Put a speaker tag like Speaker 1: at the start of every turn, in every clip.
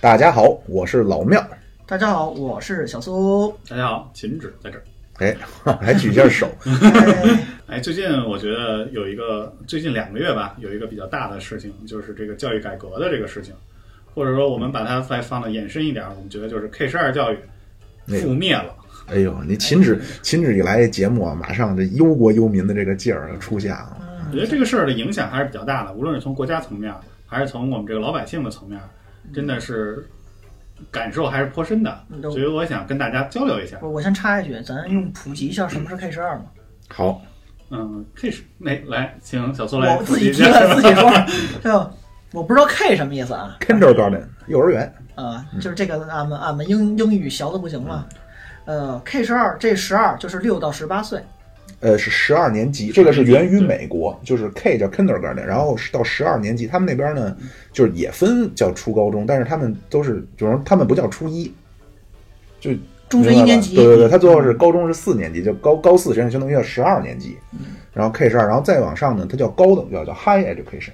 Speaker 1: 大家好，我是老庙。
Speaker 2: 大家好，我是 小苏。
Speaker 3: 大家好，秦指在这儿。
Speaker 1: 哎， 还举下手。
Speaker 2: 哎
Speaker 3: 哎，最近我觉得有一个，最近两个月吧，有一个比较大的事情，就是这个教育改革的这个事情，或者说我们把它再放的延伸一点儿，我们觉得就是 K 十二教育
Speaker 1: 那个
Speaker 3: 覆灭了。
Speaker 1: 哎呦，你秦指秦指一来这节目啊，马上这忧国忧民的这个劲儿啊出现了。
Speaker 2: 嗯
Speaker 3: 我觉得这个事儿的影响还是比较大的，无论是从国家层面儿，还是从我们这个老百姓的层面儿，真的是感受还是颇深的。
Speaker 2: 嗯你都
Speaker 3: 所以我想跟大家交流一下。
Speaker 2: 我我先插一句，咱用普及一下什么是 K 十二嘛。
Speaker 1: 好，
Speaker 3: 嗯，K 十，来来，请小苏来
Speaker 2: 我自己
Speaker 3: 普及
Speaker 2: 提
Speaker 3: 一下
Speaker 2: 了自己 说，对吧？我不知道 K 什么意思啊
Speaker 1: kindergarten 幼儿园，
Speaker 2: 啊，
Speaker 1: 嗯
Speaker 2: 就是这个俺们俺们英英语学的不行了。
Speaker 1: 嗯
Speaker 2: 呃，K 十二这十二就是六到十八岁，
Speaker 1: 呃，是十二年级，这个是源于美国，就是 K 叫 kindergarten，然后是到十二年级，他们那边呢就是也分叫初高中，但是他们都是，比如说他们不叫初一，就
Speaker 2: 中学一年级
Speaker 1: 对对对，他最后是高中是四年级，就高高四实际上相当于叫十二年级，然后 K 十二，然后再往上呢，它叫高等教育，叫 high education，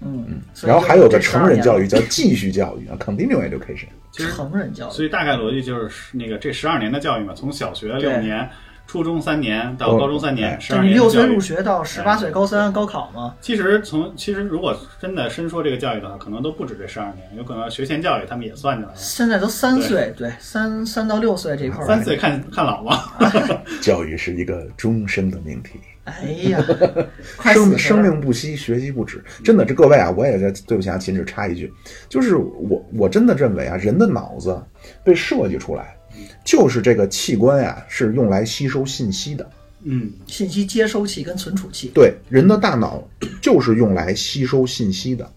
Speaker 2: 嗯，所以
Speaker 1: 然后还有
Speaker 2: 这
Speaker 1: 个
Speaker 2: 12
Speaker 1: 成人教育
Speaker 2: 年
Speaker 1: 叫继续教育啊，continue education。
Speaker 3: 其实
Speaker 2: 成人教育，
Speaker 3: 所以大概逻辑就是那个这十二年的教育嘛，从小学六
Speaker 2: 对
Speaker 3: 年，初中三年到高中三
Speaker 1: 哎
Speaker 3: 年，十
Speaker 2: 就
Speaker 3: 二
Speaker 2: 你
Speaker 3: 年
Speaker 2: 六
Speaker 3: 的教
Speaker 2: 岁
Speaker 3: 育
Speaker 2: 入。学到十八岁高
Speaker 1: 嗯
Speaker 2: 三高考嘛，
Speaker 3: 其实从其实如果真的深说这个教育的话，可能都不止这十二年，有可能学前教育他们也算进来了。
Speaker 2: 现在都三岁，对，三三到六岁这一块儿。
Speaker 3: 三岁看看老嗯嘛，
Speaker 1: 教育是一个终身的命题，
Speaker 2: 哎呀， 快死
Speaker 1: 生
Speaker 2: 了
Speaker 1: 生命不息，学习不止。真的，这各位啊，我也在对不起啊，秦只插一句，就是我我真的认为啊，人的脑子被设计出来，就是这个器官呀、是用来吸收信息的。
Speaker 3: 嗯，
Speaker 2: 信息接收器跟存储器，
Speaker 1: 对，人的大脑就是用来吸收信息的。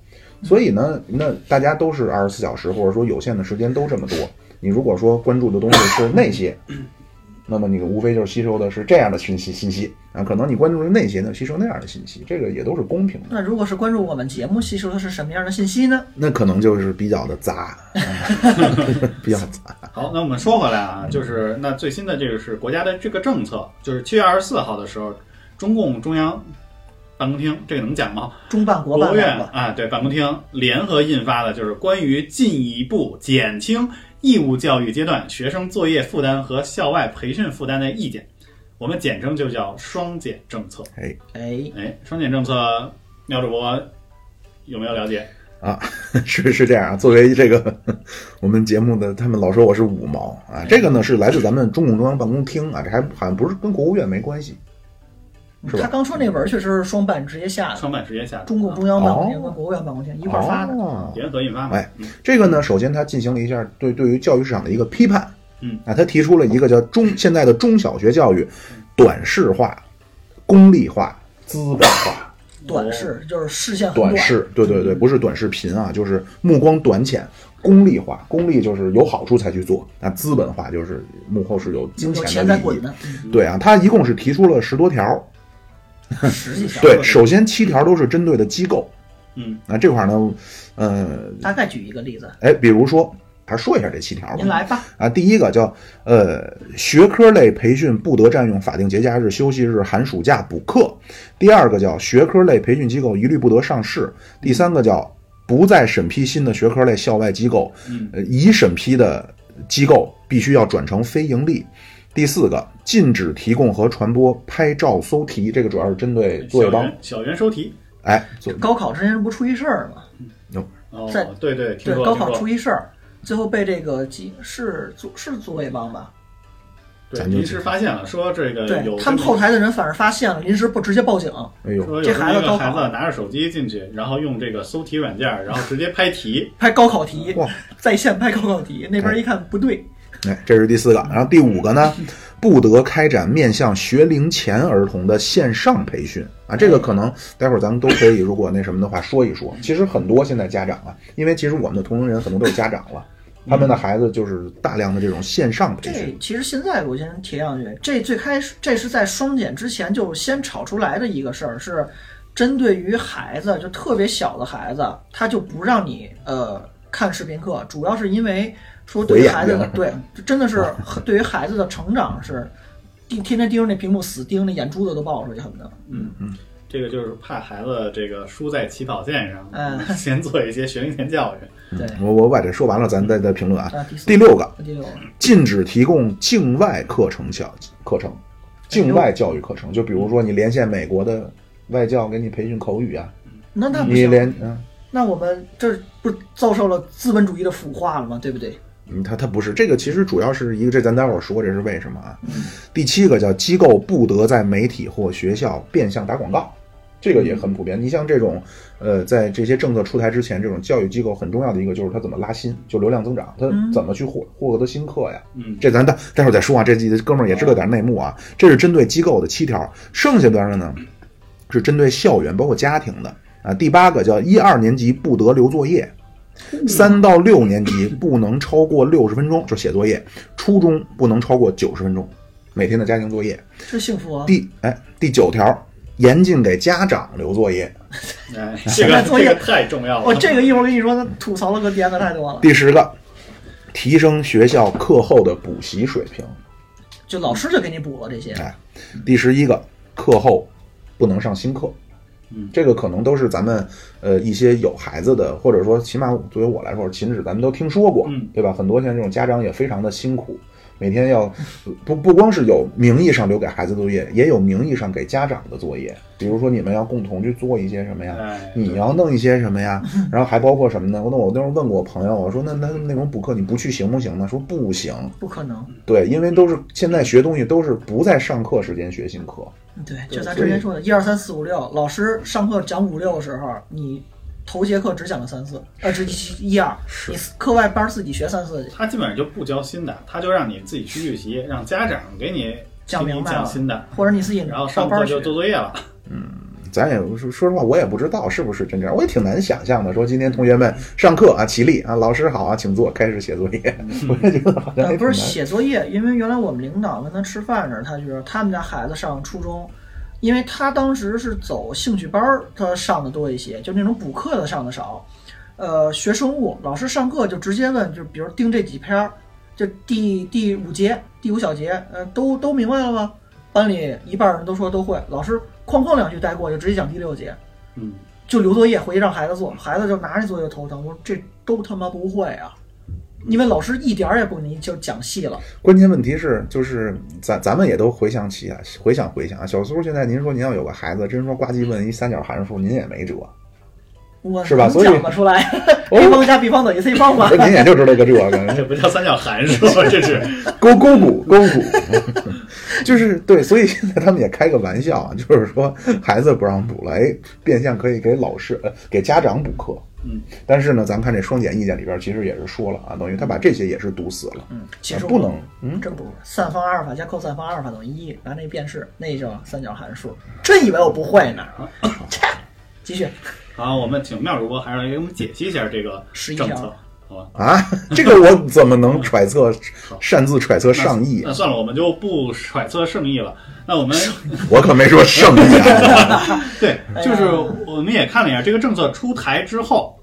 Speaker 1: 所以呢，那大家都是二十四小时，或者说有限的时间都这么多。你如果说关注的东西是那些，那么你无非就是吸收的是这样的信息信息啊。可能你关注的那些呢，吸收那样的信息，这个也都是公平的。
Speaker 2: 那如果是关注我们节目，吸收的是什么样的信息呢？
Speaker 1: 那可能就是比较的杂， 比较杂。
Speaker 3: 好，那我们说回来啊，就是那最新的这个是国家的这个政策，就是七月二十四号的时候，中共中央办公厅，这个能讲吗？
Speaker 2: 中办国
Speaker 3: 国
Speaker 2: 办
Speaker 3: 务院
Speaker 2: 办吧，
Speaker 3: 啊，对，办公厅联合印发的就是关于进一步减轻义务教育阶段学生作业负担和校外培训负担的意见，我们简称就叫“双减”政策。
Speaker 2: 哎，
Speaker 3: 哎，双减政策，廖主播有没有了解？
Speaker 1: 是是这样啊，作为这个 我们节目的，他们老说我是五毛啊，这个呢是来自咱们中共中央办公厅啊，这还好像不是跟国务院没关系，是吧
Speaker 2: 他刚说那文儿确实是双办直接下的，
Speaker 3: 双版直接下
Speaker 2: 中共中央办公厅跟国务院办公厅一块儿发的。
Speaker 1: 哦
Speaker 3: 联合印发嗯嘛？
Speaker 1: 哎这个呢，首先他进行了一下对对于教育市场的一个批判，
Speaker 3: 嗯，
Speaker 1: 啊，他提出了一个叫中现在的中小学教育短视化、功利化、资本化、
Speaker 2: 短视就是视嗯线很
Speaker 1: 短视，对对对，不哦是短视频啊，就是目光短浅。功利化，功利就是有好处才去做，那资本化就是幕后是有金
Speaker 2: 有
Speaker 1: 钱
Speaker 2: 钱
Speaker 1: 的
Speaker 2: 在
Speaker 1: 利
Speaker 2: 滚
Speaker 1: 益。
Speaker 2: 呢，
Speaker 1: 对啊，他一共是提出了十多条，
Speaker 2: 嗯实际上
Speaker 1: 对，首先七条都是针对的机构。
Speaker 3: 嗯，
Speaker 1: 那这块儿呢，呃，
Speaker 2: 大概举一个例子，
Speaker 1: 哎，比如说，还是说一下这七条吧。
Speaker 2: 您来吧，
Speaker 1: 啊，第一个叫呃，学科类培训不得占用法定节假日、休息日、寒暑假补课；第二个叫学科类培训机构一律不得上市；第三个叫不再审批新的学科类校外机构，
Speaker 3: 嗯
Speaker 1: 呃，已审批的机构必须要转成非盈利。第四个，禁止提供和传播拍照搜题，这个主要是针对作业
Speaker 3: 小
Speaker 1: 帮。
Speaker 3: 袁小袁收题。
Speaker 1: 哎，作
Speaker 2: 高考之前不出一事儿吗？
Speaker 3: 哦
Speaker 2: 在，
Speaker 3: 对对，听
Speaker 2: 对，
Speaker 3: 说
Speaker 2: 高考
Speaker 3: 听
Speaker 2: 出
Speaker 3: 说，
Speaker 2: 一事儿，最后被这个集是作是作为帮吧？
Speaker 3: 对，
Speaker 1: 咱就
Speaker 3: 临时发现了，说这个
Speaker 2: 对
Speaker 3: 呃有
Speaker 2: 他们
Speaker 3: 这么
Speaker 2: 后台的人反而发现了，临时不直接报警，
Speaker 1: 哎呦，
Speaker 3: 说有
Speaker 2: 这
Speaker 3: 这
Speaker 2: 孩
Speaker 3: 么
Speaker 2: 子
Speaker 3: 一
Speaker 2: 高
Speaker 3: 个孩
Speaker 2: 考
Speaker 3: 子拿着手机进去，然后用这个搜题软件，然后直接拍题。
Speaker 2: 拍高考题
Speaker 1: 哇，
Speaker 2: 在线拍高考题，那边一看不对，
Speaker 1: 哎，这是第四个。然后第五个呢，不得开展面向学龄前儿童的线上培训啊，这个可能待会儿咱们都可以，如果那什么的话说一说。其实很多现在家长啊，因为其实我们的同龄人很多都是家长了，他们的孩子就是大量的这种线上培训
Speaker 2: 这。其实现在我先提两句，这最开始这是在双减之前就先炒出来的一个事儿，是针对于孩子，就特别小的孩子，他就不让你呃看视频课，主要是因为说对于孩子
Speaker 1: 毁
Speaker 2: 的
Speaker 1: 眼睛
Speaker 2: 对，就真的是很对于孩子的成长是。盯天天盯着那屏幕死盯，那眼珠子都爆出去，恨不得。
Speaker 3: 这个就是怕孩子这个输在起跑线上，
Speaker 2: 嗯
Speaker 3: 先做一些学龄前教育。
Speaker 2: 对，
Speaker 1: 我我把这说完了，咱再再评论啊。
Speaker 2: 啊，第四
Speaker 1: 第六个，
Speaker 2: 第六个，
Speaker 1: 禁止提供境外课程小课程，境外教育课程，就比如说你连线美国的外教给你培训口语啊，
Speaker 2: 那那不
Speaker 1: 你
Speaker 2: 行，
Speaker 1: 连嗯。
Speaker 2: 那我们这不是遭受了资本主义的腐化了吗？对不对？
Speaker 1: 嗯，它它不是这个，其实主要是一个，这咱待会儿说这是为什么啊？第七个叫机构不得在媒体或学校变相打广告，这个也很普遍。你像这种，呃，在这些政策出台之前，这种教育机构很重要的一个就是它怎么拉新，就流量增长，它怎么去获获得新课呀？
Speaker 3: 嗯，
Speaker 1: 这咱待待会儿再说啊，这几个哥们儿也知道点内幕啊。这是针对机构的七条，剩下边的呢是针对校园包括家庭的啊。第八个叫一二年级不得留作业，三到六年级不能超过六十分钟，就写作业；初中不能超过九十分钟，每天的家庭作业。
Speaker 2: 这幸福啊！
Speaker 1: 第哎第九条，严禁给家长留作业。
Speaker 3: 哎，这
Speaker 2: 那
Speaker 3: 个
Speaker 2: 作
Speaker 3: 这
Speaker 2: 业
Speaker 3: 个太重要了。
Speaker 2: 我哦这个一会儿跟你说，他吐槽了和点子太多了。
Speaker 1: 第十个，提升学校课后的补习水平。
Speaker 2: 就老师就给你补了这些，
Speaker 1: 哎，第十一个，课后不能上新课。
Speaker 3: 嗯
Speaker 1: 这个可能都是咱们呃一些有孩子的，或者说起码作为我来说，秦止咱们都听说过，
Speaker 3: 嗯
Speaker 1: 对吧？很多现在这种家长也非常的辛苦，每天要不不光是有名义上留给孩子作业，也有名义上给家长的作业，比如说你们要共同去做一些什么呀，
Speaker 3: 哎，
Speaker 2: 嗯
Speaker 1: 你要弄一些什么 呀？然后还包括什么呢？我那我那时候问过我朋友，我说那那那种补课你不去行不行呢？说不行，
Speaker 2: 不可能。
Speaker 1: 对，因为都是现在学东西都是不在上课时间学新课，
Speaker 2: 对，
Speaker 3: 嗯对
Speaker 2: 就咱
Speaker 1: 所
Speaker 2: 之
Speaker 1: 以
Speaker 2: 前说的，一二三四五六，老师上课讲五六的时候，你头节课只讲了三四，呃，只一一二，你课外班自己学三四去，
Speaker 3: 他基本上就不教新的，他就让你自己去预习，让家长给你
Speaker 2: 讲
Speaker 3: 给你
Speaker 2: 明白
Speaker 3: 讲
Speaker 2: 了
Speaker 3: 新的，
Speaker 2: 或者你自己
Speaker 3: 然后
Speaker 2: 上
Speaker 3: 上
Speaker 2: 班
Speaker 3: 课
Speaker 2: 学
Speaker 3: 就。做作业了。
Speaker 1: 咱也说说实话，我也不知道是不是真这样，我也挺难想象的。说今天同学们上课啊，起立啊，老师好啊，请坐，开始写作业。我也觉得好像
Speaker 2: 呃
Speaker 1: 也，
Speaker 2: 不是
Speaker 1: 挺难
Speaker 2: 写作业，因为原来我们领导跟他吃饭时，他就说他们家孩子上初中，因为他当时是走兴趣班儿，他上的多一些，就那种补课的上的少。呃，学生物老师上课就直接问，就比如盯这几篇儿，就第第五节、第五小节，呃，都都明白了吗？班里一半人都说都会，老师哐哐两句带过，就直接讲第六节，
Speaker 3: 嗯，
Speaker 2: 就留作业回去让孩子做，孩子就拿着作业头疼，我说这都他妈不会啊，因为老师一点儿也不给你就讲细了。
Speaker 1: 关键问题是，就是咱咱们也都回想起啊，回想回想啊，小苏现在您说您要有个孩子，真说呱唧问一三角函数，您也没辙，
Speaker 2: 我
Speaker 1: 是吧
Speaker 2: 能
Speaker 1: 所以
Speaker 2: 讲得出来
Speaker 1: 哦
Speaker 2: ，a 方加 b 方等于 c 方吧？
Speaker 1: 您也就知道个这个
Speaker 3: 这不叫三角 函数，这是
Speaker 1: 勾勾股勾股，就是对，所以现在他们也开个玩笑啊，就是说孩子不让补了，哎，变相可以给老师、呃、给家长补课。
Speaker 3: 嗯，
Speaker 1: 但是呢，咱们看这双减意见里边，其实也是说了啊，等于他把这些也是堵死了，
Speaker 2: 嗯，其实
Speaker 1: 不能，嗯，
Speaker 2: 真不是散方阿尔法加 cos 散方阿尔法等于一，拿那变式，那叫三角函数。真以为我不会呢？啊切继续，
Speaker 3: 好，我们请妙主播还是给我们解析一下这个
Speaker 2: 11
Speaker 3: 政
Speaker 2: 条
Speaker 3: 策，好吧？
Speaker 1: 啊，这个我怎么能揣测，擅自揣测上意
Speaker 3: 那？算了，我们就不揣测圣意了。那我们
Speaker 1: 我可没说上意啊，
Speaker 3: 对，就是
Speaker 2: 哎呀
Speaker 3: 我们也看了一下这个政策出台之后，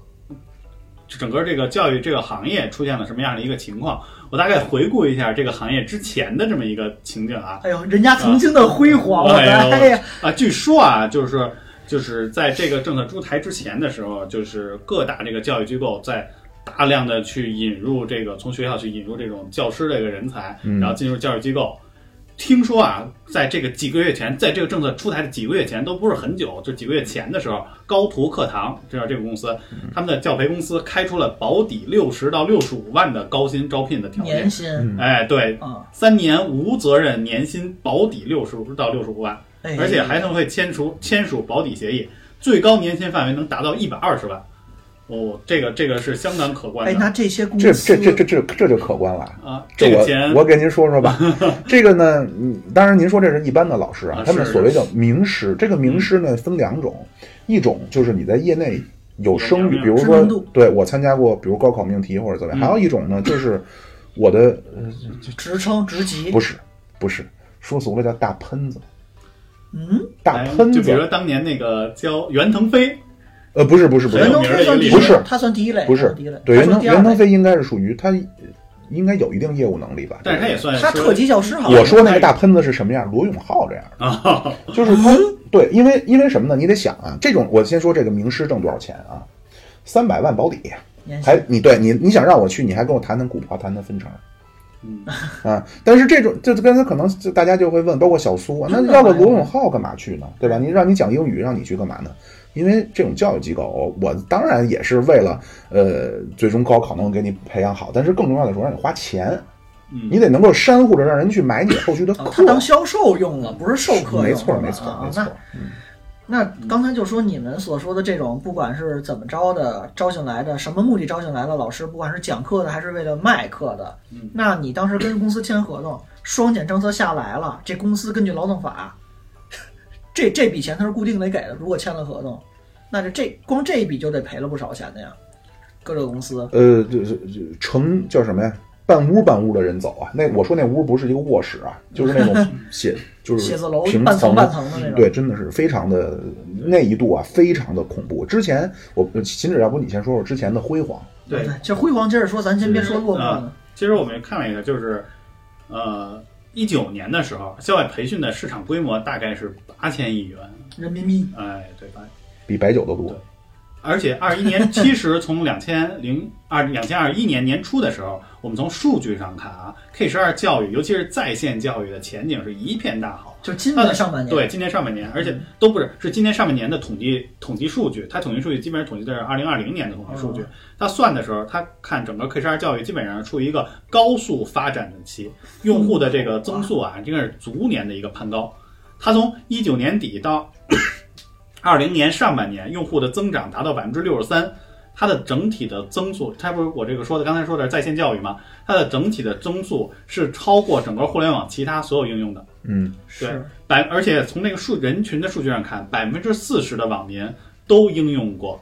Speaker 3: 就整个这个教育这个行业出现了什么样的一个情况。我大概回顾一下这个行业之前的这么一个情景啊，
Speaker 2: 哎呦，人家曾经的辉煌，我
Speaker 3: 哎呦
Speaker 2: 的哎呀，
Speaker 3: 啊，据说啊，就是就是在这个政策出台之前的时候，就是各大这个教育机构在大量的去引入这个从学校去引入这种教师这个人才，然后进入教育机构。听说啊，在这个几个月前，在这个政策出台的几个月前，都不是很久，就几个月前的时候，高途课堂这样这个公司，他们的教培公司开出了保底六十到六十五万的高薪招聘的条件
Speaker 2: 年。薪
Speaker 3: 哎，对，
Speaker 1: 嗯
Speaker 2: 啊，
Speaker 3: 三年无责任年薪保底六十到六十五万，
Speaker 2: 哎
Speaker 3: 而且还能会签署签署保底协议，最高年薪范围能达到一百二十万。哦，这个这个是相当可观
Speaker 2: 哎，
Speaker 3: 的
Speaker 2: 那这些公
Speaker 1: 这
Speaker 2: 司
Speaker 1: 这这这这这就可观了。
Speaker 3: 啊！
Speaker 1: 这
Speaker 3: 这
Speaker 1: 我
Speaker 3: 个钱
Speaker 1: 我给您说说 吧，这个呢，嗯当然您说这是一般的老师啊
Speaker 3: 啊，
Speaker 1: 他们
Speaker 3: 是
Speaker 1: 所谓的名师，这个名师
Speaker 3: 嗯
Speaker 1: 呢分两种，一种就是你在业内有声誉，
Speaker 3: 有嗯
Speaker 1: 比如
Speaker 2: 知
Speaker 1: 说
Speaker 2: 名度
Speaker 1: 对我参加过，比如高考命题或者怎么样，还有一种呢就是我的呃
Speaker 2: 职称职级
Speaker 1: 不是不是说俗了叫大喷子，
Speaker 2: 嗯，
Speaker 1: 大
Speaker 3: 哎
Speaker 1: 喷
Speaker 3: 就比如
Speaker 1: 子
Speaker 3: 说，当年那个教袁腾飞，
Speaker 1: 呃不是不是不
Speaker 3: 袁
Speaker 1: 是
Speaker 2: 袁腾飞
Speaker 3: 腾飞
Speaker 2: 算
Speaker 3: 算第
Speaker 2: 第
Speaker 3: 一
Speaker 2: 一，
Speaker 1: 不是
Speaker 2: 他算第一类，
Speaker 1: 不
Speaker 2: 他
Speaker 3: 哎
Speaker 1: 是
Speaker 2: 算第一类，
Speaker 1: 对袁腾
Speaker 2: 他算第二
Speaker 1: 袁腾
Speaker 2: 类，
Speaker 1: 飞应该是属于他应该有一定业务能力吧，
Speaker 3: 但是他也算哎
Speaker 2: 他
Speaker 3: 说
Speaker 2: 特级教师好像
Speaker 1: 我说那个大喷子是什么样？罗永浩这样的，
Speaker 3: 啊，
Speaker 1: 就是他，对，因为因为什么呢？你得想啊，这种我先说这个名师挣多少钱啊？三百万保底，
Speaker 2: 年薪
Speaker 1: 还你对你你想让我去，你还跟我谈谈股票，谈谈分成
Speaker 3: 嗯，
Speaker 1: 啊？但是这种就跟他可能就大家就会问，包括小苏啊，那
Speaker 2: 真的
Speaker 1: 要个
Speaker 2: 吗
Speaker 1: 罗永浩干嘛去呢？对吧？你让你讲英语，让你去干嘛呢？因为这种教育机构，我当然也是为了呃最终高考能给你培养好，但是更重要的是我让你花钱，
Speaker 3: 嗯
Speaker 1: 你得能够煽乎着让人去买你后续的
Speaker 2: 哦，
Speaker 1: 课
Speaker 2: 他，当销售用了，不是授课用。
Speaker 1: 没错
Speaker 2: 是吧
Speaker 1: 没错
Speaker 2: 啊
Speaker 1: 没
Speaker 2: 那
Speaker 1: 错，嗯
Speaker 2: 那刚才就说你们所说的这种，不管是怎么着的招进来的，什么目的招进来的老师，不管是讲课的还是为了卖课的
Speaker 3: 嗯，
Speaker 2: 那你当时跟公司签合同，双减政策下来了，这公司根据劳动法， 这这笔钱它是固定得给的，如果签了合同，那这这光这一笔就得赔了不少钱的呀，各个公司
Speaker 1: 呃，就是就是成叫什么呀？半屋半屋的人走啊，那我说那屋不是一个卧室啊，就是那 种写就是
Speaker 2: 写字楼
Speaker 1: 平
Speaker 2: 半
Speaker 1: 层
Speaker 2: 层半层的那种。
Speaker 1: 对，真的是非常的那一度啊，非常的恐怖。之前我呃秦指，要不你先说说之前的辉煌？
Speaker 3: 对，啊
Speaker 2: 这辉煌接着说，咱先别说落寞了。
Speaker 3: 其实我们看了一下，就是呃，一九年的时候，校外培训的市场规模大概是八千亿元，
Speaker 2: 人民币
Speaker 3: 哎，对吧？
Speaker 1: 比白酒都多
Speaker 3: 对。而且二一年，其实从两千零二两千二一年年初的时候，我们从数据上看啊，K 十二教育，尤其是在线教育的前景是一片大好。
Speaker 2: 就今年上半年，嗯
Speaker 3: 对，今年上半年，而且都不是是今年上半年的统计统计数据，它统计数据基本上统计的是二零二零年的统计数据
Speaker 2: 哦。
Speaker 3: 它算的时候，它看整个 K 十二教育基本上处于一个高速发展的期，用户的这个增速啊，应该是逐年的一个攀高。它从一九年底到二零年上半年，用户的增长达到百分之六十三。它的整体的增速，它不是我这个说的，刚才说的是在线教育嘛，它的整体的增速是超过整个互联网其他所有应用的。
Speaker 1: 嗯，
Speaker 2: 是
Speaker 3: 百，而且从那个数人群的数据上看，百分之四十的网民都应用过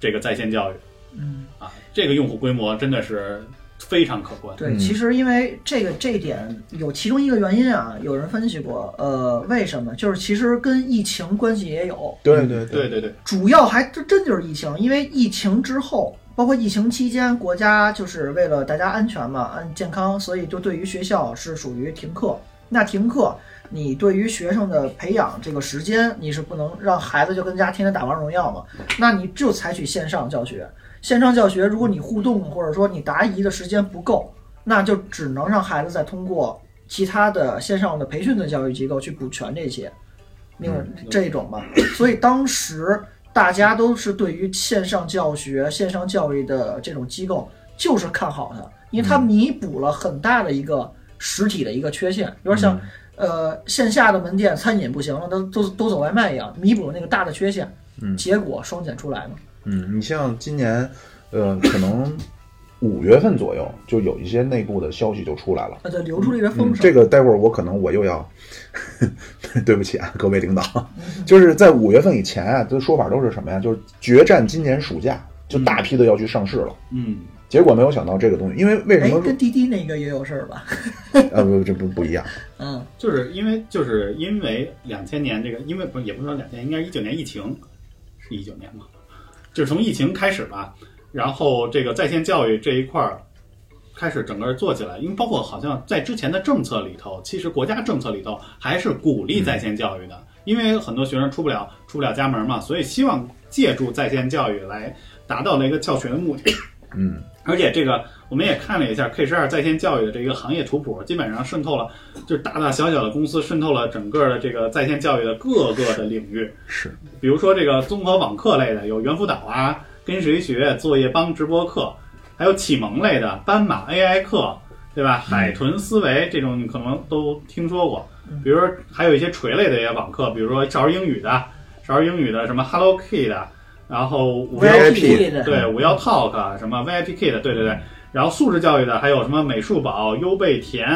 Speaker 3: 这个在线教育
Speaker 2: 嗯。
Speaker 3: 啊，这个用户规模真的是非常可观。
Speaker 2: 对，
Speaker 1: 嗯
Speaker 2: 其实因为这个这一点有其中一个原因啊，有人分析过，呃，为什么？就是其实跟疫情关系也有，
Speaker 1: 对对
Speaker 3: 对，对对，
Speaker 2: 主要还真真就是疫情，因为疫情之后，包括疫情期间，国家就是为了大家安全嘛，安健康，所以就对于学校是属于停课。那停课，你对于学生的培养这个时间，你是不能让孩子就跟家天天打王者荣耀嘛？那你就采取线上教学。线上教学，如果你互动或者说你答疑的时间不够，那就只能让孩子再通过其他的线上的培训的教育机构去补全这些，明白
Speaker 1: 嗯
Speaker 2: 这种吧。所以当时大家都是对于线上教学、线上教育的这种机构就是看好它，因为它
Speaker 1: 嗯
Speaker 2: 弥补了很大的一个实体的一个缺陷，有点
Speaker 1: 嗯
Speaker 2: 像、呃线下的门店餐饮不行了，都都都走外卖一样，弥补了那个大的缺陷。
Speaker 1: 嗯
Speaker 2: 结果双减出来嘛，
Speaker 1: 嗯，你像今年，呃，可能五月份左右就有一些内部的消息就出来了。
Speaker 2: 那就留出了一个风
Speaker 1: 嗯，
Speaker 2: 声。
Speaker 1: 这个待会儿我可能我又要， 对不起啊，各位领导， 就是在五月份以前啊，这说法都是什么呀？就是决战今年暑假，就大批的要去上市了。
Speaker 3: 嗯，
Speaker 1: 结果没有想到这个东西，因为为什
Speaker 2: 哎
Speaker 1: 么，
Speaker 2: 跟滴滴那个也有事儿吧？
Speaker 1: 呃不这不不一样？
Speaker 2: 嗯，
Speaker 3: 就是因为就是因为两千年这个，因为不是也不是说两千，应该是一九年疫情，是一九年嘛，就是从疫情开始吧，然后这个在线教育这一块儿开始整个做起来，因为包括好像在之前的政策里头，其实国家政策里头还是鼓励在线教育的，因为很多学生出不了出不了家门嘛，所以希望借助在线教育来达到了一个教学的目的。
Speaker 1: 嗯，
Speaker 3: 而且这个我们也看了一下 K 十二在线教育的这个行业图谱，基本上渗透了，就是大大小小的公司渗透了整个的这个在线教育的各个的领域，
Speaker 1: 是，
Speaker 3: 比如说这个综合网课类的有猿辅导啊、跟谁学、作业帮、直播课，还有启蒙类的斑马 AI 课，对吧？海豚思维这种你可能都听说过，比如说还有一些垂类的一些网课，比如说少儿英语的、少儿英语的什么 Hello Kid 的，然后五幺
Speaker 1: VIP
Speaker 2: 的
Speaker 3: 对，五幺 Talk 啊什么 VIP Kid，对对对，然后素质教育的还有什么美术宝、优贝田，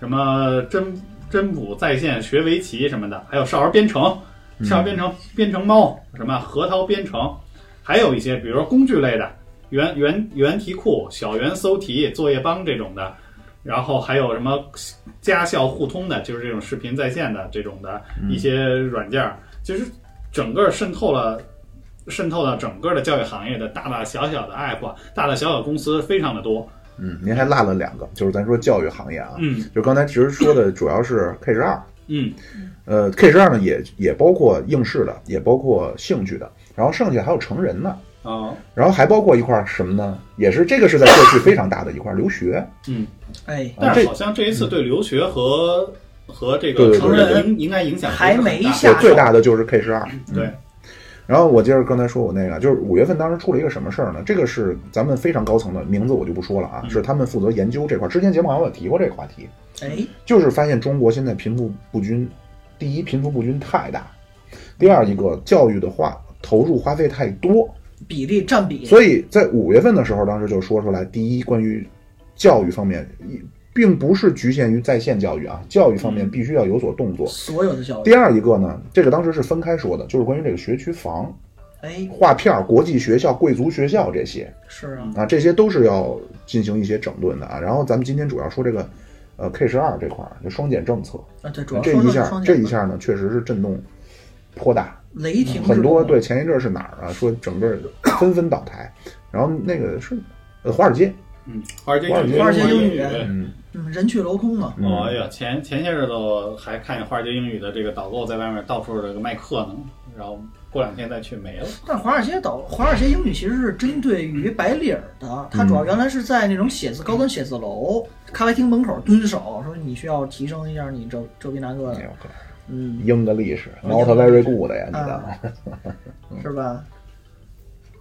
Speaker 3: 什么真真补在线学围棋什么的，还有少儿编程、少儿编程、编程猫，什么核桃编程，还有一些比如说工具类的，原原原题库、小猿搜题、作业帮这种的，然后还有什么家校互通的，就是这种视频在线的这种的一些软件儿，就是整个渗透了。渗透了整个的教育行业的大大小小的 app，啊大大小小的公司非常的多。
Speaker 1: 嗯，您还落了两个，就是咱说教育行业啊，
Speaker 3: 嗯
Speaker 1: 就刚才其实说的主要是 K 十二，
Speaker 3: 嗯
Speaker 1: 呃，K 十二呢也也包括应试的，也包括兴趣的，然后剩下还有成人呢，
Speaker 3: 哦
Speaker 1: 然后还包括一块儿什么呢？也是这个是在过去非常大的一块儿留学，
Speaker 3: 嗯，
Speaker 2: 哎，
Speaker 1: 啊
Speaker 3: 但是
Speaker 1: 这
Speaker 3: 好像这一次对留学和和这
Speaker 1: 对
Speaker 3: 个
Speaker 1: 对对
Speaker 3: 成人应应该影响不是很
Speaker 2: 还没
Speaker 3: 大
Speaker 2: 下
Speaker 1: 对最大的就是 K 十二。
Speaker 3: 嗯对，
Speaker 1: 然后我接着刚才说我那个，就是五月份当时出了一个什么事儿呢？这个是咱们非常高层的名字我就不说了啊，
Speaker 3: 嗯
Speaker 1: 是他们负责研究这块儿。之前节目好像我提过这个话题，
Speaker 2: 哎，
Speaker 1: 就是发现中国现在贫富不均，第一贫富不均太大，第二一个教育的话投入花费太多，
Speaker 2: 比例占
Speaker 3: 嗯
Speaker 2: 比，
Speaker 1: 所以在五月份的时候，当时就说出来，第一，关于教育方面，一并不是局限于在线教育啊，教育方
Speaker 3: 嗯
Speaker 1: 面必须要有所动作。
Speaker 2: 所有的教育，
Speaker 1: 第二一个呢，这个当时是分开说的，就是关于这个学区房、
Speaker 2: 哎，
Speaker 1: 划片儿、国际学校、贵族学校这些
Speaker 2: 是啊，
Speaker 1: 啊，这些都是要进行一些整顿的啊。然后咱们今天主要说这个，呃，K 十二这块儿，就双减政策，
Speaker 2: 啊对，主要
Speaker 1: 这
Speaker 2: 说
Speaker 1: 一
Speaker 2: 的
Speaker 1: 下
Speaker 2: 是双
Speaker 1: 这
Speaker 2: 减
Speaker 1: 一
Speaker 2: 嘛
Speaker 1: 下呢，确实是震动颇大。
Speaker 2: 雷霆之
Speaker 1: 很多
Speaker 2: 痛
Speaker 1: 对前一阵儿是哪儿啊？说整个儿纷纷倒台，然后那个是呃华尔街，
Speaker 3: 嗯，华尔街
Speaker 1: 华尔街
Speaker 3: 华尔街
Speaker 2: 英
Speaker 3: 英
Speaker 2: 语
Speaker 3: 语。对
Speaker 1: 嗯，
Speaker 2: 嗯，人去楼空嘛，
Speaker 3: 哦，哎呀，前前些日子我还看见华尔街英语的这个导购在外面到处这个卖课呢，然后过两天再去没了。
Speaker 2: 但华尔街岛，华尔街英语其实是针对于白领儿的，它
Speaker 3: 嗯
Speaker 2: 主要原来是在那种写字高端写字楼、咖啡厅门口蹲守，说你需要提升一下你周周边那个
Speaker 1: 哎
Speaker 2: 的，
Speaker 1: 呦哥，
Speaker 2: 嗯，
Speaker 1: 英格力士
Speaker 2: 嗯
Speaker 1: not very good 呀，你的
Speaker 2: 啊
Speaker 3: 嗯
Speaker 2: 是吧？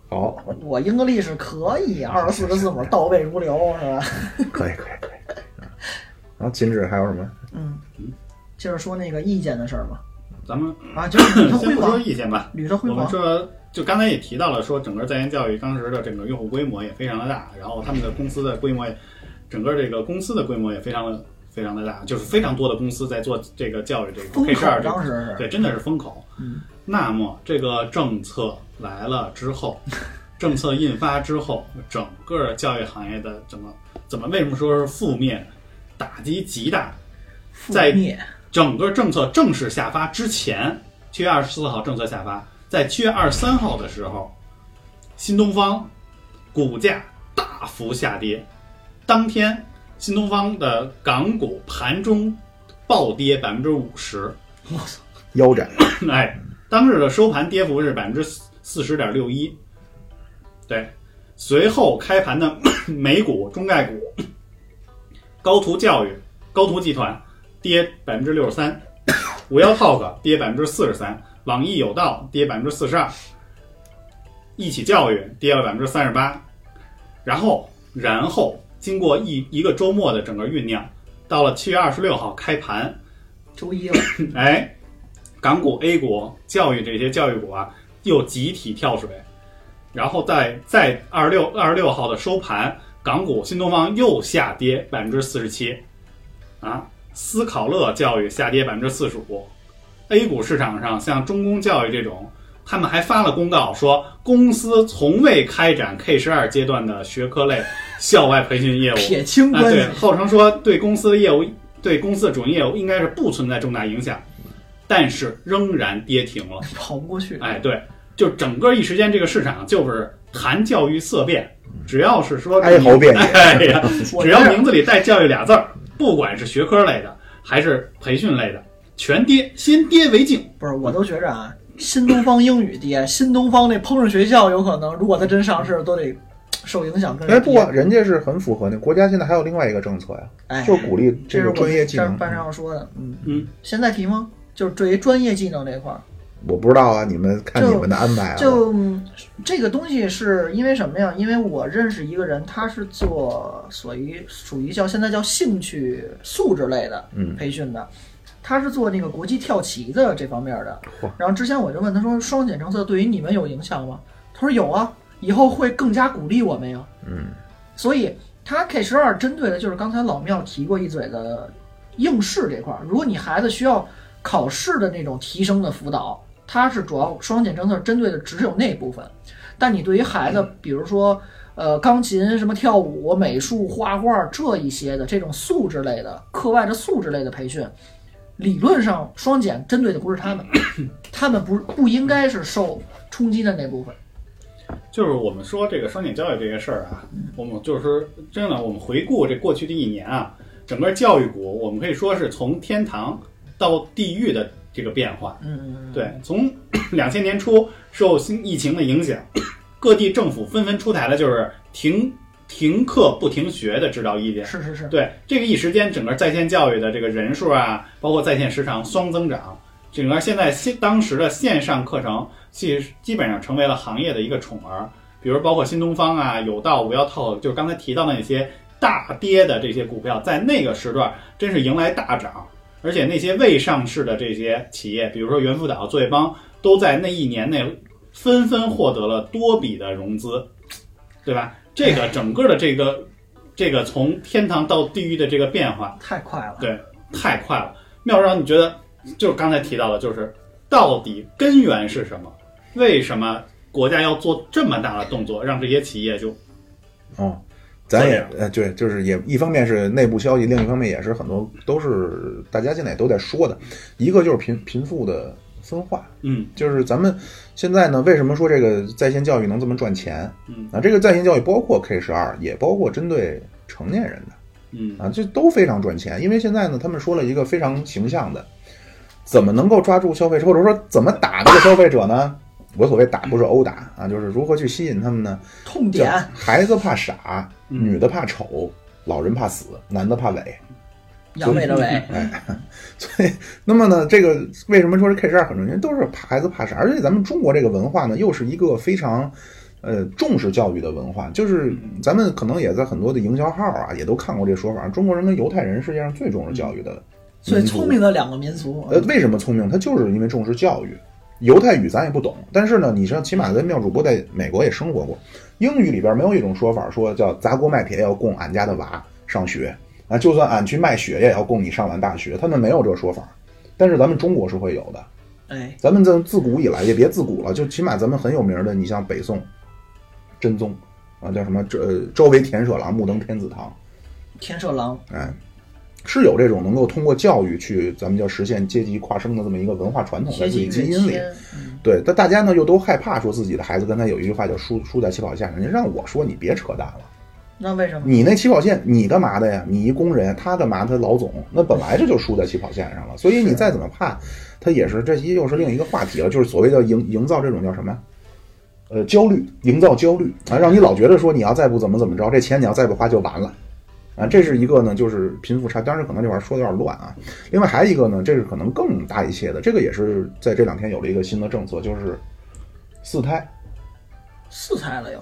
Speaker 1: 好，
Speaker 2: 我英格力是可以，二十四个字母倒背如流，是吧？
Speaker 1: 可以可以可以可以。啊然后秦纸还有什么？
Speaker 2: 嗯，接着说那个意见的事儿吧。
Speaker 3: 咱们
Speaker 2: 啊，就是捋它辉
Speaker 3: 先不说
Speaker 2: 煌，
Speaker 3: 意见吧，
Speaker 2: 捋它辉
Speaker 3: 我们
Speaker 2: 煌，
Speaker 3: 说，就刚才也提到了，说整个在线教育当时的整个用户规模也非常的大，然后他们的公司的规模也，整个这个公司的规模也非常的非常的大，就是非常多的公司在做这个教育这个
Speaker 2: 风
Speaker 3: K
Speaker 2: 口
Speaker 3: 十二这
Speaker 2: 当时
Speaker 3: 个，
Speaker 2: 是，
Speaker 3: 对，真的是风口。
Speaker 2: 嗯
Speaker 3: 那么这个政策来了之 后，政策印发之后，整个教育行业的怎么怎么为什么说是负面，打击极大，
Speaker 2: 覆
Speaker 3: 在
Speaker 2: 灭，
Speaker 3: 整个政策正式下发之前，七月二十四号政策下发，在七月二十三号的时候，新东方股价大幅下跌，当天新东方的港股盘中暴跌百分之五十，
Speaker 1: 腰斩，
Speaker 3: 哎，当日的收盘跌幅是百分之四十点六一，对，随后开盘的 美股、中概股、高途教育、高途集团跌百分之六十三，五幺 Talk 跌百分之四十三，网易有道跌百分之四十二，一起教育跌了百分之三十八，然后然后经过一一个周末的整个酝酿，到了七月二十六号开盘，
Speaker 2: 周一了，
Speaker 3: 哎，港股、A 股、教育这些教育股啊，又集体跳水，然后在在二十六二十六号的收盘，港股新东方又下跌百分之四十七，啊，思考乐教育下跌百分之四十五，A 股市场上像中公教育这种。他们还发了公告说，公司从未开展 K 十二阶段的学科类校外培训业务，
Speaker 2: 撇清
Speaker 3: 啊，
Speaker 2: 关系
Speaker 3: 对，，号称说对公司的业务、对公司的主营业务应该是不存在重大影响，但是仍然跌停了。
Speaker 2: 跑不过去。
Speaker 3: 哎，对，就整个一时间这个市场就是谈教育色变，
Speaker 2: 嗯
Speaker 3: 只要是说
Speaker 1: 哀嚎遍野。
Speaker 3: 哎呀，
Speaker 2: 我
Speaker 3: 只要
Speaker 2: 这
Speaker 3: 名字里带“教育”俩字儿，不管是学科类的还是培训类的，全跌，先跌为敬。
Speaker 2: 不是，我都觉着啊，
Speaker 1: 嗯
Speaker 2: 新东方英语跌，新东方那烹饪学校有可能，如果它真上市，都得受影响。跟着
Speaker 1: 哎，不
Speaker 2: 跌
Speaker 1: 啊，人家是很符合那国家现在还有另外一个政策呀，
Speaker 2: 哎，
Speaker 1: 就是鼓励
Speaker 2: 这是
Speaker 1: 个
Speaker 2: 我
Speaker 1: 专业技
Speaker 2: 这
Speaker 1: 能
Speaker 2: 是。班上要说的，嗯
Speaker 3: 嗯，
Speaker 2: 现在提吗？就是对于专业技能这块儿，
Speaker 1: 我不知道啊，你们看你们的安排啊。
Speaker 2: 就嗯这个东西是因为什么呀？因为我认识一个人，他是做属于属于叫现在叫兴趣素质类的
Speaker 1: 嗯
Speaker 2: 培训的，他是做那个国际跳棋的这方面的
Speaker 1: 嚯。
Speaker 2: 然后之前我就问他说，双减政策对于你们有影响吗？他说有啊，以后会更加鼓励我们呀。
Speaker 1: 嗯，
Speaker 2: 所以它 K 十二针对的就是刚才老庙提过一嘴的应试这块儿。如果你孩子需要考试的那种提升的辅导，它是主要双减政策针对的只有那部分。但你对于孩子，比如说呃钢琴、什么跳舞、美术、画画这一些的这种素质类的课外的素质类的培训，理论上双减针对的不是 他们，他们不不应该是受冲击的那部分。
Speaker 3: 就是我们说这个双减教育这个事儿啊，我们就是真的，我们回顾这过去的一年啊，整个教育股，我们可以说是从天堂到地域的这个变化。
Speaker 2: 嗯嗯嗯，
Speaker 3: 对，从 两千年初受新疫情的影响，各地政府纷纷出台了就是停停课不停学的指导意见。
Speaker 2: 是是是，
Speaker 3: 对，这个一时间，整个在线教育的这个人数啊，包括在线时长双增长，整个现在新当时的线上课程，其实基本上成为了行业的一个宠儿。比如包括新东方啊、有道、五幺套，就是刚才提到的那些大跌的这些股票，在那个时段真是迎来大涨，而且那些未上市的这些企业，比如说猿辅导、作业帮，都在那一年内纷纷获得了多笔的融资，对吧？这个整个的这个这个从天堂到地狱的这个变化
Speaker 2: 太快了。
Speaker 3: 对太快了。妙招，你觉得就是刚才提到的，就是到底根源是什么？为什么国家要做这么大的动作，让这些企业就
Speaker 1: 嗯，咱也
Speaker 3: 这样
Speaker 1: 呃，对，就是也一方面是内部消息，另一方面也是很多都是大家现在也都在说的，一个就是贫贫富的分化，
Speaker 3: 嗯
Speaker 1: 就是咱们现在呢，为什么说这个在线教育能这么赚钱？
Speaker 3: 嗯
Speaker 1: 啊，这个在线教育包括 K 十二，也包括针对成年人的
Speaker 3: 嗯
Speaker 1: 啊，这都非常赚钱。因为现在呢，他们说了一个非常形象的，怎么能够抓住消费者，或者说怎么打这个消费者呢？我所谓打不是殴打啊，就是如何去吸引他们呢？
Speaker 2: 痛
Speaker 1: 叫
Speaker 2: 点，
Speaker 1: 孩子怕傻，
Speaker 3: 嗯
Speaker 1: 女的怕丑，老人怕死，男的怕伟。
Speaker 2: 阳痿的痿，
Speaker 1: 所以，那么呢，这个为什么说这 K 十二很重要？因为都是怕孩子怕傻，而且咱们中国这个文化呢，又是一个非常。呃，重视教育的文化，就是咱们可能也在很多的营销号啊，也都看过这说法。中国人跟犹太人世界上最重视教育的
Speaker 2: 最
Speaker 1: 民族
Speaker 2: 聪明的两个民族。
Speaker 1: 呃，为什么聪明？他就是因为重视教育。犹太语咱也不懂，但是呢，你像起码咱妙主播在美国也生活过，英语里边没有一种说法说叫砸锅卖铁要供俺家的娃上学啊，就算俺去卖血也要供你上完大学，他们没有这说法，但是咱们中国是会有的。
Speaker 2: 哎，
Speaker 1: 咱们这自古以来也别自古了，就起码咱们很有名的，你像北宋真宗啊，叫什么这呃周围田舍郎，目登天子堂，
Speaker 2: 田舍郎，
Speaker 1: 哎，是有这种能够通过教育去咱们叫实现阶级跨升的这么一个文化传统在
Speaker 2: 贴
Speaker 1: 自己
Speaker 2: 近
Speaker 1: 基
Speaker 2: 人
Speaker 1: 因里
Speaker 2: 心。。嗯
Speaker 1: 对，但大家呢又都害怕说自己的孩子，刚才有一句话叫输输在起跑线上，人家让我说你别扯淡了，
Speaker 2: 那为什么？
Speaker 1: 你那起跑线你干嘛的呀？你一工人，他干嘛？他老总，那本来这就输在起跑线上了，所以你再怎么怕，他也是这又是另一个话题了，就是所谓的营营造这种叫什么呀？呃，焦虑，营造焦虑啊，让你老觉得说你要再不怎么怎么着，这钱你要再不花就完了。啊，这是一个呢，就是贫富差，当然可能这玩意儿说的有点乱啊。另外还有一个呢，这是可能更大一些的，这个也是在这两天有了一个新的政策，就是四胎，
Speaker 2: 四胎了又，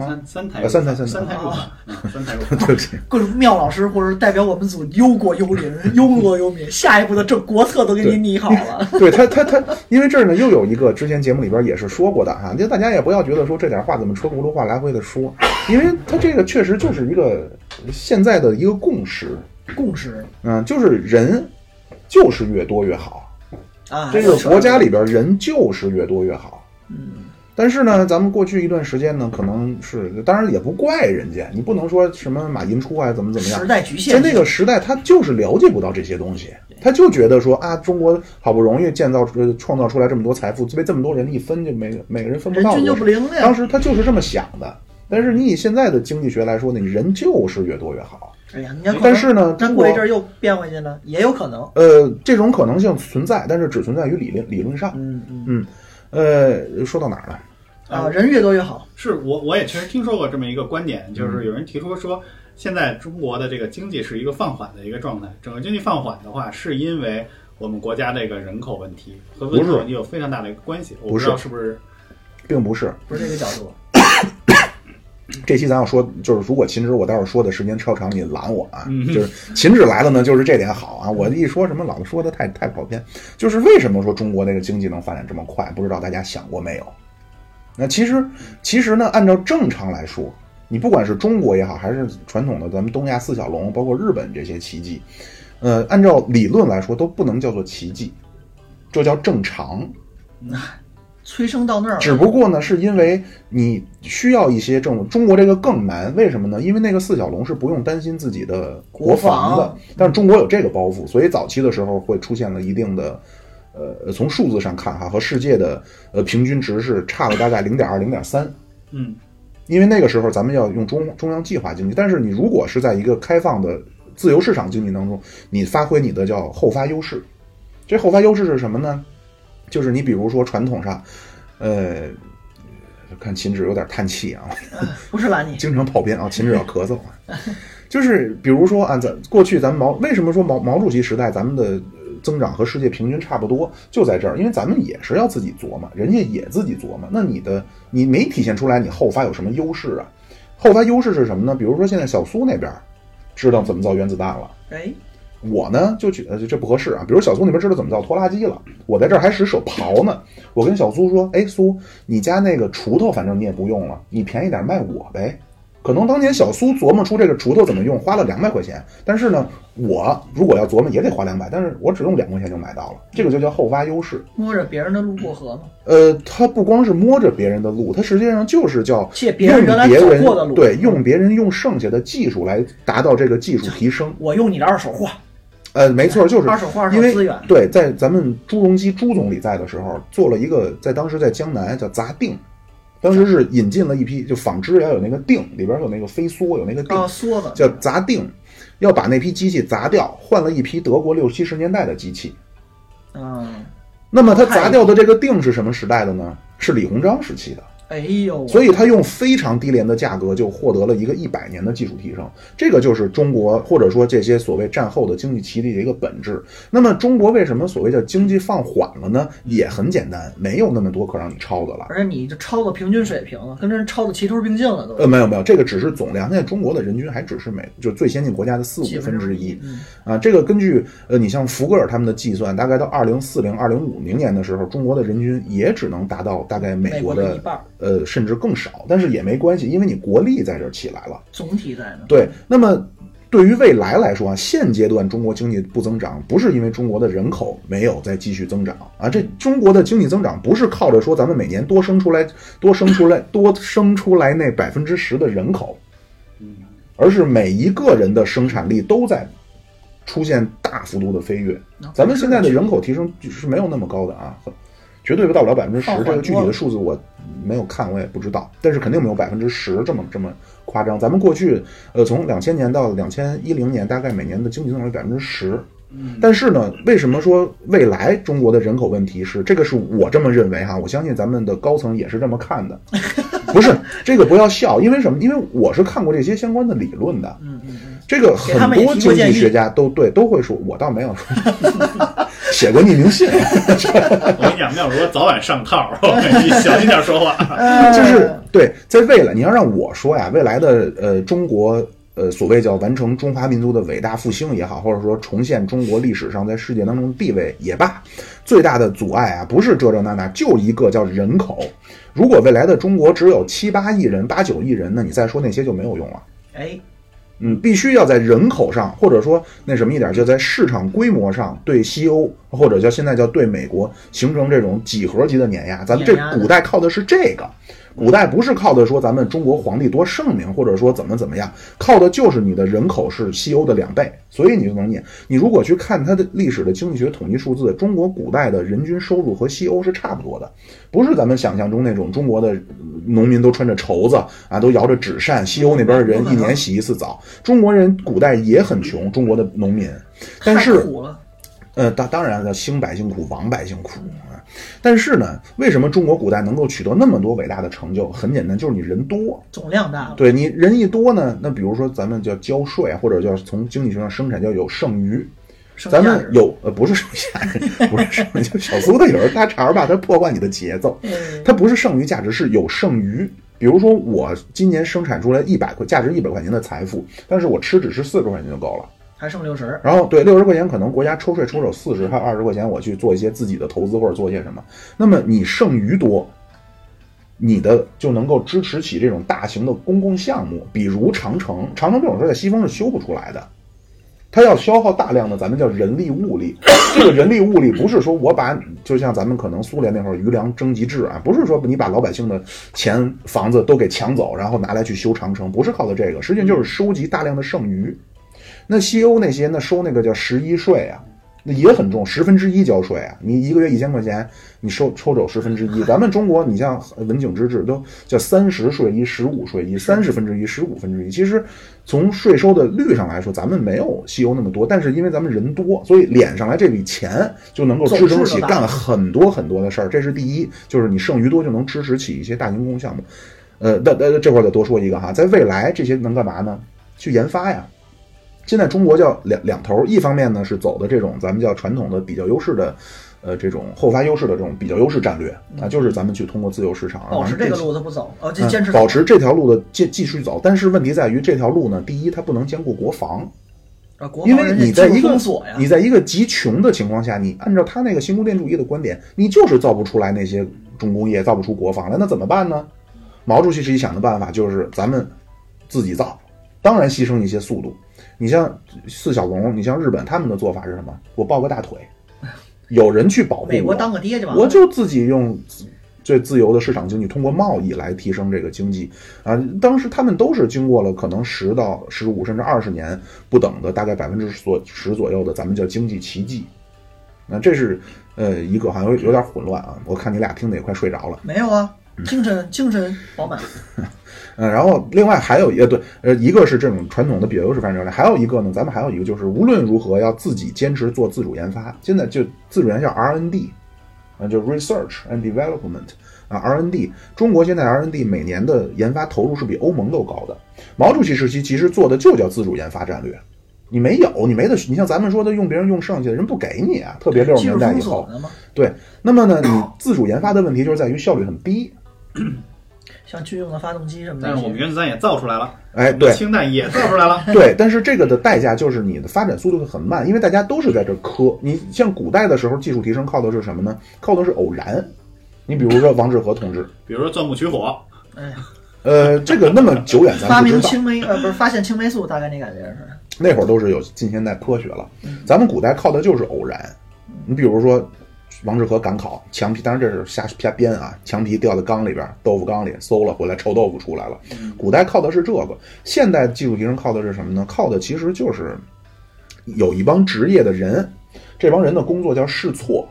Speaker 1: 啊
Speaker 3: 三三台
Speaker 1: 呃三台三台
Speaker 3: 三台入
Speaker 2: 啊
Speaker 3: 法，嗯三台入法。
Speaker 1: 对不起，
Speaker 2: 各种妙老师或者代表我们组忧国忧民， 忧国忧民，下一步的这国策都给你
Speaker 1: 对
Speaker 2: 拟好了。
Speaker 1: 对他，他他，因为这儿呢又有一个之前节目里边也是说过的哈、就大家也不要觉得说这点话怎么车轱辘话来回的说，因为他这个确实就是一个现在的一个共识，
Speaker 2: 共识
Speaker 1: 嗯，就是人就是越多越好，
Speaker 2: 啊，
Speaker 1: 这个国家里边人就是越多越好。
Speaker 2: 嗯，
Speaker 1: 但是呢，咱们过去一段时间呢，可能是当然也不怪人家，你不能说什么马寅初啊怎么怎么样
Speaker 2: 时，代局
Speaker 1: 在
Speaker 2: 限
Speaker 1: 那个时代，他就是了解不到这些东西，他就觉得说啊，中国好不容易建造、呃、创造出来这么多财富，被这么多人一分，就每个每个人分不
Speaker 2: 人
Speaker 1: 到
Speaker 2: 均就
Speaker 1: 多
Speaker 2: 不
Speaker 1: 少。
Speaker 2: 灵了
Speaker 1: 当
Speaker 2: 呀。
Speaker 1: 时他就是这么想的。但是你以现在的经济学来说呢，你人就是越多越好。
Speaker 2: 哎呀，你要可能
Speaker 1: 但是呢，
Speaker 2: 咱
Speaker 1: 中国
Speaker 2: 过一阵儿又变回去呢，也有可能。
Speaker 1: 呃这种可能性存在，但是只存在于理论理论上。
Speaker 2: 嗯嗯
Speaker 1: 嗯，呃，说到哪儿了？
Speaker 2: 啊，人越多越好。
Speaker 3: 是我我也确实听说过这么一个观点，就是有人提出说，现在中国的这个经济是一个放缓的一个状态。整个经济放缓的话，是因为我们国家这个人口问题和温
Speaker 1: 不
Speaker 3: 度
Speaker 1: 是
Speaker 3: 问题有非常大的一个关系。我
Speaker 1: 不
Speaker 3: 不
Speaker 1: 是
Speaker 3: 知道是不是
Speaker 1: 并不是，
Speaker 2: 不是这个角度，
Speaker 1: 这期咱要说，就是如果秦止我待会儿说的时间超长，你拦我啊。
Speaker 3: 嗯
Speaker 1: 就是秦止来了呢，就是这点好啊。我一说什么老说的太太跑偏，就是为什么说中国这个经济能发展这么快？不知道大家想过没有？那其实其实呢，按照正常来说，你不管是中国也好，还是传统的咱们东亚四小龙，包括日本这些奇迹，呃，按照理论来说都不能叫做奇迹，这叫正常。
Speaker 2: 催生到那儿了，
Speaker 1: 只不过呢，是因为你需要一些政府。中国这个更难，为什么呢？因为那个四小龙是不用担心自己的国防
Speaker 2: 国
Speaker 1: 的
Speaker 2: 防，
Speaker 1: 但是中国有这个包袱，所以早期的时候会出现了一定的。呃，从数字上看哈，和世界的呃平均值是差了大概零点二、零点三，
Speaker 3: 嗯
Speaker 1: 因为那个时候咱们要用中中央计划经济，但是你如果是在一个开放的自由市场经济当中，你发挥你的叫后发优势，这后发优势是什么呢？就是你比如说传统上，呃，看秦纸有点叹气啊，
Speaker 2: 不是拦你，
Speaker 1: 经常跑偏啊，秦纸要咳嗽啊。 就是比如说啊，咱过去咱们毛为什么说毛毛主席时代咱们的呃增长和世界平均差不多，就在这儿，因为咱们也是要自己琢磨，人家也自己琢磨，那你的你没体现出来，你后发有什么优势啊？后发优势是什么呢？比如说现在小苏那边儿知道怎么造原子弹了。
Speaker 2: 哎，
Speaker 1: 我呢就觉得这不合适啊。比如小苏那边知道怎么造拖拉机了，我在这儿还使手刨呢。我跟小苏说：“哎，苏，你家那个锄头反正你也不用了，你便宜点卖我呗。”可能当年小苏琢磨出这个锄头怎么用，花了两百块钱。但是呢，我如果要琢磨也得花两百，但是我只用两块钱就买到了，这个就叫后发优势。
Speaker 2: 摸着别人的路过河嘛，
Speaker 1: 呃，它不光是摸着别人的路，它实际上就是叫
Speaker 2: 借
Speaker 1: 用
Speaker 2: 别人原来
Speaker 1: 别人
Speaker 2: 走过的路
Speaker 1: 对，用别人用剩下的技术来达到这个技术提升。
Speaker 2: 我用你的二手货，
Speaker 1: 呃，没错，就是
Speaker 2: 二手货二手
Speaker 1: 因为
Speaker 2: 资源
Speaker 1: 对，在咱们朱镕基朱总理在的时候，做了一个在当时在江南叫砸锭，当时是引进了一批，就纺织也要有那个锭，里边有那个飞梭，有那个锭，
Speaker 2: 啊，梭子
Speaker 1: 叫砸锭，要把那批机器砸掉，换了一批德国六七十年代的机器。
Speaker 2: 嗯，
Speaker 1: 那么他砸掉的这个锭是什么时代的呢？是李鸿章时期的。
Speaker 2: 哎呦，
Speaker 1: 所以他用非常低廉的价格就获得了一个一百年的技术提升，这个就是中国或者说这些所谓战后的经济奇迹的一个本质。那么中国为什么所谓叫经济放缓了呢？也很简单，没有那么多可让你抄的了。
Speaker 2: 而且你就超个平均水平了，跟人超的齐头并进了都，
Speaker 1: 呃，没有没有，这个只是总量。现在中国的人均还只是美，就最先进国家的四五分之一
Speaker 2: 嗯
Speaker 1: 啊。这个根据呃，你像福格尔他们的计算，大概到二零四零、二零五零年的时候，中国的人均也只能达到大概美
Speaker 2: 美
Speaker 1: 国
Speaker 2: 国的
Speaker 1: 的
Speaker 2: 一半儿
Speaker 1: 呃，甚至更少。但是也没关系，因为你国力在这儿起来了。
Speaker 2: 总体在呢，
Speaker 1: 对，那么对于未来来说啊，现阶段中国经济不增长，不是因为中国的人口没有在继续增长啊，这中国的经济增长不是靠着说咱们每年多生出来、多生出来、多生出来那百分之十的人口，而是每一个人的生产力都在出现大幅度的飞跃。咱们现在的人口提升是没有那么高的啊，很绝对到不了百分之十
Speaker 2: 放。缓
Speaker 1: 这个具体
Speaker 2: 多
Speaker 1: 的
Speaker 2: 了
Speaker 1: 数字我没有看，我也不知道，但是肯定没有百分之十这么这么夸张。咱们过去呃，从两千年到两千一零年，大概每年的经济增长率百分之十。
Speaker 2: 嗯
Speaker 1: 但是呢，为什么说未来中国的人口问题是这个？是我这么认为哈，我相信咱们的高层也是这么看的。不是这个不要笑，因为什么？因为我是看过这些相关的理论的。
Speaker 2: 嗯嗯嗯，
Speaker 1: 这个很多经济学家都对都会说，我倒没有说 写过匿名信，
Speaker 3: 我跟你讲，妙如我早晚上套， 你小心点说话。
Speaker 2: 呃
Speaker 1: 就是对，在未来你要让我说呀，未来的呃中国呃所谓叫完成中华民族的伟大复兴也好，或者说重现中国历史上在世界当中的地位也罢，最大的阻碍啊不是这这那那，就一个叫人口。如果未来的中国只有七八亿人、八九亿人，那你再说那些就没有用了。
Speaker 2: 哎，
Speaker 1: 嗯，必须要在人口上，或者说那什么一点，就在市场规模上对西欧或者叫现在叫对美国形成这种几何级的碾压。咱们这
Speaker 2: 碾压的
Speaker 1: 古代靠的是这个，古代不是靠的说咱们中国皇帝多圣明，或者说怎么怎么样，靠的就是你的人口是西欧的两倍，所以你就能念。你如果去看它的历史的经济学统计数字，中国古代的人均收入和西欧是差不多的，不是咱们想象中那种中国的呃农民都穿着绸子啊，都摇着纸扇，西欧那边人一年洗一次澡。中国人古代也很穷，中国的农民，但
Speaker 2: 太
Speaker 1: 是
Speaker 2: 苦了，
Speaker 1: 呃，当当然了，兴百姓苦，亡百姓苦啊。但是呢，为什么中国古代能够取得那么多伟大的成就？很简单，就是你人多。
Speaker 2: 总量大了，
Speaker 1: 对你人一多呢，那比如说咱们叫交税，啊或者叫从经济学上生产叫有剩余。
Speaker 2: 剩
Speaker 1: 咱
Speaker 2: 下
Speaker 1: 们
Speaker 2: 是
Speaker 1: 有呃不是剩下，不是剩余， 就小苏的有时候搭茬儿吧，他破坏你的节奏。
Speaker 2: 嗯
Speaker 1: 它不是剩余价值，是有剩余。比如说，我今年生产出来一百块，价值一百块钱的财富，但是我吃只吃四十块钱就够了。
Speaker 2: 还剩六十，
Speaker 1: 然后对六十块钱，可能国家抽税抽走四十，还有二十块钱我去做一些自己的投资或者做一些什么。那么你剩余多，你的就能够支持起这种大型的公共项目，比如长城。长城这种事儿在西方是修不出来的，它要消耗大量的咱们叫人力物力。这个人力物力不是说我把就像咱们可能苏联那会儿余粮征集制啊，不是说你把老百姓的钱房子都给抢走，然后拿来去修长城，不是靠的这个，实际上就是收集大量的剩余。那西欧那些那收那个叫十一税啊，那也很重，十分之一交税啊！你一个月一千块钱，你收抽走十分之一。咱们中国，你像文景之治都叫三十税一、十五税一、三十分之一、十五分之一。其实从税收的率上来说，咱们没有西欧那么多，但是因为咱们人多，所以敛上来这笔钱就能够支撑
Speaker 2: 总数
Speaker 1: 起
Speaker 2: 就大
Speaker 1: 干很多很多的事儿。这是第一，就是你剩余多就能支持起一些大型公共项目。呃，那那这块儿再多说一个哈，在未来这些能干嘛呢？去研发呀。现在中国叫两两头儿，一方面呢是走的这种咱们叫传统的比较优势的，呃，这种后发优势的这种比较优势战略啊，就是咱们去通过自由市场，
Speaker 2: 嗯保持这个
Speaker 1: 路。
Speaker 2: 路子不走，呃，就
Speaker 1: 嗯
Speaker 2: 坚持
Speaker 1: 保持这条路的继继续走。但是问题在于这条路呢，第一它不能兼顾国防，
Speaker 2: 呃，国
Speaker 1: 因
Speaker 2: 防
Speaker 1: 为
Speaker 2: 人
Speaker 1: 你
Speaker 2: 家
Speaker 1: 在
Speaker 2: 进
Speaker 1: 一
Speaker 2: 入
Speaker 1: 个
Speaker 2: 封锁呀，
Speaker 1: 你在一个极穷的情况下，你按照他那个新宫殿主义的观点，你就是造不出来那些重工业，造不出国防来，那怎么办呢？毛主席实际想的办法就是咱们自己造，当然牺牲一些速度。你像四小龙，你像日本，他们的做法是什么？我抱个大腿，有人去保护
Speaker 2: 美国
Speaker 1: 我，
Speaker 2: 当个爹就完了。
Speaker 1: 我就自己用自最自由的市场经济，通过贸易来提升这个经济啊。当时他们都是经过了可能十到十五甚至二十年不等的，大概百分之左十左右的，咱们叫经济奇迹。那这是呃一个好像有有点混乱啊，我看你俩听得也快睡着了。
Speaker 2: 没有啊，精神精神饱满，
Speaker 1: 嗯，然后另外还有一个对，呃，一个是这种传统的比较优势发展战略，还有一个呢，咱们还有一个就是无论如何要自己坚持做自主研发。现在就自主研发叫 R&D，啊，就 Research and Development 啊，R&D。中国现在 R&D 每年的研发投入是比欧盟都高的。毛主席时期其实做的就叫自主研发战略。你没有，你没得，你像咱们说的用别人用剩下的人不给你啊，特别六十
Speaker 2: 技术
Speaker 1: 年代
Speaker 2: 封
Speaker 1: 以
Speaker 2: 锁
Speaker 1: 后，
Speaker 2: 的嘛，
Speaker 1: 对。那么呢，你自主研发的问题就是在于效率很低。
Speaker 2: 像军用的发动机什么的
Speaker 3: 但
Speaker 2: 这些。
Speaker 3: 是我们原子弹也造出来了，
Speaker 1: 哎，
Speaker 3: 我们
Speaker 1: 对
Speaker 3: 的，氢弹也造出来
Speaker 2: 嗯
Speaker 3: 了，
Speaker 1: 对，但是这个的代价就是你的发展速度会很慢，因为大家都是在这磕。你像古代的时候，技术提升靠的是什么呢？靠的是偶然。你比如说王致和同志，
Speaker 3: 比如说钻木取火，
Speaker 2: 哎，
Speaker 1: 呃，这个那么久远咱
Speaker 2: 发
Speaker 1: 们不
Speaker 2: 明
Speaker 1: 知道，
Speaker 2: 青霉呃不是发现青霉素，大概那感觉是。
Speaker 1: 那会儿都是有近现代科学了。咱们古代靠的就是偶然。你比如说王致和赶考，墙皮，当然这是瞎瞎编啊，墙皮掉在缸里边，豆腐缸里馊了，回来臭豆腐出来了。古代靠的是这个，现代技术提升靠的是什么呢？靠的其实就是有一帮职业的人，这帮人的工作叫试错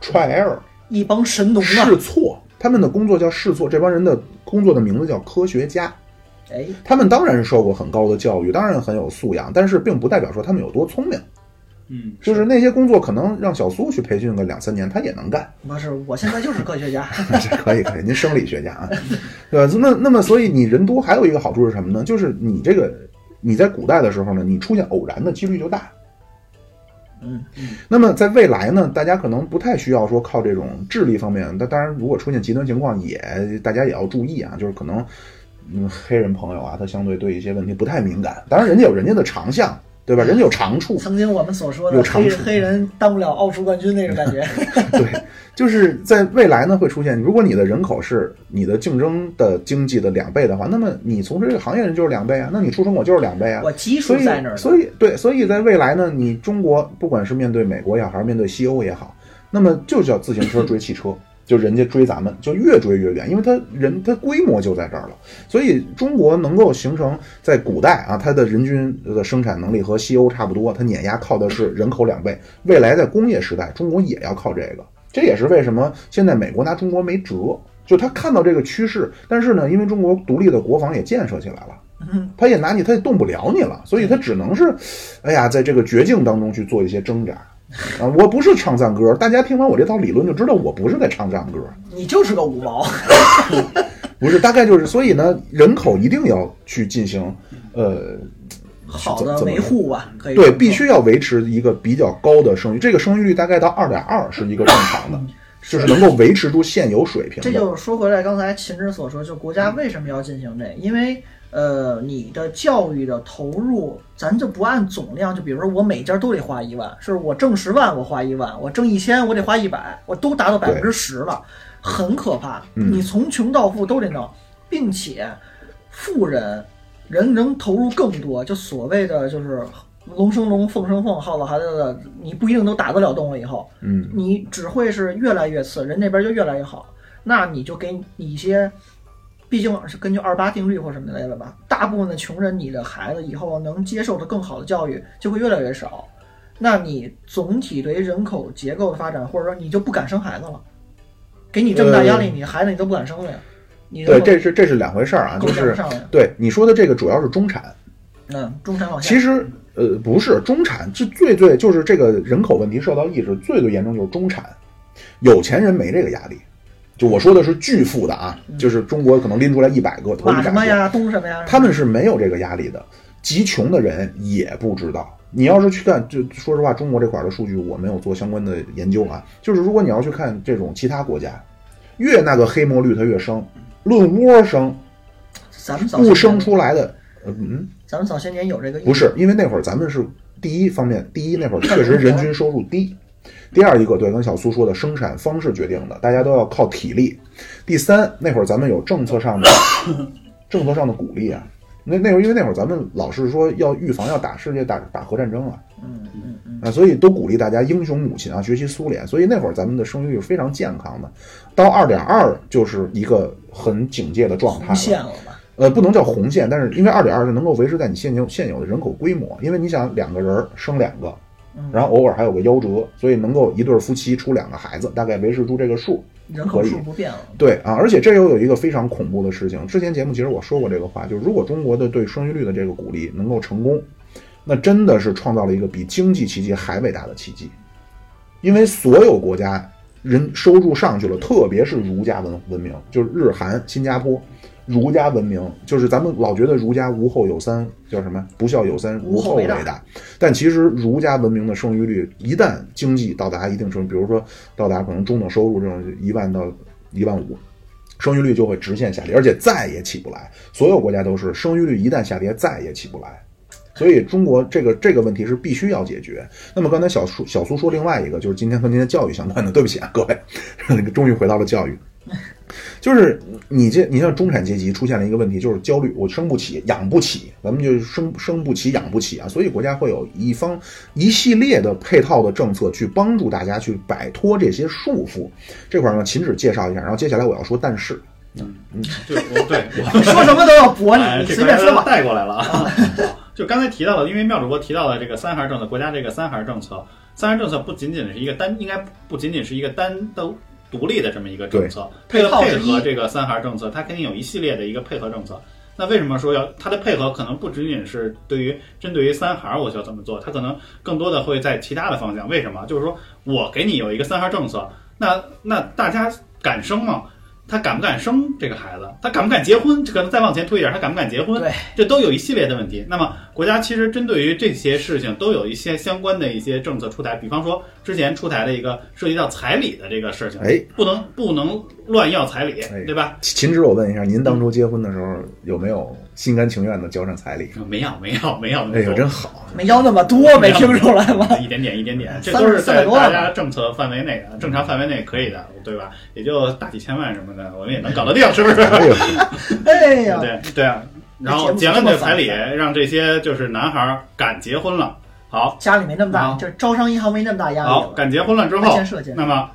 Speaker 1: ，try error，
Speaker 2: 一帮神农啊
Speaker 1: 试！错。他们的工作叫试错，这帮人的工作的名字叫科学家。
Speaker 2: 哎，
Speaker 1: 他们当然是受过很高的教育，当然很有素养，但是并不代表说他们有多聪明。
Speaker 3: 嗯，
Speaker 1: 就是那些工作可能让小苏去培训个两三年，他也能干。
Speaker 2: 不是，我现在就是科 学家，
Speaker 1: 可以可以，您生理学家啊，对吧？那那么，所以你人多还有一个好处是什么呢？就是你这个你在古代的时候呢，你出现偶然的几率就大。
Speaker 2: 嗯，
Speaker 1: 那么在未来呢，大家可能不太需要说靠这种智力方面，但当然如果出现极端情况也，大家也要注意啊，就是可能嗯黑人朋友啊，他相对对一些问题不太敏感，当然人家有人家的长项，对吧？人家有长处，
Speaker 2: 曾经我们所说
Speaker 1: 有
Speaker 2: 的
Speaker 1: 长
Speaker 2: 黑
Speaker 1: 处
Speaker 2: 黑人当不了奥数冠军那种感 觉。
Speaker 1: 对，就是在未来呢会出现，如果你的人口是你的竞争的经济的两倍的话，那么你从事这个行业人就是两倍啊，那你出生我就是两倍啊。
Speaker 2: 我基
Speaker 1: 所
Speaker 2: 数
Speaker 1: 以
Speaker 2: 在那儿，呢，
Speaker 1: 所以对，所以在未来呢，你中国不管是面对美国也好，还是面对西欧也好，那么就叫自行车追汽车，就人家追咱们，就越追越远，因为它人它规模就在这儿了。所以中国能够形成在古代啊，它的人均的生产能力和西欧差不多，它碾压靠的是人口两倍。未来在工业时代，中国也要靠这个，这也是为什么现在美国拿中国没辙。就他看到这个趋势，但是呢，因为中国独立的国防也建设起来了，
Speaker 2: 嗯，
Speaker 1: 他也拿你，他也动不了你了，所以他只能是，哎呀，在这个绝境当中去做一些挣扎。啊，我不是唱赞歌，大家听完我这套理论就知道我不是在唱赞歌，
Speaker 2: 你就是个五毛，
Speaker 1: 不是，大概就是，所以呢，人口一定要去进行，呃，
Speaker 2: 好
Speaker 1: 怎
Speaker 2: 的
Speaker 1: 怎么
Speaker 2: 维护吧，可以这
Speaker 1: 对，
Speaker 2: 么
Speaker 1: 必
Speaker 2: 说
Speaker 1: 须要维持一个比较高的生育，这个生育率大概到二点二是一个正常的，就是能够维持住现有水平
Speaker 2: 这
Speaker 1: 的。嗯
Speaker 2: 就说回来刚才秦之所说，就国家为什么要进行这？因为呃，你的教育的投入，咱就不按总量，就比如说我每家都得花一万，是我挣十万我花一万，我挣一千我得花一百，我都达到百分之十了，很可怕。
Speaker 1: 嗯
Speaker 2: 你从穷到富都得弄，并且富人人能投入更多，就所谓的就是。龙生龙，凤生凤，耗子孩子的，你不一定都打得了动了。以后，
Speaker 1: 嗯，
Speaker 2: 你只会是越来越次，人那边就越来越好，那你就给你一些，毕竟是根据二八定律或什么之类的吧，大部分的穷人，你的孩子以后能接受的更好的教育就会越来越少。那你总体对于人口结构的发展，或者说你就不敢生孩子了，给你这么大压力，你孩子你都不敢生了呀？你
Speaker 1: 对，这是这是两回事儿啊，
Speaker 2: 够
Speaker 1: 就
Speaker 2: 上不
Speaker 1: 是
Speaker 2: 上了呀？
Speaker 1: 对你说的这个主要是中产，
Speaker 2: 嗯，中产往下
Speaker 1: 其，实呃不是中产，这最最就是这个人口问题受到抑制最最严重就是中产，有钱人没这个压力。就我说的是巨富的啊，就是中国可能拎出来一百个，头一
Speaker 2: 马
Speaker 1: 百
Speaker 2: 什么
Speaker 1: 个，
Speaker 2: 呀，东什么呀？
Speaker 1: 他们是没有这个压力的。极穷的人也不知道。你要是去看，就说实话，中国这块儿的数据我没有做相关的研究啊。就是如果你要去看这种其他国家，越那个黑墨绿它越生，论窝生
Speaker 2: 咱们早些
Speaker 1: 不
Speaker 2: 年
Speaker 1: 生，出来的，嗯，
Speaker 2: 咱们早些年有这个意识
Speaker 1: 不是，因为那会儿咱们是第一方面，第一那会儿确实人均收入低，第二一个对，跟小苏说的生产方式决定的，大家都要靠体力。第三，那会儿咱们有政策上的政策上的鼓励啊，那那会儿因为那会儿咱们老是说要预防要打世界打打核战争啊，
Speaker 2: 嗯嗯嗯，
Speaker 1: 啊，所以都鼓励大家英雄母亲啊，学习苏联。所以那会儿咱们的生育率非常健康的，到二点二就是一个很警戒的状态
Speaker 2: 红
Speaker 1: 了。
Speaker 2: 线了吧？
Speaker 1: 呃，不能叫红线，但是因为二点二是能够维持在你现有现有的人口规模，因为你想两个人儿生两个，然后偶尔还有个夭折，所以能够一对夫妻出两个孩子，大概维持住这个数。
Speaker 2: 人口
Speaker 1: 可
Speaker 2: 数
Speaker 1: 以
Speaker 2: 不变了，
Speaker 1: 对啊，而且这又有一个非常恐怖的事情，之前节目其实我说过这个话，就是如果中国的对生育率的这个鼓励能够成功，那真的是创造了一个比经济奇迹还伟大的奇迹，因为所有国家人收入上去了，特别是儒家文文明，就是日韩、新加坡。儒家文明就是咱们老觉得儒家无后有三，叫什么？不孝有三，
Speaker 2: 无
Speaker 1: 无
Speaker 2: 后
Speaker 1: 后
Speaker 2: 为
Speaker 1: 为
Speaker 2: 大
Speaker 1: 大。但其实儒家文明的生育率，一旦经济到达一定程度，比如说到达可能中等收入这种一万到一万五，生育率就会直线下跌，而且再也起不来。所有国家都是生育率一旦下跌，再也起不来。所以中国这个这个问题是必须要解决。那么刚才小苏小苏说另外一个，就是今天和您的教育相关的。对不起啊，各位，终于回到了教育。就是你这，你像中产阶级出现了一个问题，就是焦虑，我生不起，养不起，咱们就是生生不起，养不起啊，所以国家会有一方一系列的配套的政策去帮助大家去摆脱这些束缚。这块儿呢，秦只介绍一下，然后接下来我要说，但是
Speaker 3: 就我对我
Speaker 2: 说什么都要驳
Speaker 3: 哎
Speaker 2: 你，
Speaker 3: 这
Speaker 2: 随便说
Speaker 3: 刚才
Speaker 2: 吧。
Speaker 3: 带过来了啊。 就刚才提到的，因为妙主播提到了这个三孩政策，国家这个三孩政策，三孩政策不仅仅是一个单，应该不仅仅是一个单都独立的这么一个政策，为
Speaker 2: 对
Speaker 3: 了配
Speaker 2: 配套之一
Speaker 3: 合这个三孩政策，它肯定有一系列的一个配合政策。那为什么说要它的配合可能不仅仅是对于针对于三孩我需要怎么做，它可能更多的会在其他的方向。为什么？就是说我给你有一个三孩政策，那那大家敢生吗？他敢不敢生这个孩子？他敢不敢结婚？这可能再往前推一点，他敢不敢结婚？
Speaker 2: 对，
Speaker 3: 这都有一系列的问题。那么国家其实针对于这些事情都有一些相关的一些政策出台，比方说之前出台的一个涉及到彩礼的这个事情，
Speaker 1: 哎，
Speaker 3: 不能不能乱要彩礼
Speaker 1: 哎，
Speaker 3: 对吧？
Speaker 1: 秦只，我问一下，您当初结婚的时候有没有心甘情愿的交上彩礼？
Speaker 3: 没要没要没要那
Speaker 1: 哎呦，
Speaker 3: 么多。
Speaker 1: 真好！
Speaker 2: 没要那么多，没听出来吗？
Speaker 3: 一点点，一点点，这
Speaker 2: 三
Speaker 3: 都是
Speaker 2: 三百
Speaker 3: 在
Speaker 2: 多万
Speaker 3: 大
Speaker 2: 吧
Speaker 3: 家政策范围内的，正常范围内可以的，对吧？也就大几千万什么的，我们也能搞得定，是不是？
Speaker 1: 哎呦，
Speaker 2: 哎呀，
Speaker 3: 对对啊。然后
Speaker 2: 这节
Speaker 3: 结
Speaker 2: 目
Speaker 3: 了
Speaker 2: 这么
Speaker 3: 这彩礼，
Speaker 2: 反
Speaker 3: 让这些就是男孩儿敢结婚了。好，
Speaker 2: 家里没那么大，
Speaker 3: 好
Speaker 2: 就是招商银行没那么大压力
Speaker 3: 好，
Speaker 2: 了。
Speaker 3: 敢结婚了之
Speaker 2: 他
Speaker 3: 后
Speaker 2: 建设建，设
Speaker 3: 那么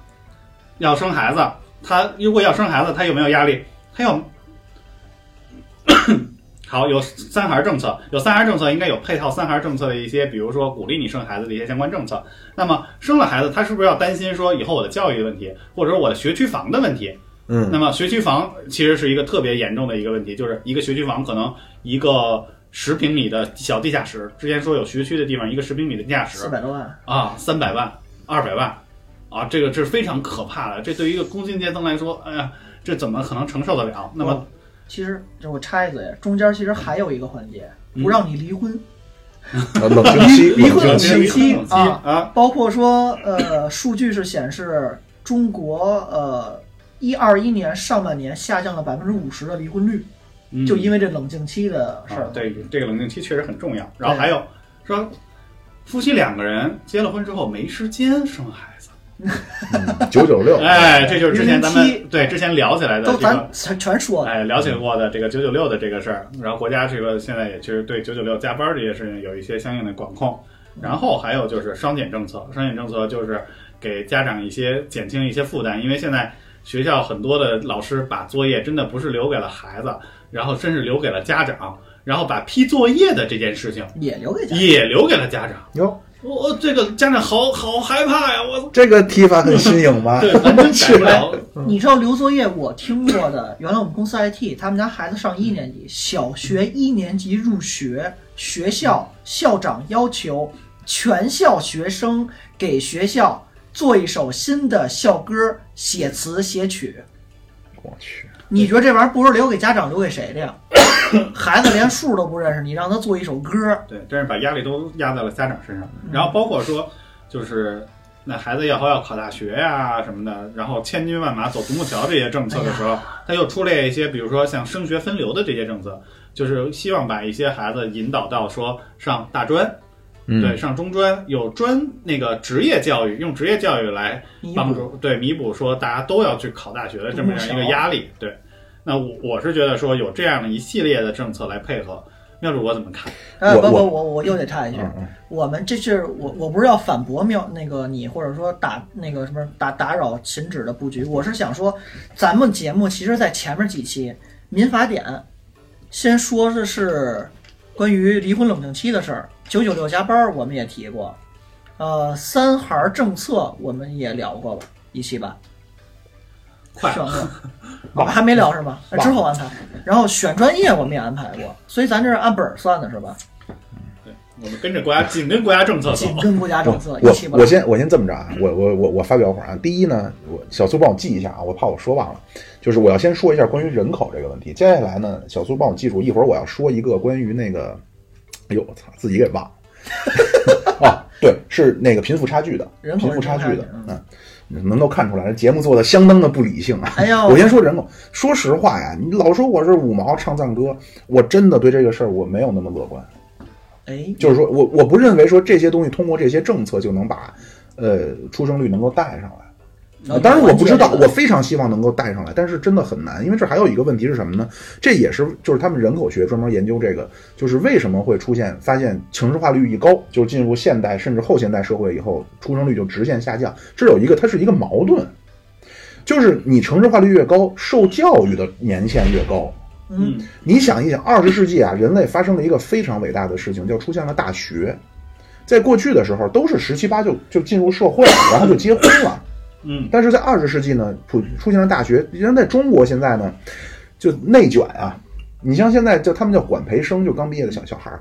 Speaker 3: 要生孩子，他如果要生孩子，他有没有压力？他有。 好，有三孩政策，有三孩政策应该有配套三孩政策的一些，比如说鼓励你生孩子的一些相关政策。那么生了孩子，他是不是要担心说以后我的教育问题，或者说我的学区房的问题？
Speaker 1: 嗯，
Speaker 3: 那么学区房其实是一个特别严重的一个问题，就是一个学区房可能一个十平米的小地下室，之前说有学区的地方，一个十平米的地下室
Speaker 2: 四百多万，
Speaker 3: 啊，三百万、二百万啊，这个这是非常可怕的，这对于一个工薪阶层来说，哎呀，这怎么可能承受得了？那么
Speaker 2: 哦其实就我插一嘴，中间其实还有一个环节，
Speaker 3: 嗯
Speaker 2: 不让你离婚，
Speaker 1: 冷静期，
Speaker 2: 离婚
Speaker 1: 冷
Speaker 2: 冷
Speaker 1: 静期，
Speaker 2: 静期
Speaker 3: 冷静期
Speaker 2: 啊
Speaker 3: 啊，
Speaker 2: 包括说呃，数据是显示中国呃一二一年上半年下降了百分之五十的离婚率，
Speaker 3: 嗯
Speaker 2: 就因为这冷静期的事儿
Speaker 3: 啊，。对这个冷静期确实很重要。然后还有说，夫妻两个人结了婚之后没时间生孩子，
Speaker 1: 九九六，
Speaker 3: 哎，这就是之前咱
Speaker 2: 哦零零
Speaker 3: 们对之前聊起来的
Speaker 2: 都
Speaker 3: 这个
Speaker 2: 咱全全说了，
Speaker 3: 哎，了解过的这个九九六的这个事儿，然后国家这个现在也确实对九九六加班儿这些事情有一些相应的管控，然后还有就是双减政策，双减政策就是给家长一些减轻一些负担，因为现在学校很多的老师把作业真的不是留给了孩子，然后甚至留给了家长，然后把批作业的这件事情
Speaker 2: 也留给家。
Speaker 3: 也留给了家长。
Speaker 1: 哟，
Speaker 3: 我、我这个家长好好害怕呀！我
Speaker 1: 这个提法很新颖吧？
Speaker 3: 对完全改不了，
Speaker 1: 嗯
Speaker 2: 你知道留作业我听过的， 原来我们公司 IT，他们家孩子上一年
Speaker 1: 嗯
Speaker 2: 级，小学一年级入学，学校校长要求全校学生给学校做一首新的校歌，写词写曲。
Speaker 1: 我去，
Speaker 2: 你觉得这玩意儿不是留给家长，留给谁 的呀？孩子连数都不认识，你让他做一首歌，
Speaker 3: 对，真是把压力都压在了家长身上。
Speaker 2: 嗯
Speaker 3: 然后包括说，就是那孩子以后要考大学呀、什么的，然后千军万马走独木桥这些政策的时
Speaker 2: 哎
Speaker 3: 候，他又出列一些，比如说像升学分流的这些政策，就是希望把一些孩子引导到说上大专，
Speaker 1: 嗯，
Speaker 3: 对，上中专，有专那个职业教育，用职业教育来
Speaker 2: 弥
Speaker 3: 帮
Speaker 2: 补
Speaker 3: 助对弥补说大家都要去考大学的这么样一个压力。对，那我我是觉得说有这样的一系列的政策来配合，妙主播怎么看？
Speaker 2: 哎，
Speaker 1: 我
Speaker 2: 不不，
Speaker 1: 我
Speaker 2: 我我又得插一句，
Speaker 1: 嗯嗯
Speaker 2: 我们这是我我不是要反驳妙那个你，或者说打那个什么打打扰秦止的布局，我是想说，咱们节目其实，在前面几期《民法典》，先说的是关于离婚冷静期的事儿，九九六加班儿我们也提过，呃，三孩儿政策我们也聊过吧，一期吧。
Speaker 3: 快
Speaker 2: 选过，我们还没聊是吗？那之后安排。然后选专业我们也安排过，所以咱这是按本儿算的是吧？
Speaker 3: 我们跟着国家紧跟国家政策走
Speaker 2: 紧。跟国家政策一
Speaker 1: 我
Speaker 2: 起吧
Speaker 1: 我。先我先这么着啊，我我我我发表会儿啊。第一呢，我小苏帮我记一下啊，我怕我说忘了。就是我要先说一下关于人口这个问题。接下来呢，小苏帮我记住，一会儿我要说一个关于那个，哎呦我操，自己给忘 了。哦，对，是那个贫富差距的，
Speaker 2: 人口
Speaker 1: 贫富差距
Speaker 2: 人口差距
Speaker 1: 的，
Speaker 2: 嗯
Speaker 1: 嗯，能够看出来，节目做的相当的不理性啊。
Speaker 2: 哎呦，
Speaker 1: 我先说人口，说实话呀，你老说我是五毛唱赞歌，我真的对这个事儿我没有那么乐观。
Speaker 2: 哎，
Speaker 1: 就是说我我不认为说这些东西通过这些政策就能把呃出生率能够带上来。
Speaker 2: 呃
Speaker 1: 当然我不知道，
Speaker 2: 缓解
Speaker 1: 我非常希望能够带上来，但是真的很难，因为这还有一个问题是什么呢？这也是就是他们人口学专门研究这个，就是为什么会出现发现城市化率一高，就是进入现代甚至后现代社会以后，出生率就直线下降，这有一个它是一个矛盾，就是你城市化率越高，受教育的年限越高，
Speaker 2: 嗯，
Speaker 1: 你想一想，二十世纪啊，人类发生了一个非常伟大的事情，叫出现了大学。在过去的时候，都是十七八就就进入社会了，然后就结婚了。
Speaker 3: 嗯，
Speaker 1: 但是在二十世纪呢，普出现了大学。人在中国现在呢，就内卷啊。你像现在就他们叫管培生，就刚毕业的小小孩儿，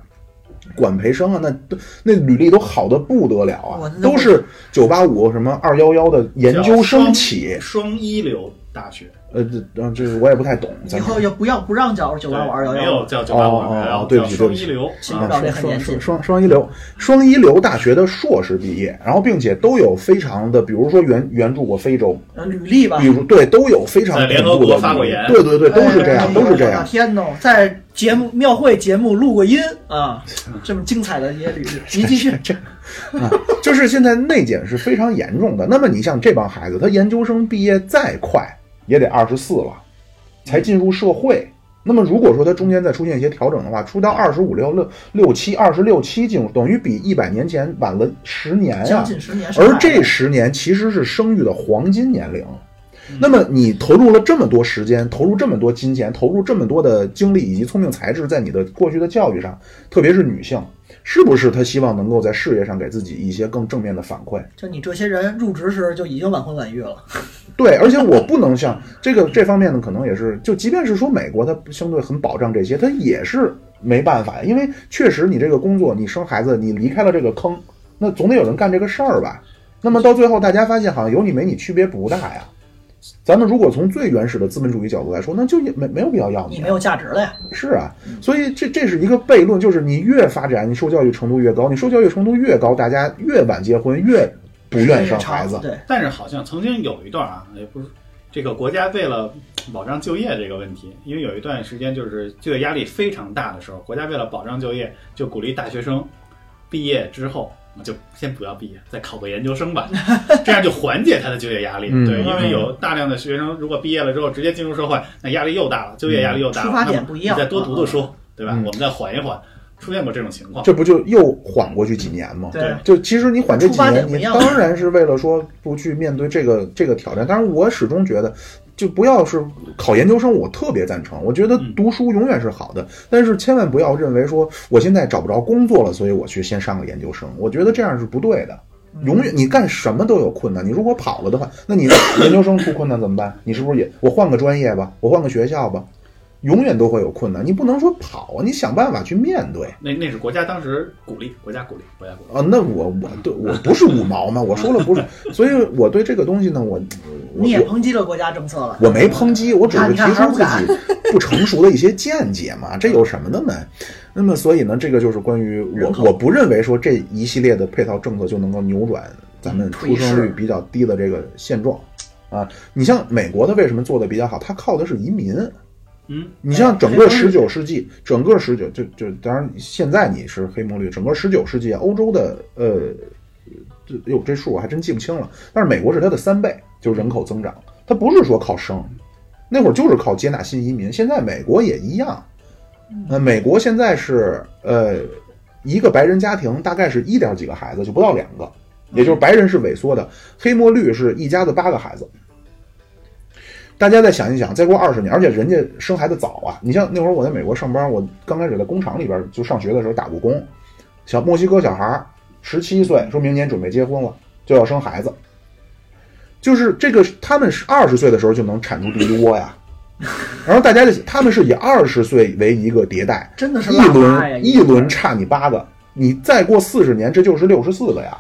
Speaker 1: 管培生啊，那那履历都好的不得了
Speaker 2: 我
Speaker 1: 啊，
Speaker 2: 那
Speaker 1: 都是九八五什么二幺幺的研究生起。
Speaker 3: 双一流大学，
Speaker 1: 呃，这呃这我也不太懂。咱
Speaker 2: 以
Speaker 1: 们
Speaker 2: 后也不要不让叫九八五二幺
Speaker 3: 没
Speaker 2: 幺
Speaker 3: 有，叫九八五二幺
Speaker 1: 哦哦对不
Speaker 3: 叫
Speaker 1: 起嗯
Speaker 3: 双一流。
Speaker 2: 对不起
Speaker 3: 啊
Speaker 2: 知道这
Speaker 1: 双
Speaker 2: 很
Speaker 1: 双
Speaker 2: 严
Speaker 1: 双
Speaker 2: 谨
Speaker 1: 双双一流，双一流大学的硕士毕业，然后并且都有非常的，比如说援援助过非洲，
Speaker 2: 呃履历吧
Speaker 1: 比。如对都有非常
Speaker 3: 在联
Speaker 1: 恐
Speaker 3: 合
Speaker 1: 怖的
Speaker 3: 国发
Speaker 1: 履
Speaker 3: 过
Speaker 1: 历
Speaker 3: 言
Speaker 1: 对对对，都是这
Speaker 2: 哎
Speaker 1: 样，都是这
Speaker 2: 我
Speaker 1: 样
Speaker 2: 的。天呐，在节目庙会节目录过音 啊，这么精彩的一些履历， 您继续。哎
Speaker 1: 就是现在内卷是非常严重的。那么你像这帮孩子，他研究生毕业再快，也得二十四了，才进入社会。那么如果说他中间再出现一些调整的话，出到二十五六六六七二十六七进入，等于比一百年前晚了十年啊呀、
Speaker 2: 将近十年，
Speaker 1: 而这十年其实是生育的黄金年龄。那么你投入了这么多时间，投入这么多金钱，投入这么多的精力以及聪明才智在你的过去的教育上，特别是女性，是不是她希望能够在事业上给自己一些更正面的反馈？
Speaker 2: 就你这些人入职时就已经晚婚晚育了。
Speaker 1: 对，而且我不能像这个这方面呢，可能也是，就即便是说美国它相对很保障这些，它也是没办法，因为确实你这个工作，你生孩子，你离开了这个坑，那总得有人干这个事儿吧？那么到最后，大家发现好像有你没你区别不大呀。咱们如果从最原始的资本主义角度来说，那就也没没有必要要你
Speaker 2: 你
Speaker 1: 啊
Speaker 2: 没有价值了呀。
Speaker 1: 是啊，所以这这是一个悖论，就是你越发展，你受教育程度越高，你受教育程度越高，大家越晚结婚，越不愿意生孩子。
Speaker 2: 对，
Speaker 3: 但是好像曾经有一段啊，也不是这个国家为了保障就业这个问题，因为有一段时间就是就业压力非常大的时候，国家为了保障就业，就鼓励大学生毕业之后。就先不要毕业，再考个研究 生吧，这样就缓解他的就业压力。
Speaker 1: 嗯
Speaker 3: 对，因为
Speaker 1: 嗯
Speaker 3: 有大量的学生如果毕业了之后直接进入社会，那压力又大了，就业压力又大了。
Speaker 2: 出发点
Speaker 3: 那么
Speaker 2: 不一样啊
Speaker 3: 你再多读读书，对吧？
Speaker 1: 嗯
Speaker 3: 我们再缓一缓，出现过这种情况。
Speaker 1: 这不就又缓过去几年吗？
Speaker 2: 对
Speaker 1: 就其实你缓这几
Speaker 2: 出发点
Speaker 1: 年，
Speaker 2: 不一
Speaker 1: 你
Speaker 2: 样
Speaker 1: 当然是为了说不去面对这个这个挑战。当然，我始终觉得就不要是考研究生，我特别赞成。我觉得
Speaker 2: 嗯
Speaker 1: 读书永远是好的，但是千万不要认为说我现在找不着工作了，所以我去先上个研究生。我觉得这样是不对的。
Speaker 2: 嗯
Speaker 1: 永远你干什么都有困难。你如果跑了的话，那你研究生出困难怎么办？你是不是也我换个专业吧，我换个学校吧？永远都会有困难，你不能说跑啊，你想办法去面对。
Speaker 3: 那那是国家当时鼓励，国家鼓励，国家鼓励。
Speaker 1: 啊，那我我对我不是五毛嘛，我说了不是，所以我对这个东西呢，我我
Speaker 4: 你也
Speaker 1: 我
Speaker 4: 抨击了国家政策了。
Speaker 1: 我没抨击，我只是
Speaker 4: 你
Speaker 1: 提
Speaker 4: 看你
Speaker 1: 出
Speaker 4: 看
Speaker 1: 自
Speaker 4: 还
Speaker 1: 己不成熟的一些见解嘛，这有什么的呢？那么所以呢，这个就是关于我
Speaker 2: 人口
Speaker 1: 我不认为说这一系列的配套政策就能够扭转咱们出
Speaker 2: 退
Speaker 1: 生
Speaker 2: 市
Speaker 1: 率比较低的这个现状啊。你像美国，它为什么做的比较好？它靠的是移民。
Speaker 3: 嗯，
Speaker 1: 你像整
Speaker 2: 哎
Speaker 1: 个
Speaker 2: 黑
Speaker 1: 十
Speaker 2: 魔
Speaker 1: 九世纪，整个十九就就当然现在你是黑魔律，整个十九世纪啊欧洲的呃，这哟这数我还真记不清了，但是美国是它的三倍，就是人口增长，它不是说靠生，那会儿就是靠接纳新移民，现在美国也一样，呃，美国现在是呃一个白人家庭大概是一点几个孩子，就不到两个，也就是白人是萎缩的，黑墨绿是一家子八个孩子。大家再想一想，再过二十年，而且人家生孩子早啊！你像那会儿我在美国上班，我刚开始在工厂里边就上学的时候打过工，小墨西哥小孩儿十七岁，说明年准备结婚了，就要生孩子，就是这个他们是二十岁的时候就能产出第一窝呀。然后大家就他们是以二十岁为一个迭代，
Speaker 2: 真的是
Speaker 1: 一
Speaker 2: 辣妈呀！
Speaker 1: 轮一轮差你八个，你再过四十年，这就是六十四个呀。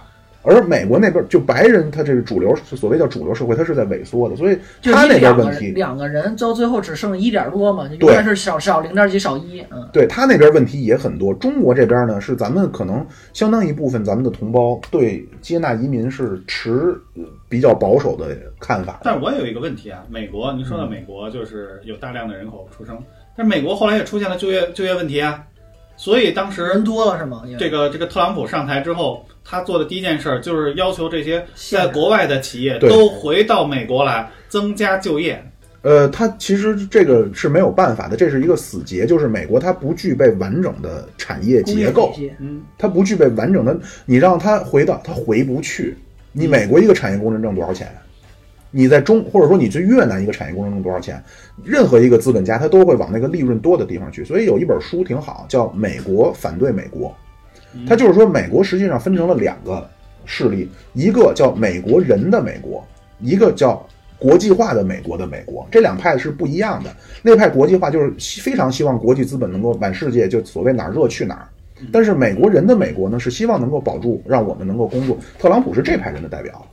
Speaker 1: 而美国那边就白人，他这个主流所谓叫主流社会，他是在萎缩的，所以
Speaker 2: 就
Speaker 1: 他
Speaker 2: 你
Speaker 1: 那边
Speaker 2: 两个
Speaker 1: 问
Speaker 2: 人
Speaker 1: 题，
Speaker 2: 两个人到最后只剩一点多嘛，就永远是少少零点几少一，嗯，
Speaker 1: 对他那边问题也很多。中国这边呢，是咱们可能相当一部分咱们的同胞对接纳移民是持呃比较保守的看法的。
Speaker 3: 但我有一个问题啊，美国，你说
Speaker 1: 嗯
Speaker 3: 到美国就是有大量的人口出生，但美国后来也出现了就业就业问题啊，所以当时
Speaker 2: 人
Speaker 1: 嗯
Speaker 2: 多了是吗？因为
Speaker 3: 这个这个特朗普上台之后，他做的第一件事儿就是要求这些
Speaker 2: 限
Speaker 3: 在
Speaker 2: 制
Speaker 3: 国外的企业
Speaker 1: 对
Speaker 3: 都回到美国来增加就业。
Speaker 1: 呃，他其实这个是没有办法的，这是一个死结，就是美国它不具备完整的产业
Speaker 2: 工业
Speaker 1: 结构
Speaker 2: 体，系
Speaker 3: 嗯，
Speaker 1: 它不具备完整的，你让它回到它回不去。你美国一个产业工人挣多少钱？你在中或者说你去越南一个产业工人挣多少钱？任何一个资本家他都会往那个利润多的地方去。所以有一本书挺好，叫《美国反对美国》，它就是说美国实际上分成了两个势力，一个叫美国人的美国，一个叫。国际化的美国的美国，这两派是不一样的。那派国际化就是希非常希望国际资本能够满世界，就所谓哪儿热去哪儿。但是美国人的美国呢，是希望能够保住，让我们能够工作。特朗普是这派人的代表。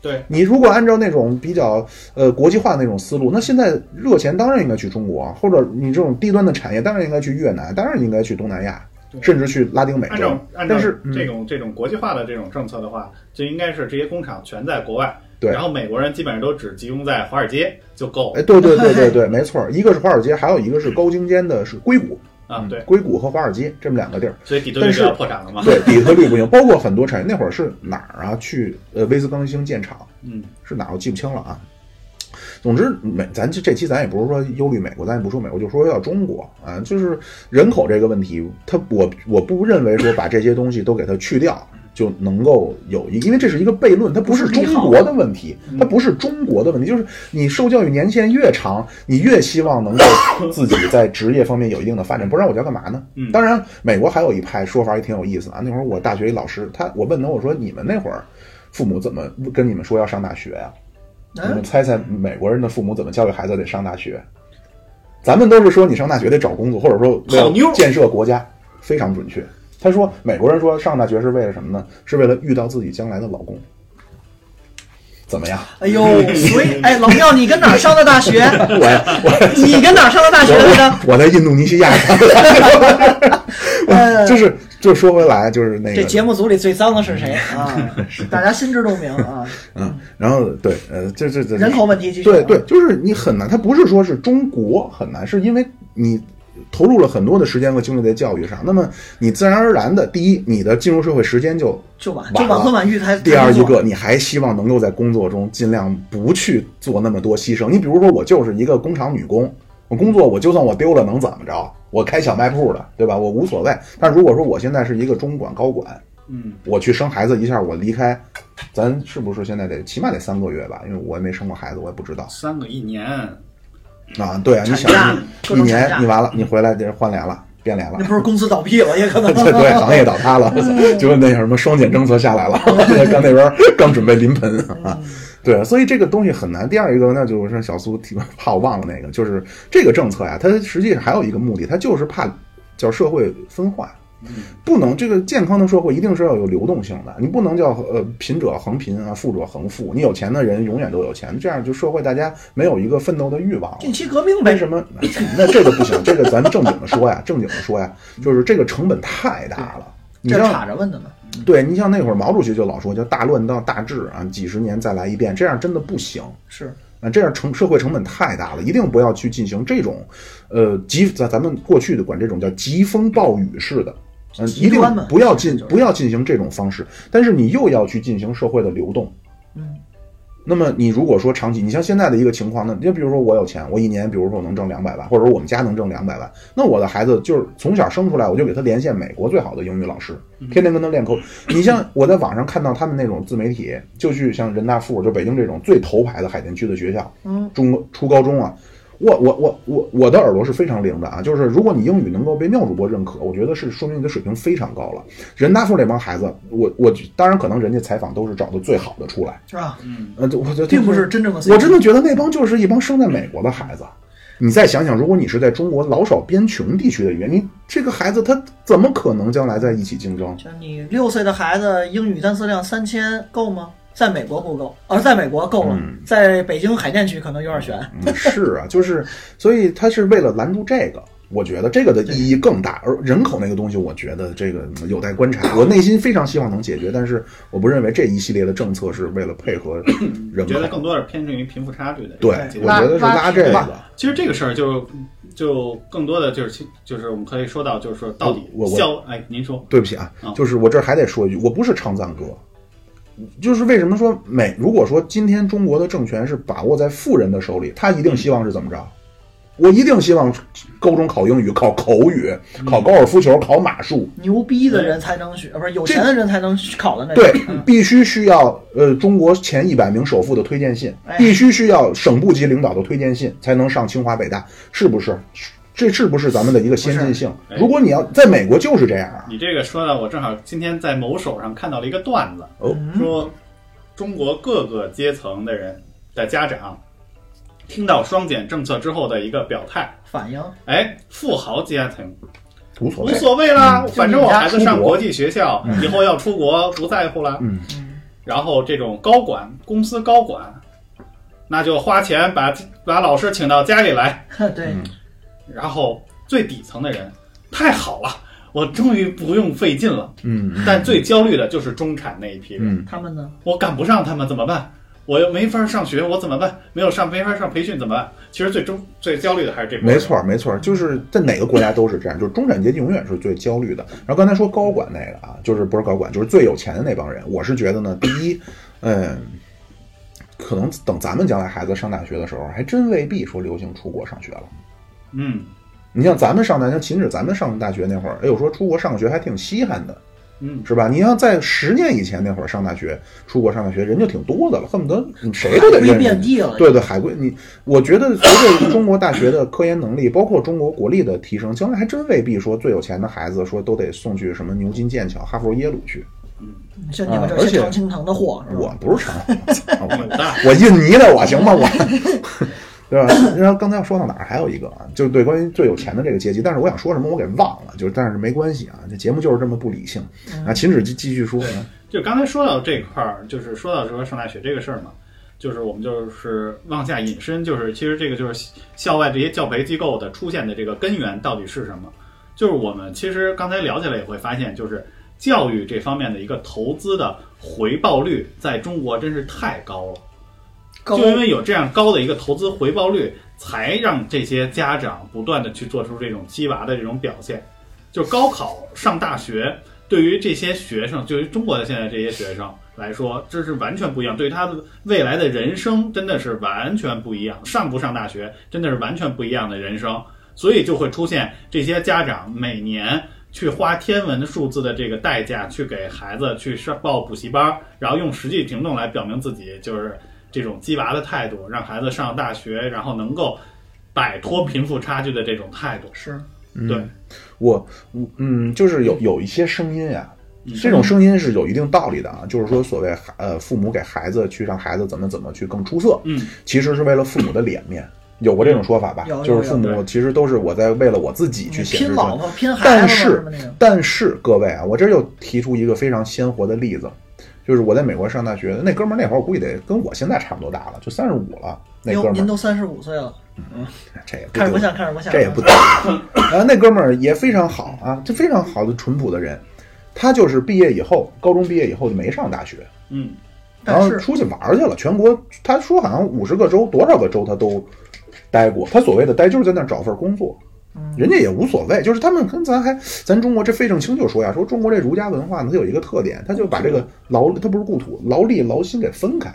Speaker 3: 对
Speaker 1: 你如果按照那种比较呃国际化的那种思路，那现在热钱当然应该去中国，啊或者你这种低端的产业当然应该去越南，当然应该去东南亚，
Speaker 3: 对
Speaker 1: 甚至去拉丁美
Speaker 3: 按
Speaker 1: 洲
Speaker 3: 照。按照
Speaker 1: 但是、嗯
Speaker 3: 这种这种国际化的这种政策的话，就应该是这些工厂全在国外，
Speaker 1: 对
Speaker 3: 然后美国人基本上都只集中在华尔街就够了
Speaker 1: 哎，对对对 对对，没错，一个是华尔街，还有一个是高精尖的是硅谷，嗯
Speaker 3: 啊。对，
Speaker 1: 硅谷和华尔街这么两个地儿。
Speaker 3: 所以底特
Speaker 1: 哎
Speaker 3: 律
Speaker 1: 但是
Speaker 3: 就要破产了嘛。
Speaker 1: 对，底特律不行，包括很多产业。那会儿是哪儿啊？去呃威斯康星建厂，
Speaker 3: 嗯，
Speaker 1: 是哪儿我记不清了啊。总之，美咱这这期咱也不是说忧虑美国，咱也不说美国，就说要中国啊，就是人口这个问题，它我我不认为说把这些东西都给它去掉就能够有一，因为这是一个悖论，它不是
Speaker 2: 不是
Speaker 1: 中
Speaker 2: 利好嗯
Speaker 1: 国的问题，它不是中国的问题，就是你受教育年限越长，你越希望能够自己在职业方面有一定的发展，不然我就要干嘛呢？
Speaker 3: 嗯
Speaker 1: 当然，美国还有一派说法也挺有意思啊。那会儿我大学一老师，他我问他，我说你们那会儿父母怎么跟你们说要上大学啊呀、你们
Speaker 2: 嗯，
Speaker 1: 猜猜美国人的父母怎么教育孩子得上大学？咱们都是说你上大学得找工作，或者说为
Speaker 3: 泡妞
Speaker 1: 了建设国家，非常准确。他说美国人说上大学是为了什么呢？是为了遇到自己将来的老公。怎么样？
Speaker 2: 哎呦，所以哎，老廖，你跟哪儿上的大学？
Speaker 1: 我呀，我
Speaker 2: 你跟哪儿上的大学来 着？
Speaker 1: 我在印度尼西亚，
Speaker 2: 呃
Speaker 1: 就是就说回来就是那个
Speaker 4: 这节目组里最脏的是谁？
Speaker 2: 啊，大家心知肚明啊，
Speaker 1: 嗯，然后对，呃，这这这
Speaker 2: 人口问题继续。
Speaker 1: 对对，，就是你很难，它不是说是中国很难，是因为你投入了很多的时间和精力在教育上，那么你自然而然的，第一，你的进入社会时间就
Speaker 2: 就晚
Speaker 1: 晚
Speaker 2: 就晚
Speaker 1: 了
Speaker 2: 婚晚育才。
Speaker 1: 第二
Speaker 2: 才
Speaker 1: 一
Speaker 2: 工作
Speaker 1: 个，你还希望能够在工作中尽量不去做那么多牺牲。你比如说，我就是一个工厂女工，我工作我就算我丢了能怎么着？我开小卖铺的，对吧？我无所谓。但如果说我现在是一个中管高管，
Speaker 3: 嗯
Speaker 1: 我去生孩子一下，我离开，咱是不是现在得起码得三个月吧？因为我也没生过孩子，我也不知道
Speaker 3: 三个一年，
Speaker 1: 啊。对啊，你
Speaker 2: 产假
Speaker 1: 想
Speaker 2: 各
Speaker 1: 一
Speaker 2: 种
Speaker 1: 年
Speaker 2: 产假
Speaker 1: 你完了，你回来得换脸了，变 脸了
Speaker 4: 那。不是公司倒闭了，也可 能
Speaker 1: 对对，行业倒塌了，
Speaker 2: 嗯
Speaker 1: 就是那什么双减政策下来了， 刚那边刚准备临盆
Speaker 2: 嗯
Speaker 1: 啊， 对，所以这个东西很难。第二一个，那就是小苏提 怕我忘了那个，就是这个政策呀，它实际上还有一个目的，它就是怕叫社会分化。
Speaker 2: 嗯
Speaker 1: 不能，这个健康的社会一定是要有流动性的，你不能叫呃贫者恒贫啊，富者恒富。你有钱的人永远都有钱，这样就社会大家没有一个奋斗的欲望了。
Speaker 2: 近期革命
Speaker 1: 为
Speaker 2: 呗，
Speaker 1: 什么？那这个不行，这个咱们正经的说呀，正经的说呀，就是这个成本太大了。你
Speaker 2: 这
Speaker 1: 像
Speaker 2: 插着问的嘛。
Speaker 1: 对，你像那会儿毛主席就老说，叫大乱到大治啊，几十年再来一遍，这样真的不行
Speaker 2: 是，
Speaker 1: 啊，这样成社会成本太大了，一定不要去进行这种，呃，疾咱咱们过去的管这种叫疾风暴雨式的。嗯，一
Speaker 2: 极
Speaker 1: 定
Speaker 2: 端嘛
Speaker 1: 不要进
Speaker 2: 就是
Speaker 1: 不要进行这种方式，但是你又要去进行社会的流动，
Speaker 2: 嗯，
Speaker 1: 那么你如果说长期，你像现在的一个情况呢，就比如说我有钱，我一年比如说我能挣两百万，或者说我们家能挣两百万，那我的孩子就是从小生出来，我就给他连线美国最好的英语老师，天天跟他练口。你像我在网上看到他们那种自媒体，就去像人大附，就北京这种最头牌的海淀区的学校，
Speaker 2: 嗯，
Speaker 1: 中初高中啊。我我我我我的耳朵是非常灵的啊，就是如果你英语能够被妙主播认可，我觉得是说明你的水平非常高了。人大附那帮孩子，我我当然可能人家采访都是找的最好的出来，
Speaker 2: 是吧？
Speaker 3: 嗯，
Speaker 1: 呃，我觉得
Speaker 2: 并不是真正的 CP。
Speaker 1: 我真的觉得那帮就是一帮生在美国的孩子。你再想想，如果你是在中国老少边穷地区的语言，你这个孩子他怎么可能将来在一起竞争？
Speaker 2: 像你六岁的孩子英语单词量三千够吗？在美国不够，而在美国够了，在北京海淀区可能有点悬。
Speaker 1: 嗯，是啊，就是，所以他是为了拦住这个，我觉得这个的意义更大。而人口那个东西，我觉得这个有待观察。我内心非常希望能解决，但是我不认为这一系列的政策是为了配合
Speaker 3: 我
Speaker 1: 人
Speaker 3: 觉得
Speaker 1: 口。
Speaker 3: 更多是偏重于贫富差距的。
Speaker 1: 对，
Speaker 2: 对
Speaker 1: 我觉得是
Speaker 2: 拉
Speaker 1: 拉这
Speaker 2: 拉
Speaker 1: 个。
Speaker 3: 其实这个事儿就就更多的就是其就是我们可以说到，就是说到底
Speaker 1: 我我
Speaker 3: 校哎，您说
Speaker 1: 对不起啊
Speaker 3: 啊，
Speaker 1: 就是我这儿还得说一句，我不是唱赞歌，就是为什么说美，如果说今天中国的政权是把握在富人的手里，他一定希望是怎么着？我一定希望高中考英语、考口语、
Speaker 3: 嗯
Speaker 1: 考高尔夫球、考马术，
Speaker 2: 牛逼的人才能学，呃不是有钱的人才能考的
Speaker 3: 哎
Speaker 2: 那
Speaker 1: 对
Speaker 2: 种。，
Speaker 3: 嗯
Speaker 1: 必须需要呃中国前一百名首富的推荐信，
Speaker 2: 哎
Speaker 1: 必须需要省部级领导的推荐信，才能上清华北大，是不是？这是不是咱们的一个先进性
Speaker 3: 不？是哎
Speaker 1: 如果你要在美国就是这样啊，
Speaker 3: 你这个说的，我正好今天在某手上看到了一个段子，
Speaker 1: 哦
Speaker 3: 说中国各个阶层的人的家长听到双减政策之后的一个表态，
Speaker 2: 反应
Speaker 3: 哎，富豪家庭
Speaker 1: 无所
Speaker 3: 无
Speaker 1: 谓，
Speaker 3: 所谓
Speaker 1: 嗯
Speaker 3: 啦，反正我孩子
Speaker 1: 出
Speaker 3: 上
Speaker 1: 国
Speaker 3: 国际学校，以后要出国不在乎啦。
Speaker 1: 嗯
Speaker 3: 然后这种高管公司高管，那就花钱把把老师请到家里来，
Speaker 2: 对，
Speaker 1: 嗯
Speaker 3: 然后最底层的人，太好了，我终于不用费劲了。
Speaker 1: 嗯，嗯
Speaker 3: 但最焦虑的就是中产那一批人，
Speaker 1: 嗯。
Speaker 2: 他们呢？
Speaker 3: 我赶不上他们怎么办？我又没法上学，我怎么办？没有上没法上培训怎么办？其实最终最焦虑的还是这波人
Speaker 1: 没，错，没错，就是在哪个国家都是这样，就是中产阶级永远是最焦虑的。然后刚才说高管那个啊，就是不是高管，就是最有钱的那帮人，我是觉得呢，第一，嗯，可能等咱们将来孩子上大学的时候，还真未必说流行出国上学了。
Speaker 3: 嗯
Speaker 1: 你像咱们上大学，秦止咱们上大学那会儿，哎呦，说出国上学还挺稀罕的，
Speaker 3: 嗯，
Speaker 1: 是吧？你要在十年以前那会儿上大学，出国上大学人就挺多的了，恨不得你谁都得认
Speaker 2: 归
Speaker 1: 识
Speaker 2: 遍地了。
Speaker 1: 对对，海归，你我觉得随着中国大学的科研能力，包括中国国力的提升，将来还真未必说最有钱的孩子说都得送去什么牛津、剑桥、哈佛、耶鲁去。
Speaker 2: 像你们
Speaker 1: 啊而
Speaker 2: 这
Speaker 1: 且
Speaker 2: 些常青藤的货，哦是吧
Speaker 1: 我不是常，啊
Speaker 3: 有大
Speaker 1: 我印尼的我行吗？我，对吧？然后刚才说到哪儿？还有一个啊，就是对关于最有钱的这个阶级，但是我想说什么我给忘了，就是但是没关系啊，这节目就是这么不理性
Speaker 2: 嗯
Speaker 1: 啊。秦止继继续说，啊
Speaker 3: 对就刚才说到这块儿，就是说到说上大学这个事儿嘛，就是我们就是往下引申，就是其实这个就是校外这些教培机构的出现的这个根源到底是什么？就是我们其实刚才聊起来也会发现，就是教育这方面的一个投资的回报率在中国真是太高了。
Speaker 2: 高
Speaker 3: 就因为有这样高的一个投资回报率，才让这些家长不断的去做出这种鸡娃的这种表现。就是高考上大学，对于这些学生，对于中国的现在这些学生来说，这是完全不一样，对于他的未来的人生真的是完全不一样。上不上大学，真的是完全不一样的人生，所以就会出现这些家长每年。去花天文数字的这个代价去给孩子去上报补习班儿，然后用实际行动来表明自己就是这种鸡娃的态度，让孩子上大学，然后能够摆脱贫富差距的这种态度。
Speaker 2: 是
Speaker 3: 对
Speaker 1: 嗯，我我嗯，就是有有一些声音啊
Speaker 3: 嗯，
Speaker 1: 这种声音是有一定道理的啊，就是说所谓孩呃父母给孩子去让孩子怎么怎么去更出色，
Speaker 3: 嗯，
Speaker 1: 其实是为了父母的脸面，有过这种说法吧
Speaker 2: 有？有
Speaker 1: 就是父
Speaker 3: 有
Speaker 1: 母其实都是我在为了我自己
Speaker 2: 你
Speaker 1: 去显示
Speaker 2: 拼
Speaker 1: 出
Speaker 2: 老
Speaker 1: 来。
Speaker 2: 婆拼孩子
Speaker 1: 但
Speaker 2: 嘛
Speaker 1: 是
Speaker 2: 什么那种，
Speaker 1: 但是各位啊，我这儿又提出一个非常鲜活的例子，就是我在美国上大学，那哥们儿那会儿我估计得跟我现在差不多大了，就三十五了。那
Speaker 2: 您
Speaker 1: 哥们
Speaker 2: 您
Speaker 1: 儿
Speaker 2: 都三十五岁了，
Speaker 1: 这也不
Speaker 2: 看着不
Speaker 1: 得
Speaker 2: 像，看着不像，啊
Speaker 1: 这也不低。然呃后那哥们儿也非常好啊，就非常好的淳朴的人，他就是毕业以后，高中毕业以后就没上大学，
Speaker 3: 嗯，
Speaker 1: 然
Speaker 2: 但
Speaker 1: 后
Speaker 2: 是
Speaker 1: 出去玩儿去了。全国他说好像五十个州多少个州他都待过，他所谓的待就是在那儿找份工作。
Speaker 2: 嗯
Speaker 1: 人家也无所谓，就是他们跟咱还咱中国这费正清就说呀，说中国这儒家文化呢，它有一个特点，他就把这个劳他不是故土劳力劳心给分开，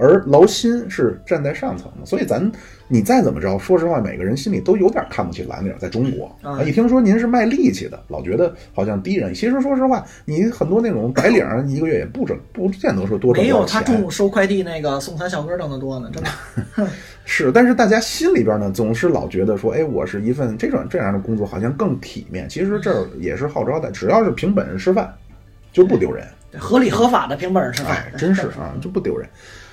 Speaker 1: 而劳心是站在上层的，所以咱你再怎么着，说实话，每个人心里都有点看不起蓝领，在中国
Speaker 2: 啊
Speaker 1: 啊，一听说您是卖力气的，老觉得好像低人。其实说实话，你很多那种白领儿一个月也不挣，不见得说多挣
Speaker 2: 没
Speaker 1: 多少
Speaker 2: 有他
Speaker 1: 钱。
Speaker 2: 中午收快递那个送餐小哥挣得多呢，真的。
Speaker 1: 是，但是大家心里边呢，总是老觉得说，哎，我是一份这种这样的工作好像更体面。其实这儿也是号召的，只要是凭本事吃饭，就不丢人。
Speaker 4: 合理合法的凭本事吃饭。
Speaker 1: 哎，真是啊，就不丢人。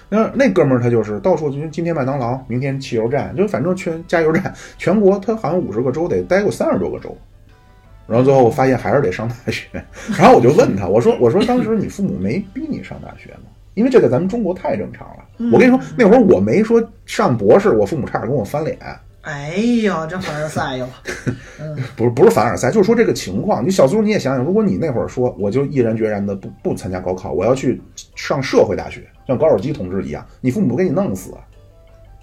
Speaker 1: 那那哥们儿他就是到处，就是今天麦当劳，明天汽油站，就反正全加油站，全国他好像五十个州得待过三十多个州。然后最后我发现还是得上大学，然后我就问他，我说我说当时你父母没逼你上大学吗？因为这在咱们中国太正常了。
Speaker 4: 嗯
Speaker 1: 我跟你说，那会儿我没说上博士，我父母差点跟我翻脸。
Speaker 2: 哎呦，这凡尔 赛哟！
Speaker 1: 不是不是凡尔赛，就是说这个情况。你小苏你也想想，如果你那会儿说，我就毅然决然的不不参加高考，我要去上社会大学，像高尔基同志一样，你父母不给你弄死啊。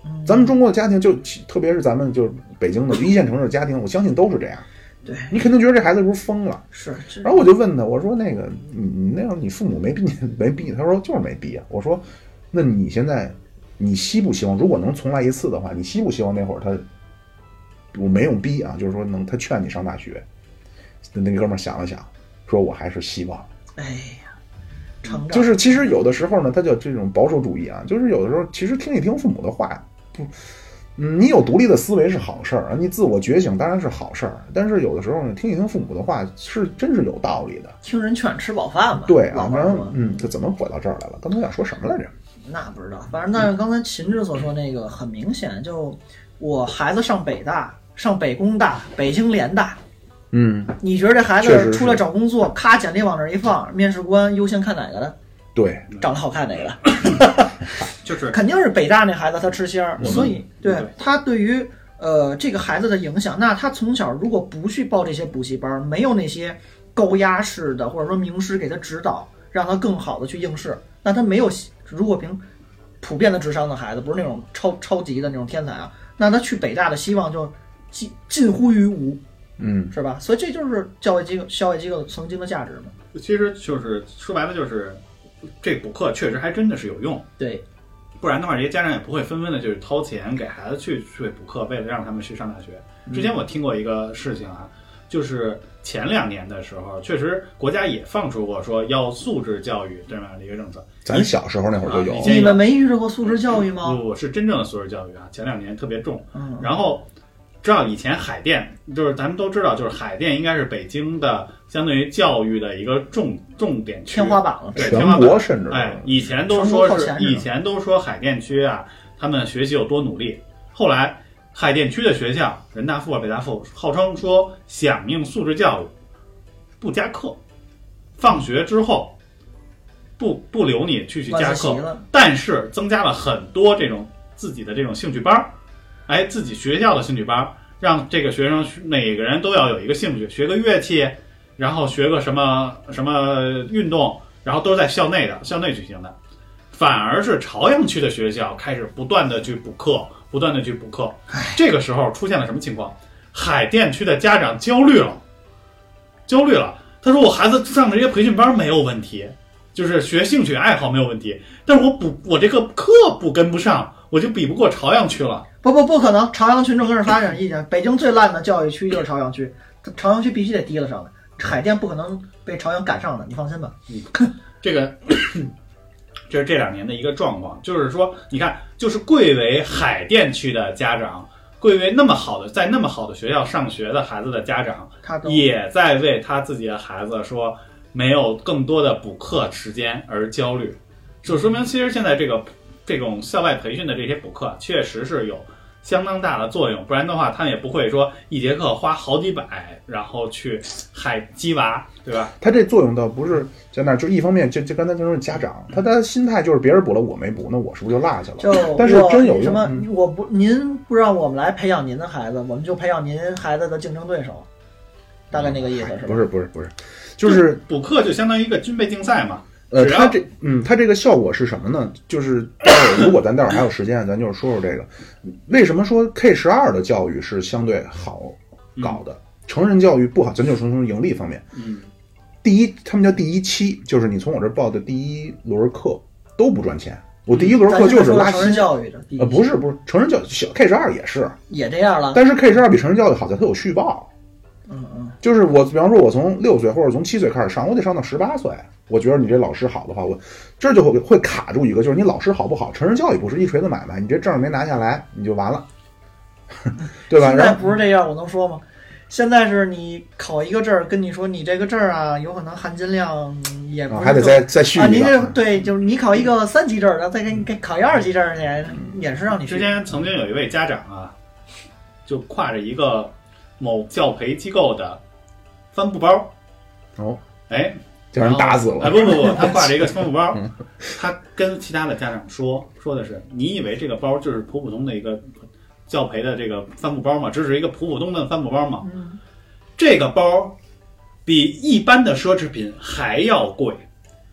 Speaker 2: 嗯
Speaker 1: 咱们中国的家庭就，特别是咱们就是北京的一线城市的家庭，我相信都是这样。
Speaker 2: 对，
Speaker 1: 你肯定觉得这孩子是不是疯了？
Speaker 2: 是，这
Speaker 1: 然后我就问他，我说那个你你那样，你父母没逼你没逼你？他说就是没逼啊。我说那你现在你希不希望，如果能重来一次的话，你希不希望那会儿他我没用逼啊，就是说能他劝你上大学？那那哥们儿想了想，说我还是希望。
Speaker 2: 哎呀，成长
Speaker 1: 就是其实有的时候呢，他就这种保守主义啊，就是有的时候其实听一听父母的话，不，嗯，你有独立的思维是好事儿，你自我觉醒当然是好事儿，但是有的时候呢，听一听父母的话是真是有道理的。
Speaker 2: 听人劝，吃饱饭嘛。
Speaker 1: 对啊
Speaker 2: 老，
Speaker 1: 反
Speaker 2: 话
Speaker 1: 正
Speaker 2: 说，
Speaker 1: 嗯，这怎么拐到这儿来了？刚才想说什么来着？
Speaker 2: 那不知道，反正但是刚才秦志所说那个很明显，就我孩子上北大、上北工大、北京联大，
Speaker 1: 嗯，
Speaker 2: 你觉得这孩
Speaker 1: 确实
Speaker 2: 子
Speaker 1: 是
Speaker 2: 出来找工作，咔简历往这儿一放，面试官优先看哪个的？
Speaker 1: 对，
Speaker 2: 长得好看哪个的？
Speaker 3: 就是
Speaker 2: 肯定是北大那孩子他吃香儿，
Speaker 3: 我们
Speaker 2: 所以对
Speaker 3: 对
Speaker 2: 他对于呃这个孩子的影响，那他从小如果不去报这些补习班儿，没有那些高压式的或者说名师给他指导，让他更好的去应试，那他没有如果凭普遍的智商的孩子，不是那种超超级的那种天才啊，那他去北大的希望就近近乎于无，
Speaker 1: 嗯，
Speaker 2: 是吧？所以这就是教育机构教育机构曾经的价值嘛。
Speaker 3: 其实就是说白了就是这补课确实还真的是有用。
Speaker 2: 对，
Speaker 3: 不然的话，这些家长也不会纷纷的就是掏钱给孩子去去补课，为了让他们去上大学。之前我听过一个事情啊，
Speaker 2: 嗯
Speaker 3: 就是前两年的时候，确实国家也放出过说要素质教育这么样的一个政策。
Speaker 1: 咱小时候那会儿就有
Speaker 3: 啊，
Speaker 2: 你们没遇着过素质教育吗？
Speaker 3: 不，是真正的素质教育啊，前两年特别重。
Speaker 2: 嗯，
Speaker 3: 然后知道以前海淀，就是咱们都知道，就是海淀应该是北京的相对于教育的一个重重点区
Speaker 2: 天花板了。
Speaker 3: 对
Speaker 1: 全
Speaker 3: 天花板
Speaker 1: 国甚至
Speaker 3: 哎，以前都
Speaker 2: 全国
Speaker 3: 说
Speaker 2: 靠
Speaker 3: 是
Speaker 2: 前是吧
Speaker 3: 以前都说海淀区啊，他们学习有多努力。后来海淀区的学校，人大附、北大附，号称说响应素质教育，不加课，放学之后不不留你去去加
Speaker 2: 晚自习
Speaker 3: 课，
Speaker 2: 了，
Speaker 3: 但是增加了很多这种自己的这种兴趣班儿，哎，自己学校的兴趣班儿，让这个学生每个人都要有一个兴趣，学个乐器，然后学个什么什么运动，然后都是在校内的校内举行的，反而是朝阳区的学校开始不断的去补课，不断的去补课。这个时候出现了什么情况？海淀区的家长焦虑了，焦虑了。他说：“我孩子上这些培训班没有问题，就是学兴趣爱好没有问题，但是我补我这个课不跟不上，我就比不过朝阳区了。
Speaker 2: 不不不可能，朝阳群众跟着发展意见。北京最烂的教育区就是朝阳区，朝阳区必须得提了上来。海淀不可能被朝阳赶上的，你放心吧。
Speaker 3: 这个 这是这两年的一个状况，就是说，你看，就是贵为海淀区的家长，贵为那么好的在那么好的学校上学的孩子的家长，
Speaker 2: 他都
Speaker 3: 也在为他自己的孩子说没有更多的补课时间而焦虑，就说明其实现在这个这种校外培训的这些补课确实是有相当大的作用，不然的话他们也不会说一节课花好几百，然后去海鸡娃，对吧？
Speaker 1: 他这作用倒不是在那儿，就一方面，这这刚才就是家长，他他心态就是别人补了我没补，那我是不是就落下了？
Speaker 2: 就
Speaker 1: 但是
Speaker 2: 我
Speaker 1: 真有用
Speaker 2: 什么
Speaker 1: 嗯？
Speaker 2: 我不，您不让我们来培养您的孩子，我们就培养您孩子的竞争对手，大概那个意思是吧？
Speaker 1: 不是不是不是，就是
Speaker 3: 补课就相当于一个军备竞赛嘛。
Speaker 1: 呃，
Speaker 3: 只要
Speaker 1: 它这嗯，它这个效果是什么呢？就是待会儿如果咱待会儿还有时间，咱就是说说这个，为什么说 K 十二的教育是相对好搞的，成人教育不好，咱就从盈利方面，
Speaker 3: 嗯，
Speaker 1: 第一，他们叫第一期，就是你从我这儿报的第一轮课都不赚钱，我第一轮
Speaker 2: 咱
Speaker 1: 课就是
Speaker 2: 说
Speaker 1: 拉
Speaker 2: 成人
Speaker 1: 新。
Speaker 2: 教育的，第一
Speaker 1: 呃，不是不是，成人教育小 K 十二也是，
Speaker 2: 也这样了？
Speaker 1: 但是 K 十二比成人教育好在它有续报，
Speaker 2: 嗯嗯，
Speaker 1: 就是我，比方说，我从六岁或者从七岁开始上，我得上到十八岁。我觉得你这老师好的话，我这儿就会会卡住一个，就是你老师好不好？成人教育不是一锤子买卖，你这证儿没拿下来，你就完 了，对吧？
Speaker 2: 现在
Speaker 1: 然后
Speaker 2: 不是这样，我能说吗？现在是你考一个证儿，跟你说你这个证儿啊，有可能含金量嗯也不
Speaker 1: 啊
Speaker 2: 是
Speaker 1: 还得
Speaker 2: 特
Speaker 1: 再再续
Speaker 2: 啊，
Speaker 1: 一
Speaker 2: 您
Speaker 1: 个
Speaker 2: 这，对，就是你考一个三级证儿，然后再给你给考一二级证儿去，也是让你
Speaker 3: 之
Speaker 2: 去。
Speaker 3: 前曾经有一位家长啊，就挎着一个某教培机构的帆布包，
Speaker 1: 哦，
Speaker 3: 哎，
Speaker 1: 叫人打死
Speaker 3: 哎，
Speaker 2: 啊
Speaker 1: 了。
Speaker 3: 不不不，他挎着一个帆布包，
Speaker 1: 嗯
Speaker 3: 他跟其他的家长说，说的是，你以为这个包就是普普通的一个教培的这个帆布包吗？只是一个普普通的帆布包吗？
Speaker 2: 嗯
Speaker 3: 这个包比一般的奢侈品还要贵，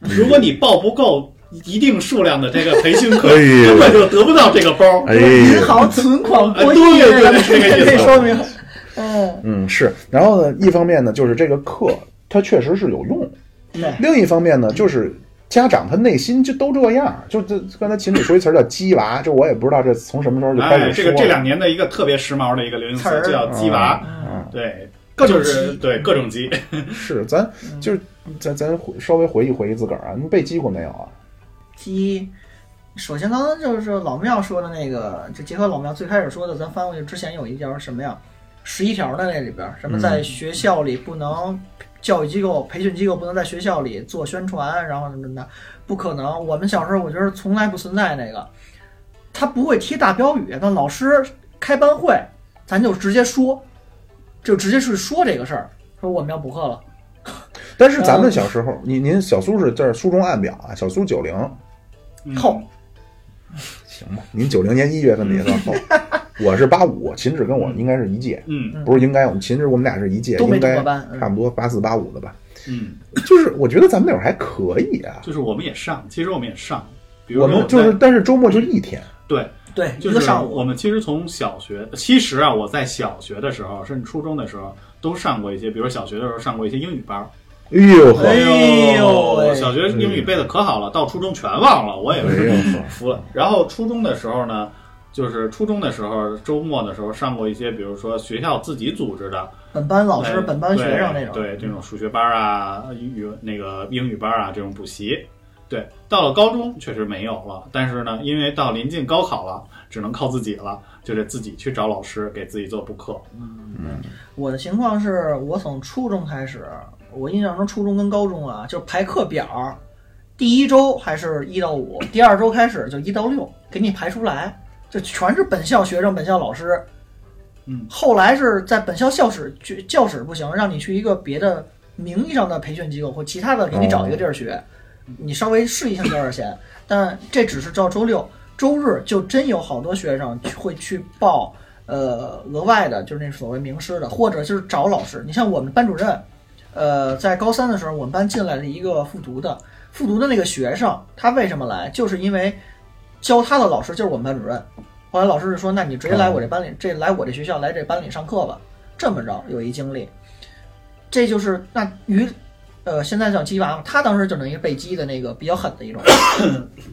Speaker 1: 哎
Speaker 3: 如果你报不够一定数量的这个培训课，
Speaker 1: 哎呦
Speaker 3: 根本就得不到这个包。
Speaker 1: 哎
Speaker 2: 银行存款过亿，
Speaker 3: 哎对对对这个 意思
Speaker 2: 这说明，嗯，
Speaker 1: 嗯，是。然后呢，一方面呢，就是这个课它确实是有用，
Speaker 2: 对，
Speaker 1: 另一方面呢，就是家长他内心就都这样，就这刚才秦理说一词儿叫“鸡娃”，这我也不知道这从什么时候就开
Speaker 3: 哎，
Speaker 1: 始
Speaker 3: 这
Speaker 1: 说
Speaker 3: 个
Speaker 1: 了。
Speaker 3: 这两年的一个特别时髦的一个流行
Speaker 2: 词
Speaker 3: 词
Speaker 2: 儿
Speaker 3: 就叫“鸡娃
Speaker 1: 嗯”，
Speaker 3: 对，
Speaker 2: 各种
Speaker 3: 就是
Speaker 2: 鸡
Speaker 3: 对各种鸡。
Speaker 1: 是，咱就是咱咱回稍微回忆回忆自个儿啊，你被激过没有啊？
Speaker 2: 第一，首先刚刚就是老庙说的那个，就结合老庙最开始说的，咱翻过去之前有一条是什么呀？十一条的那里边儿，什么
Speaker 3: 嗯
Speaker 2: 在学校里不能，教育机构、培训机构不能在学校里做宣传，然后什么什么的，不可能。我们小时候我觉得从来不存在那个，他不会贴大标语，那老师开班会，咱就直接说，就直接去说这个事儿，说我们要补课了。
Speaker 1: 但是咱们小时候，您您小苏是这儿书中暗表啊，小苏九零，
Speaker 3: 嗯
Speaker 2: 后
Speaker 1: 行吧，您九零年一月份的也算后，我是八五，秦志跟我应该是一届，
Speaker 3: 嗯
Speaker 1: 不是应该，我们秦志我们俩是一届，
Speaker 2: 都没
Speaker 1: 应该
Speaker 2: 读过班嗯
Speaker 1: 差不多八四八五的吧。
Speaker 3: 嗯，
Speaker 1: 就是我觉得咱们那会儿还可以啊，
Speaker 3: 就是我们也上，其实我们也上，比如
Speaker 1: 我
Speaker 3: 说
Speaker 1: 们
Speaker 3: 们
Speaker 1: 就是
Speaker 3: 在
Speaker 1: 但是周末就一天，
Speaker 3: 对，
Speaker 2: 对
Speaker 3: 就
Speaker 2: 一个
Speaker 3: 是
Speaker 2: 上
Speaker 3: 我
Speaker 2: 午，
Speaker 3: 们其实从小学，其实啊，我在小学的时候，甚至初中的时候都上过一些，比如小学的时候上过一些英语班儿。
Speaker 1: 哎呦呵，
Speaker 2: 哎呦喂
Speaker 3: 小学英语背的可好了，到初中全忘了，我也
Speaker 1: 哎
Speaker 3: 是
Speaker 1: 呦呵，
Speaker 3: 服了。然后初中的时候呢，就是初中的时候，周末的时候上过一些，比如说学校自己组织的
Speaker 2: 本班老师、
Speaker 3: 哎
Speaker 2: 本班学生那种。
Speaker 3: 对对这种数学班啊、语那个英语班啊这种补习。对，到了高中确实没有了，但是呢，因为到临近高考了，只能靠自己了，就得自己去找老师给自己做补课。
Speaker 2: 我的情况是我从初中开始，我印象中初中跟高中啊，就是排课表儿，第一周还是一到五，第二周开始就一到六，给你排出来，就全是本校学生、本校老师。
Speaker 3: 嗯，
Speaker 2: 后来是在本校校史去教室不行，让你去一个别的名义上的培训机构或其他的，给你找一个地儿学，你稍微试一下多少钱。但这只是到周六、周日，就真有好多学生会去报呃额外的，就是那所谓名师的，或者就是找老师。你像我们班主任，呃，在高三的时候，我们班进来了一个复读的，复读的那个学生，他为什么来？就是因为教他的老师就是我们班主任。后来老师就说：“那你直接来我这班
Speaker 1: 嗯
Speaker 2: 里，这来我这学校，来这班里上课吧。”这么着有一经历，这就是那于呃，现在叫鸡娃嘛，他当时就等于被鸡的那个比较狠的一种，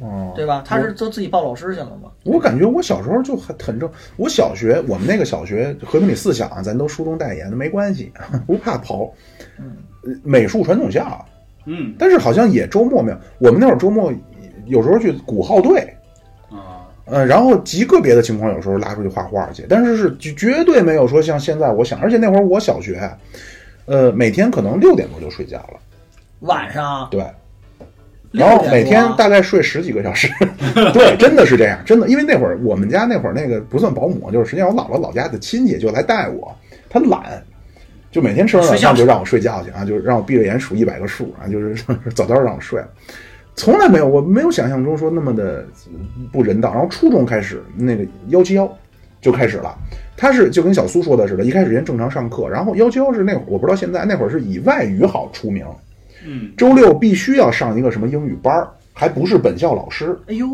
Speaker 1: 哦，
Speaker 2: 对吧？他是都自己报老师去了嘛。
Speaker 1: 我感觉我小时候就很很正，我小学我们那个小学和平里四小啊，咱都书中代言的，没关系， 不怕刨。呃美术传统校，
Speaker 3: 嗯
Speaker 1: 但是好像也周末没有，我们那会儿周末有时候去鼓号队，
Speaker 3: 啊，
Speaker 1: 呃，然后极个别的情况，有时候拉出去画画去，但是是绝绝对没有说像现在我想，而且那会儿我小学，呃，每天可能六点多就睡觉了，
Speaker 2: 晚上
Speaker 1: 对，
Speaker 2: 六
Speaker 1: 然后
Speaker 2: 点
Speaker 1: 每
Speaker 2: 多
Speaker 1: 天
Speaker 2: 啊
Speaker 1: 大概睡十几个小时， 对，真的是这样，真的，因为那会儿我们家那会儿那个不算保姆，就是实际上我姥姥老家的亲戚就来带我，他懒。就每天吃完晚
Speaker 2: 睡觉
Speaker 1: 饭就让我睡觉去啊，就是让我闭着眼数一百个数啊，就是 早早让我睡了。从来没有，我没有想象中说那么的嗯不人道。然后初中开始，那个幺七幺就开始了，他是就跟小苏说的似的，一开始人正常上课，然后幺七幺是那会儿我不知道现在那会儿是以外语好出名，
Speaker 3: 嗯
Speaker 1: 周六必须要上一个什么英语班儿，还不是本校老师。
Speaker 2: 哎呦，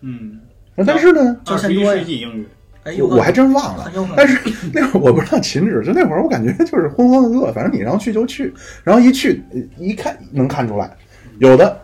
Speaker 3: 嗯，
Speaker 1: 但是呢，
Speaker 2: 就
Speaker 3: 二
Speaker 2: 先
Speaker 3: 十一
Speaker 2: 多呀
Speaker 3: 世纪英语，
Speaker 2: 哎
Speaker 1: 我
Speaker 2: 呦，
Speaker 1: 我还真忘了
Speaker 2: 很。有可能。
Speaker 1: 但是那会儿我不知道秦止，就那会儿我感觉就是浑浑噩噩，反正你让去就去，然后一去呃一看能看出来，有的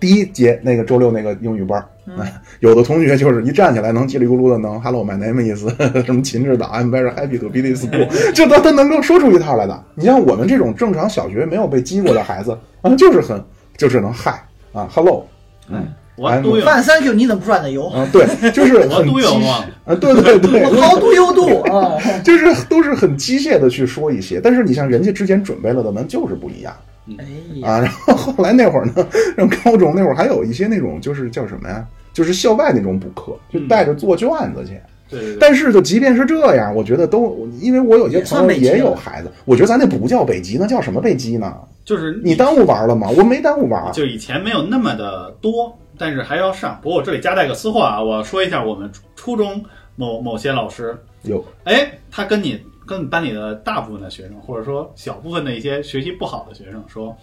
Speaker 1: 第一节那个周六那个英语班儿，
Speaker 2: 嗯
Speaker 1: 有的同学就是一站起来能叽里咕噜的能 Hello my name is 什么秦指导 I'm very happy to be this school，就他他能够说出一套来的。你像我们这种正常小学没有被激过的孩子啊，就是很就只能嗨啊 Hello，嗯
Speaker 3: 我
Speaker 1: 哎
Speaker 3: 都有，
Speaker 2: 范三 Q 你怎么不转的油？
Speaker 1: 啊对，就是
Speaker 3: 我
Speaker 1: 很
Speaker 3: 都有
Speaker 1: 机
Speaker 3: 忘了，
Speaker 1: 啊对对 对，
Speaker 2: 我好度 又度啊！
Speaker 1: 就是都是很机械的去说一些，但是你像人家之前准备了的，咱就是不一样
Speaker 2: 哎呀，
Speaker 1: 啊。 然后后来那会儿呢，上高中那会儿还有一些那种就是叫什么呀，就是校外那种补课，就带着做卷子去。
Speaker 3: 对嗯对对，
Speaker 1: 但是就即便是这样，我觉得都因为我有些朋友也
Speaker 2: 也算北极
Speaker 1: 有
Speaker 2: 了
Speaker 1: 孩子，我觉得咱那不叫北极，那叫什么北极呢？
Speaker 3: 就是
Speaker 1: 你耽误玩了吗？我没耽误玩。
Speaker 3: 就以前没有那么的多，但是还要上。不过我这里夹带个私货啊，我说一下我们初中某某些老师，
Speaker 1: 有
Speaker 3: 哎，他跟你跟班里的大部分的学生，或者说小部分的一些学习不好的学生说，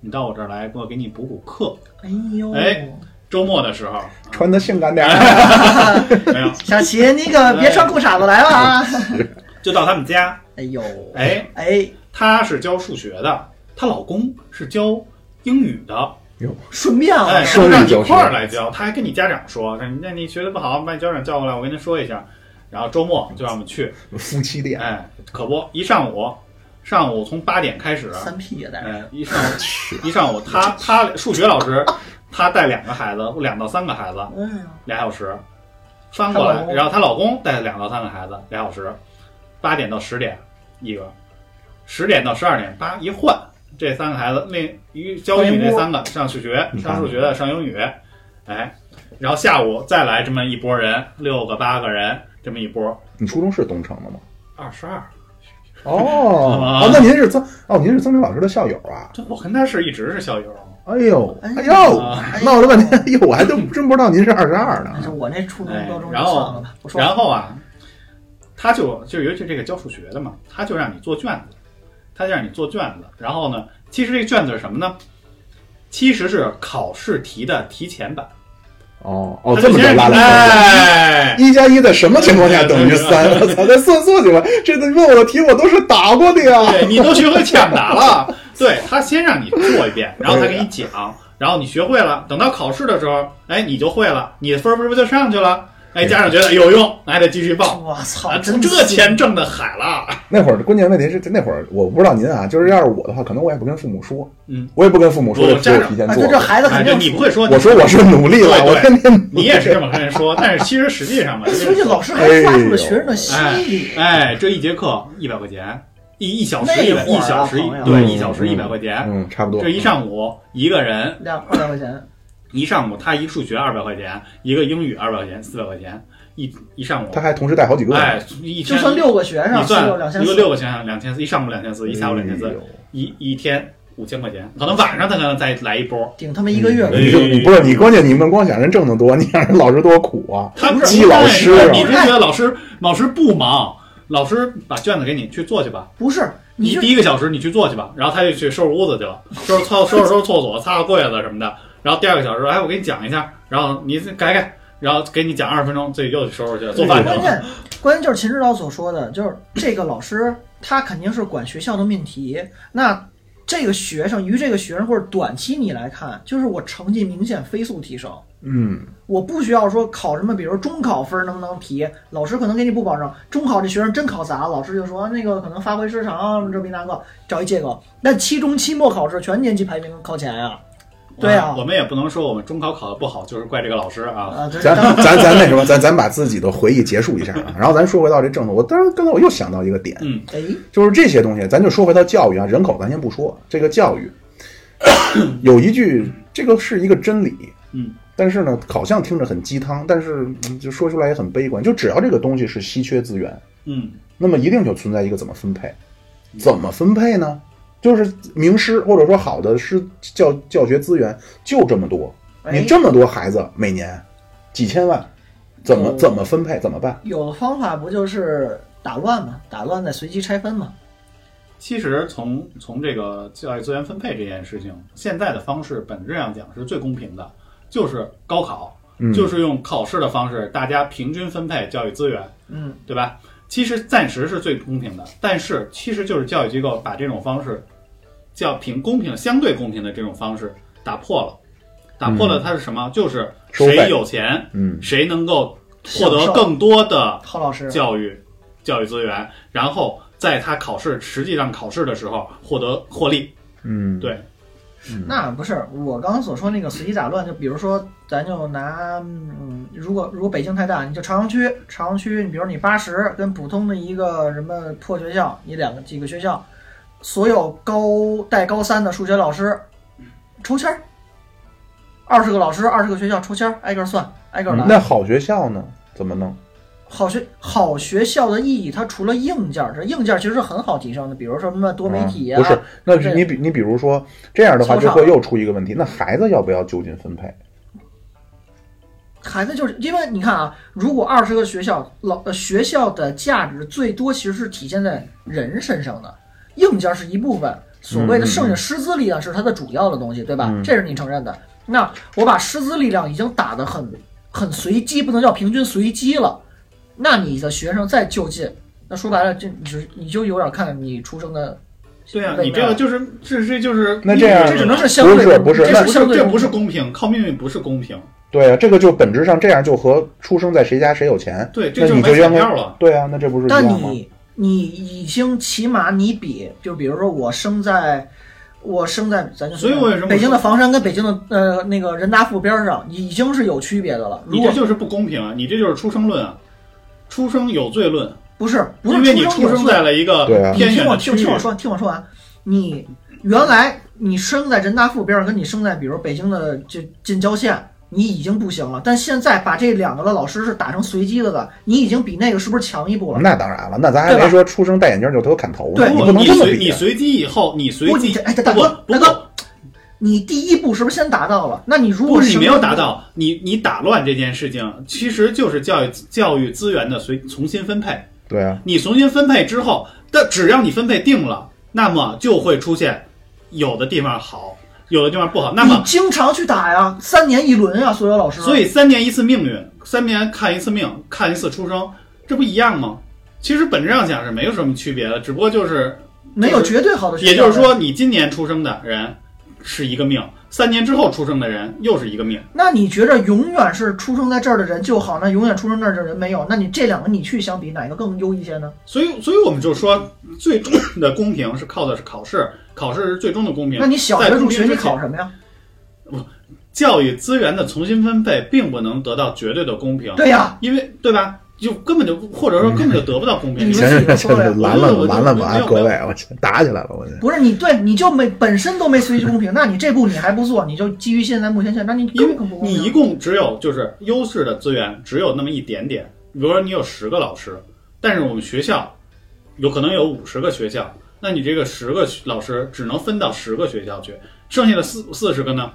Speaker 3: 你到我这儿来，我给你补补课。
Speaker 2: 哎呦，
Speaker 3: 哎周末的 时候，
Speaker 1: 穿的性感点儿，
Speaker 3: 没有，
Speaker 2: 小齐，你可别穿裤衩子来了啊！
Speaker 3: 就到他们家，
Speaker 2: 哎呦，
Speaker 3: 哎，
Speaker 2: 哎，
Speaker 3: 她是教数学的，她老公是教英语的，
Speaker 2: 顺便啊了
Speaker 3: 哎，
Speaker 1: 哦
Speaker 2: 呀，
Speaker 1: 双语
Speaker 3: 让你
Speaker 1: 教
Speaker 3: 一
Speaker 1: 学
Speaker 3: 块儿来教，他还跟你家长说，那你那你学的不好，把你家长叫过来，我跟他说一下。然后周末就让我们去，
Speaker 1: 夫妻恋，
Speaker 3: 哎，可不，一上午，上午从八点开始，
Speaker 2: 三 P 也在这儿。
Speaker 3: 哎，一上午一上午， 他他数学老师，他带两个孩子，两到三个孩子，
Speaker 2: 嗯，
Speaker 3: 俩小时，翻过
Speaker 2: 她老
Speaker 3: 来，
Speaker 2: 公
Speaker 3: 然后她老公带两到三个孩子，俩小时，八点到十点一个，十点到十二点，叭一换，这三个孩子那一教英语这三个上数学，
Speaker 1: 你看
Speaker 3: 上数学的上英语，哎，然后下午再来这么一波人，六个八个人这么一波，
Speaker 1: 你初中是东城的吗？
Speaker 3: 二十二。
Speaker 1: 哦，
Speaker 3: 啊
Speaker 1: 哦，那您是曾哦，您是曾明老师的校友啊？
Speaker 3: 这我跟他是一直是校友，
Speaker 1: 哎呦，
Speaker 2: 哎
Speaker 1: 哎
Speaker 2: 呦
Speaker 1: 呦，闹了半天，哎呦，我还都真不知道您是二十二
Speaker 2: 但是
Speaker 1: 呢。
Speaker 2: 我那初中、
Speaker 3: 哎
Speaker 2: 高中就
Speaker 3: 然
Speaker 2: 算了
Speaker 3: 后
Speaker 2: 吧，不说了。
Speaker 3: 然后啊，他就就尤其这个教数学的嘛，他就让你做卷子，他就让你做卷子。然后呢，其实这个卷子是什么呢？其实是考试题的提前版。
Speaker 1: 哦哦，
Speaker 3: 他
Speaker 1: 这
Speaker 3: 就
Speaker 1: 么就
Speaker 3: 先
Speaker 1: 拉了。
Speaker 3: 哎，
Speaker 1: 一加一在什么情况下等于三？ 我操，在算数学吧，这问我的题我都是答过的呀。
Speaker 3: 对你都学会抢答了，对他先让你做一遍，然后他给你讲，然后你学会了，等到考试的时候，哎，你就会了，你的分儿不是就上去了？哎，家长觉得有用，那还得继续报。
Speaker 2: 我操，
Speaker 3: 啊，
Speaker 2: 真
Speaker 3: 这
Speaker 2: 行
Speaker 3: 钱挣的海了。
Speaker 1: 那会儿关键问题是，那会儿我不知道您啊，就是要是我的话，可能我也不跟父母说，
Speaker 3: 嗯，
Speaker 1: 我也不跟父母说
Speaker 3: 我
Speaker 1: 这
Speaker 3: 家
Speaker 1: 我
Speaker 3: 长
Speaker 1: 提前
Speaker 2: 啊！
Speaker 1: 做
Speaker 2: 这。这孩子
Speaker 3: 哎
Speaker 2: 肯
Speaker 3: 这
Speaker 2: 定
Speaker 3: 你不会说，
Speaker 1: 我说我是努力了，
Speaker 3: 对对
Speaker 1: 我天天
Speaker 3: 你也是这么跟人说，但是其实实际上吧，
Speaker 2: 出去，老师还抓住了学生的心理。
Speaker 3: 哎，这一节课一百块钱，一一小时
Speaker 2: 那
Speaker 3: 一百，
Speaker 2: 会儿
Speaker 3: 一
Speaker 2: 啊
Speaker 3: 小时一
Speaker 2: 朋友
Speaker 3: 对，
Speaker 1: 嗯
Speaker 3: 一小时一百块钱，
Speaker 1: 嗯，差不多。
Speaker 3: 这一上午一个人
Speaker 2: 两二百块钱，
Speaker 3: 一上午，他一数学二百块钱，一个英语二百块钱，四百块钱，一一上午
Speaker 1: 他，还同时带好几个，
Speaker 3: 哎，一
Speaker 2: 就
Speaker 3: 天
Speaker 2: 算六个学生，
Speaker 3: 你
Speaker 2: 四
Speaker 3: 算
Speaker 2: 六两千
Speaker 3: 一个
Speaker 2: 四，
Speaker 3: 六个学生两千四，一上午两千四，一下午两千
Speaker 1: 哎
Speaker 3: 四
Speaker 1: 呦，
Speaker 3: 一一天五千块钱，可能晚上他可能再来一波，
Speaker 2: 顶他们一个月
Speaker 3: 哎
Speaker 1: 你就你不是你，关键你们光想人挣得多，你想人老师多苦啊！
Speaker 3: 他不是
Speaker 1: 激老师啊
Speaker 3: 你是觉得老师老师不忙，老师把卷子给你去做去吧。
Speaker 2: 不是，你
Speaker 3: 你
Speaker 2: 就
Speaker 3: 第一个小时你去做去吧，然后他就去收拾屋子去了，收拾厕收拾收拾厕所，擦擦柜子什么的。然后第二个小时，哎，我给你讲一下，然后你改改，然后给你讲二十分钟，自己又去收拾去了，做饭去
Speaker 2: 关
Speaker 3: 了。啊
Speaker 2: 键关键就是秦指导所说的，就是这个老师他肯定是管学校的命题，那这个学生于这个学生或者短期你来看，就是我成绩明显飞速提升。
Speaker 1: 嗯，
Speaker 2: 我不需要说考什么，比如中考分儿能不能提，老师可能给你不保证。中考这学生真考砸，老师就说那个可能发挥失常，这逼那个，找一借口。那期中、期末考试全年级排名靠前啊，对啊
Speaker 3: 我我们也不能说我们中考考得不好就是怪这个老师啊。
Speaker 2: 啊，这
Speaker 1: 咱
Speaker 2: 当
Speaker 1: 咱咱那什么，咱咱把自己的回忆结束一下啊，然后咱说回到这正头。我当然刚才我又想到一个点，
Speaker 3: 嗯
Speaker 2: 哎，
Speaker 1: 就是这些东西，咱就说回到教育啊，人口咱先不说，这个教育有一句，这个是一个真理，
Speaker 3: 嗯，
Speaker 1: 但是呢，好像听着很鸡汤，但是嗯就说出来也很悲观。就只要这个东西是稀缺资源，
Speaker 3: 嗯，
Speaker 1: 那么一定就存在一个怎么分配，怎么分配呢？就是名师或者说好的师教教学资源就这么多，
Speaker 2: 哎
Speaker 1: 你这么多孩子每年几千万，怎
Speaker 2: 哦
Speaker 1: 么怎么分配怎么办？
Speaker 2: 有的方法不就是打乱嘛，打乱再随机拆分嘛。
Speaker 3: 其实从从这个教育资源分配这件事情，现在的方式本质上讲是最公平的，就是高考，
Speaker 1: 嗯
Speaker 3: 就是用考试的方式，大家平均分配教育资源，
Speaker 2: 嗯，
Speaker 3: 对吧？其实暂时是最公平的，但是其实就是教育机构把这种方式叫平公平、相对公平的这种方式打破了。打破了它是什么？就是
Speaker 1: 嗯收费
Speaker 3: 谁有钱，
Speaker 1: 嗯
Speaker 3: 谁能够获
Speaker 2: 享
Speaker 3: 得
Speaker 2: 受
Speaker 3: 更多的
Speaker 2: 郝老师，
Speaker 3: 教育教育资源，然后在他考试实际上考试的时候获得获利。
Speaker 1: 嗯，
Speaker 3: 对，
Speaker 2: 那不是我刚刚所说那个随机打乱，就比如说，咱就拿，嗯，如果如果北京太大，你就朝阳区，朝阳区，你比如你八十跟普通的一个什么破学校，你两个几个学校，所有高带高三的数学老师抽签儿，二十个老师，二十个学校抽签儿，挨个儿算，挨个儿来。
Speaker 1: 嗯那好学校呢？怎么弄？
Speaker 2: 好学好学校的意义，它除了硬件儿，这硬件儿其实是很好提升的，比如说什么多媒体啊呀、
Speaker 1: 嗯不是，那
Speaker 2: 对
Speaker 1: 你比你比如说这样的话，
Speaker 2: 操
Speaker 1: 就
Speaker 2: 场啊
Speaker 1: 会又出一个问题，那孩子要不要就近分配？
Speaker 2: 孩子就是因为你看啊，如果二十个学校老呃学校的价值最多其实是体现在人身上的，硬件是一部分，所谓的
Speaker 1: 嗯
Speaker 2: 剩下师资力量是它的主要的东西，对吧？这是你承认的。那我把师资力量已经打得很很随机，不能叫平均随机了。那你的学生再就近，那说白了，这你就你就有点看你出生的
Speaker 3: 对啊，
Speaker 2: 位
Speaker 3: 你
Speaker 2: 置
Speaker 3: 这个就是这这就是
Speaker 1: 那这样
Speaker 2: 这只能是相
Speaker 1: 不
Speaker 2: 对
Speaker 1: 是
Speaker 2: 的，
Speaker 1: 不是，
Speaker 2: 这
Speaker 1: 那
Speaker 3: 不
Speaker 2: 相
Speaker 3: 是
Speaker 2: 对
Speaker 3: 这不是公平，靠命运不是公平。
Speaker 1: 对啊，这个就本质上这样就和出生在谁家谁有钱，
Speaker 3: 对，这
Speaker 1: 那
Speaker 3: 就
Speaker 1: 你
Speaker 3: 买
Speaker 1: 就应
Speaker 3: 彩
Speaker 1: 该
Speaker 3: 票了。
Speaker 1: 对啊，那这不是一
Speaker 2: 但
Speaker 1: 样吗？
Speaker 2: 你你已经起码你比，就比如说我生在，我生在咱就
Speaker 3: 所以我为什么
Speaker 2: 北京的房山跟北京的呃那个人大附边上已经是有区别的了。如
Speaker 3: 你
Speaker 2: 果
Speaker 3: 这就是不公平啊！你这就是出生论啊，出生有罪论，
Speaker 2: 不是不是
Speaker 3: 因为你
Speaker 2: 出
Speaker 3: 出
Speaker 2: 生
Speaker 3: 生
Speaker 2: 有罪
Speaker 3: 在了一个
Speaker 1: 对啊
Speaker 2: 你
Speaker 3: 偏
Speaker 2: 听
Speaker 3: 远
Speaker 2: 我
Speaker 3: 的区
Speaker 2: 听
Speaker 3: 域
Speaker 2: 听。我说，听我说完，你原来你生在人大附边上，跟你生在比如北京的这近郊县，你已经不行了。但现在把这两个的老师是打成随机的了，你已经比那个是不是强一步了？
Speaker 1: 那当然了，那咱还
Speaker 2: 对吧
Speaker 1: 没说出生戴眼镜就都砍头呢，
Speaker 2: 对
Speaker 1: 你
Speaker 3: 不
Speaker 1: 不能
Speaker 3: 你
Speaker 1: 这么
Speaker 3: 随
Speaker 1: 比
Speaker 3: 你
Speaker 1: 啊。
Speaker 3: 随机以后，你随
Speaker 2: 不你
Speaker 3: 机
Speaker 2: 这哎
Speaker 3: 不
Speaker 2: 大哥
Speaker 3: 不
Speaker 2: 大
Speaker 3: 不
Speaker 2: 哥你第一步是不是先达到了？那你如
Speaker 3: 不
Speaker 2: 果
Speaker 3: 是你没
Speaker 2: 生
Speaker 3: 有达到，你你打乱这件事情，其实就是教育教育资源的随重新分配。
Speaker 1: 对啊，
Speaker 3: 你重新分配之后，但只要你分配定了，那么就会出现有的地方好，有的地方不好。那
Speaker 2: 你
Speaker 3: 么，
Speaker 2: 经常去打呀，三年一轮啊，所有老师。
Speaker 3: 所以三年一次命运，三年看一次命，看一次出生，这不一样吗？其实本质上讲是没有什么区别的，只不过就是，
Speaker 2: 没有绝对好的学校。
Speaker 3: 也就是，说，你今年出生的人是一个命，三年之后出生的人又是一个命。
Speaker 2: 那你觉着永远是出生在这儿的人就好，那永远出生那儿的人没有，那你这两个你去相比，哪个更优一些呢？
Speaker 3: 所以，所以我们就说，最终的公平是靠的是考试，考试是最终的公平。
Speaker 2: 那你小学
Speaker 3: 在公
Speaker 2: 入
Speaker 3: 平
Speaker 2: 学你
Speaker 3: 之前
Speaker 2: 考什么呀？
Speaker 3: 教育资源的重新分配并不能得到绝对的公平，
Speaker 2: 对呀，
Speaker 3: 因为对吧？就根本就或者说根本就得不到公 平。
Speaker 2: 嗯
Speaker 3: 因
Speaker 1: 行
Speaker 3: 为
Speaker 1: 行
Speaker 2: 你
Speaker 1: 行，
Speaker 2: 说呀
Speaker 1: 行拦了
Speaker 3: 我就
Speaker 1: 拦了
Speaker 3: 我就
Speaker 1: 吧
Speaker 3: 没，有
Speaker 1: 各位，我去打起来了，我去。
Speaker 2: 不是你对你就没本身都没随机公平，那你这步你还不做，你就基于现在目前现状，那你
Speaker 3: 因
Speaker 2: 更
Speaker 3: 为
Speaker 2: 更不公
Speaker 3: 你一
Speaker 2: 平。
Speaker 3: 共只有就是优势的资源只有那么一点点，比如说你有十个老师，但是我们学校有可能有五十个学校，那你这个十个老师只能分到十个学校去，剩下的四四十个呢，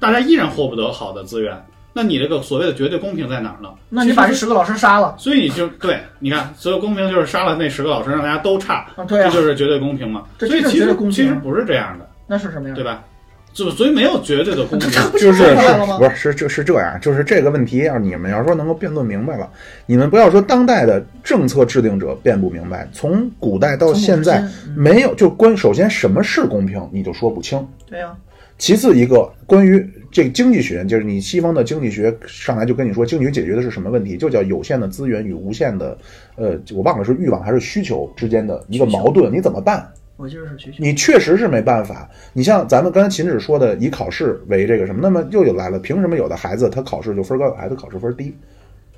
Speaker 3: 大家依然获不得好的资源。那你这个所谓的绝对公平在哪儿呢？
Speaker 2: 那你把
Speaker 3: 其
Speaker 2: 这
Speaker 3: 实
Speaker 2: 十个老师杀了，
Speaker 3: 所以你就对，你看，所有公平就是杀了那十个老师，让大家都差，
Speaker 2: 啊对啊
Speaker 3: 这就是绝对公平嘛。
Speaker 2: 这
Speaker 3: 所以
Speaker 2: 这就是
Speaker 3: 其
Speaker 2: 绝
Speaker 3: 实
Speaker 2: 对公平啊
Speaker 3: 其实不是这样的，
Speaker 2: 那是什么呀
Speaker 3: 对？吧？就所以没有绝对的 公平。
Speaker 1: 就是
Speaker 2: 说出来了吗
Speaker 1: 不是是这是这样，就是这个问题，要你们要说能够辩论明白了，你们不要说当代的政策制定者辩不明白，从古代到现在
Speaker 2: 从古至今嗯
Speaker 1: 没有就关首先什么是公平，你就说不清。
Speaker 2: 对呀、
Speaker 1: 其次一个关于这个经济学，就是你西方的经济学上来就跟你说，经济学解决的是什么问题？就叫有限的资源与无限的，呃，我忘了是欲望还是需求之间的一个矛盾，你怎么办？
Speaker 2: 我就是去
Speaker 1: 你确实是没办法。你像咱们刚才秦止说的，以考试为这个什么，那么又有来了，凭什么有的孩子他考试就分高，有孩子考试分低？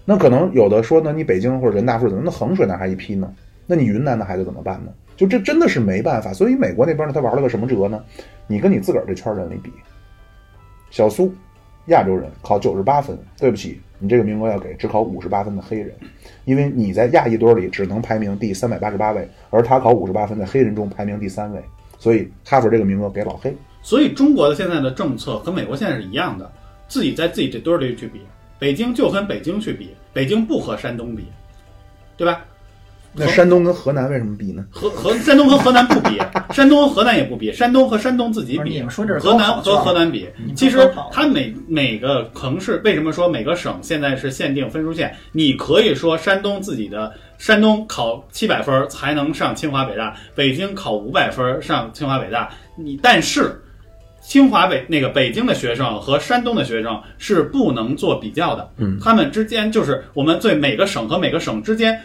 Speaker 1: 那可能有的说，那你北京或者人大附怎么，那衡水那还一批呢？那你云南的孩子怎么办呢？就这真的是没办法。所以美国那边呢，他玩了个什么辙呢？你跟你自个儿这圈人里比，小苏，亚洲人考九十八分，对不起，你这个名额要给只考五十八分的黑人，因为你在亚裔堆里只能排名第三百八十八位，而他考五十八分，在黑人中排名第三位，所以哈佛这个名额给老黑。
Speaker 3: 所以中国的现在的政策和美国现在是一样的，自己在自己这堆儿里去比，北京就跟北京去比，北京不和山东比，对吧？
Speaker 1: 那山东跟河南为什么比呢？
Speaker 3: 河河山东和河南不比，山东和河南也不比，山东和山东自己
Speaker 2: 不是
Speaker 3: 比，
Speaker 2: 你们说这是
Speaker 3: 河南
Speaker 2: 高考卷
Speaker 3: 和
Speaker 2: 儿
Speaker 3: 河南比
Speaker 2: 你。们
Speaker 3: 其
Speaker 2: 高
Speaker 3: 实
Speaker 2: 考
Speaker 3: 它每每个城市为什么说每个省现在是限定分数线？你可以说山东自己的山东考七百分儿才能上清华北大，北京考五百分儿上清华北大。你但是清华北那个北京的学生和山东的学生是不能做比较的，
Speaker 1: 嗯，
Speaker 3: 他们之间就是我们对每个省和每个省之间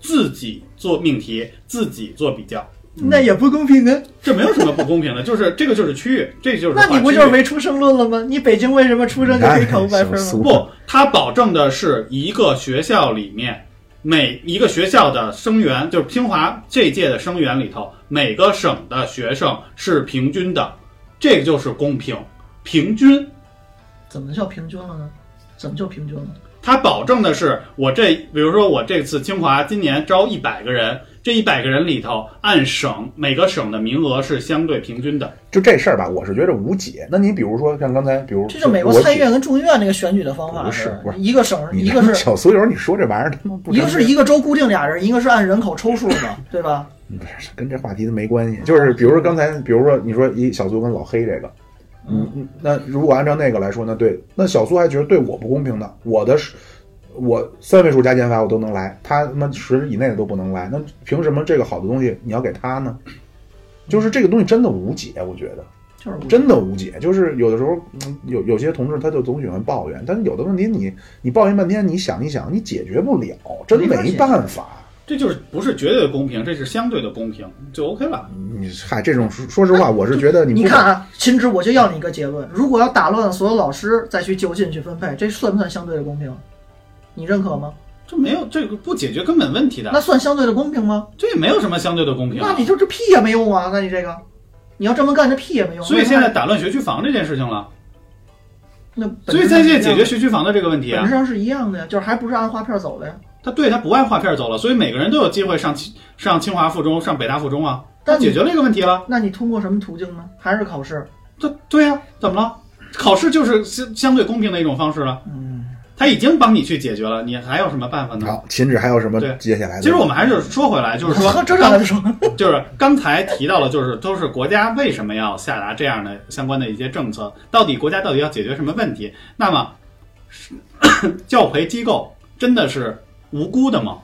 Speaker 3: 自己做命题，自己做比较，
Speaker 2: 那也不公平啊！
Speaker 3: 这没有什么不公平的，就是这个就是区域，这就是
Speaker 2: 那
Speaker 3: 划
Speaker 2: 你不
Speaker 3: 区
Speaker 2: 就是
Speaker 3: 域
Speaker 2: 没出生论了吗？你北京为什么出生就可以考五百分
Speaker 1: 哎小
Speaker 2: 吗？
Speaker 1: 苏
Speaker 3: 不，它保证的是一个学校里面每一个学校的生源，就是清华这届的生源里头，每个省的学生是平均的，这个就是公平，平均。
Speaker 2: 怎么叫平均了呢？怎么就平均了？
Speaker 3: 它保证的是我这，比如说我这次清华今年招一百个人，这一百个人里头按省每个省的名额是相对平均的。
Speaker 1: 就这事儿吧，我是觉得无解。那你比如说像刚才，比如
Speaker 2: 这就美国
Speaker 1: 我
Speaker 2: 参议院跟众议院那个选举的方法
Speaker 1: 不是不是
Speaker 2: 一个省
Speaker 1: 你
Speaker 2: 一
Speaker 1: 他
Speaker 2: 个
Speaker 1: 妈
Speaker 2: 是
Speaker 1: 小苏有时候你说这玩意儿他妈不
Speaker 2: 一个
Speaker 1: 成
Speaker 2: 是一个州固定俩人，一个是按人口抽数嘛，对吧？
Speaker 1: 不是跟这话题没关系，就是比如说刚才，比如说你说一小苏跟老黑这个，嗯，嗯那如果按照那个来说，那对，那小苏还觉得对我不公平呢，我的是，我三位数加减法我都能来，他他妈十以内的都不能来，那凭什么这个好的东西你要给他呢？就是这个东西真的无解，我觉得
Speaker 2: 就是我
Speaker 1: 真的无解。就是有的时候，嗯有有些同志他就总喜欢抱怨，但是有的问题你你抱怨半天，你想一想，你解决不了，真
Speaker 2: 没法解
Speaker 1: 没
Speaker 2: 决
Speaker 1: 办法。
Speaker 3: 这就是不是绝对的公平，这是相对的公平，就 OK 了。
Speaker 1: 你嗨，这种说说实话，我是觉得你
Speaker 2: 你
Speaker 1: 不
Speaker 2: 看啊，秦直，我就要你一个结论：如果要打乱所有老师再去就近去分配，这算不算相对的公平？你认可吗？
Speaker 3: 这没有这个不解决根本问题的，
Speaker 2: 那算相对的公平吗？
Speaker 3: 这也没有什么相对的公平。啊
Speaker 2: 那你就这屁也没用啊！那你这个，你要这么干，这屁也没用。
Speaker 3: 所以
Speaker 2: 为啥
Speaker 3: 现在打乱学区房这件事情了，
Speaker 2: 那
Speaker 3: 所以
Speaker 2: 在
Speaker 3: 在这解决学区房的这个问题
Speaker 2: 本质
Speaker 3: 啊，
Speaker 2: 上是一样的呀，就是还不是按划片走的呀。
Speaker 3: 他对他不按划片走了，所以每个人都有机会上清上清华附中、上北大附中啊，他
Speaker 2: 但你
Speaker 3: 解决了这个问题了。
Speaker 2: 那你通过什么途径呢？还是考试？
Speaker 3: 这对呀、怎么了？考试就是相相对公平的一种方式了，
Speaker 2: 嗯，，
Speaker 3: 他已经帮你去解决了，你还有什么办法呢？
Speaker 1: 好，秦止还有什么
Speaker 3: 对
Speaker 1: 接下来的？
Speaker 3: 其实我们还是说回来，就是说
Speaker 2: 这上来就说，
Speaker 3: 就是刚才提到了，就是都是国家为什么要下达这样的相关的一些政策？到底国家到底要解决什么问题？那么，是 教培机构真的是无辜的吗？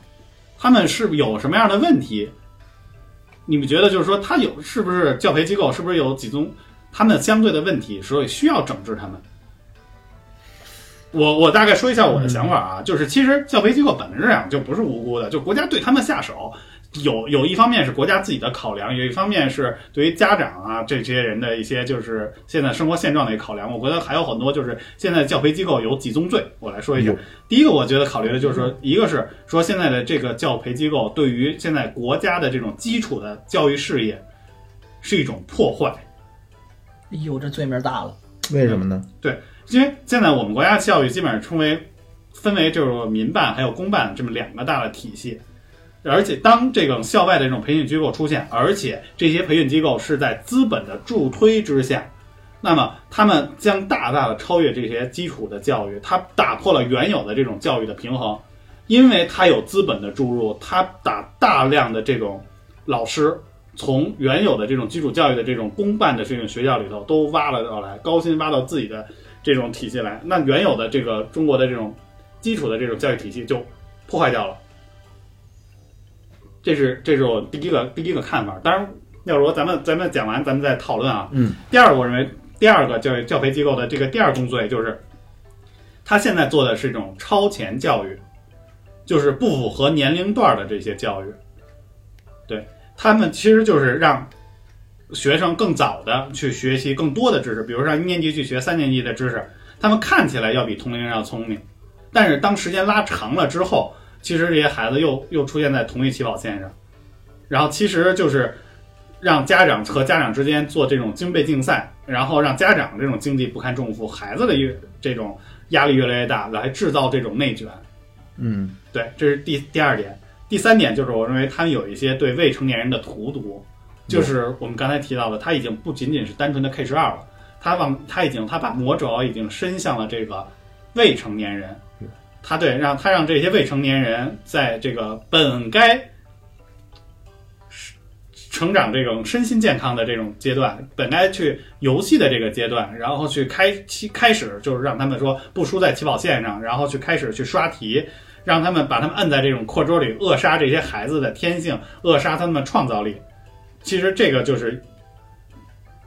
Speaker 3: 他们是有什么样的问题？你们觉得就是说，他有是不是教培机构是不是有几宗他们相对的问题，所以需要整治他们？我我大概说一下我的想法啊，就是其实教培机构本质上就不是无辜的，就国家对他们下手，有有一方面是国家自己的考量，有一方面是对于家长啊这些人的一些就是现在生活现状的一个考量。我觉得还有很多就是现在教培机构有几宗罪，我来说一下
Speaker 1: 有。
Speaker 3: 第一个，我觉得考虑的就是说，一个是说现在的这个教培机构对于现在国家的这种基础的教育事业是一种破坏。
Speaker 2: 哎呦，这罪名大了。
Speaker 1: 为什么呢？
Speaker 3: 因为现在我们国家教育基本上称为分为就是民办还有公办这么两个大的体系，而且当这种校外的这种培训机构出现，而且这些培训机构是在资本的助推之下，那么他们将大大的超越这些基础的教育，它打破了原有的这种教育的平衡，因为它有资本的注入，它打大量的这种老师从原有的这种基础教育的这种公办的这种学校里头都挖了到来，高薪挖到自己的这种体系来，那原有的这个中国的这种基础的这种教育体系就破坏掉了。这是这是我第一个第一个看法。当然，要是我咱们咱们讲完，咱们再讨论啊。
Speaker 1: 嗯。
Speaker 3: 第二个，我认为第二个教育教培机构的这个第二重罪就是，他现在做的是一种超前教育，就是不符合年龄段儿的这些教育。对他们其实就是让学生更早的去学习更多的知识，比如让一年级去学三年级的知识，他们看起来要比同龄人要聪明，但是当时间拉长了之后，其实这些孩子又又出现在同一起跑线上，然后其实就是让家长和家长之间做这种经费竞赛，然后让家长这种经济不堪重负，孩子的一这种压力越来越大，来制造这种内卷。
Speaker 1: 嗯
Speaker 3: 对，这是第第二点。第三点就是，我认为他们有一些对未成年人的荼毒，就是我们刚才提到的，他已经不仅仅是单纯的 K 十二了，他往他已经他把魔爪已经伸向了这个未成年人
Speaker 1: 嗯，
Speaker 3: 他对让他让这些未成年人在这个本该成长这种身心健康的这种阶段，本该去游戏的这个阶段，然后去开起开始就是让他们说不输在起跑线上，然后去开始去刷题，让他们把他们摁在这种课桌里，扼杀这些孩子的天性，扼杀他们的创造力。其实这个就是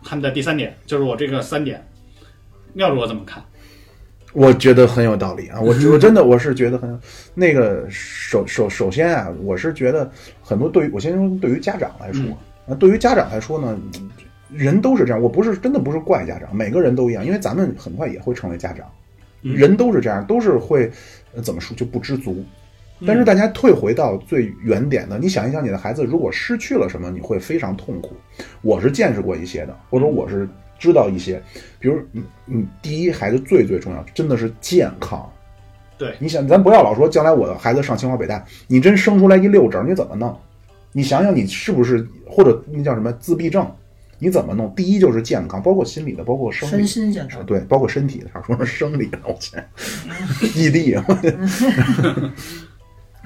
Speaker 3: 他们的第三点，就是我这个三点，妙主我怎么看？
Speaker 1: 我觉得很有道理 啊！我我真的我是觉得很有那个首首首先啊，我是觉得很多对于我先说对于家长来说，
Speaker 3: 嗯
Speaker 1: 那、对于家长来说呢，人都是这样。我不是真的不是怪家长，每个人都一样，因为咱们很快也会成为家长，
Speaker 3: 嗯
Speaker 1: 人都是这样，都是会、呃怎么说就不知足。但
Speaker 3: 嗯
Speaker 1: 是大家退回到最原点的，你想一想，你的孩子如果失去了什么，你会非常痛苦。我是见识过一些的，或者
Speaker 3: 嗯
Speaker 1: 我是知道一些，比如你你第一孩子最最重要，真的是健康。
Speaker 3: 对
Speaker 1: 你想，咱不要老说将来我的孩子上清华北大，你真生出来一六整，你怎么弄？你想想，你是不是或者那叫什么自闭症？你怎么弄？第一就是健康，包括心理的，包括生理
Speaker 2: 身
Speaker 1: 的
Speaker 2: 心健康
Speaker 1: 啊，。对，包括身体的，他说是生理的，我天，异地，我天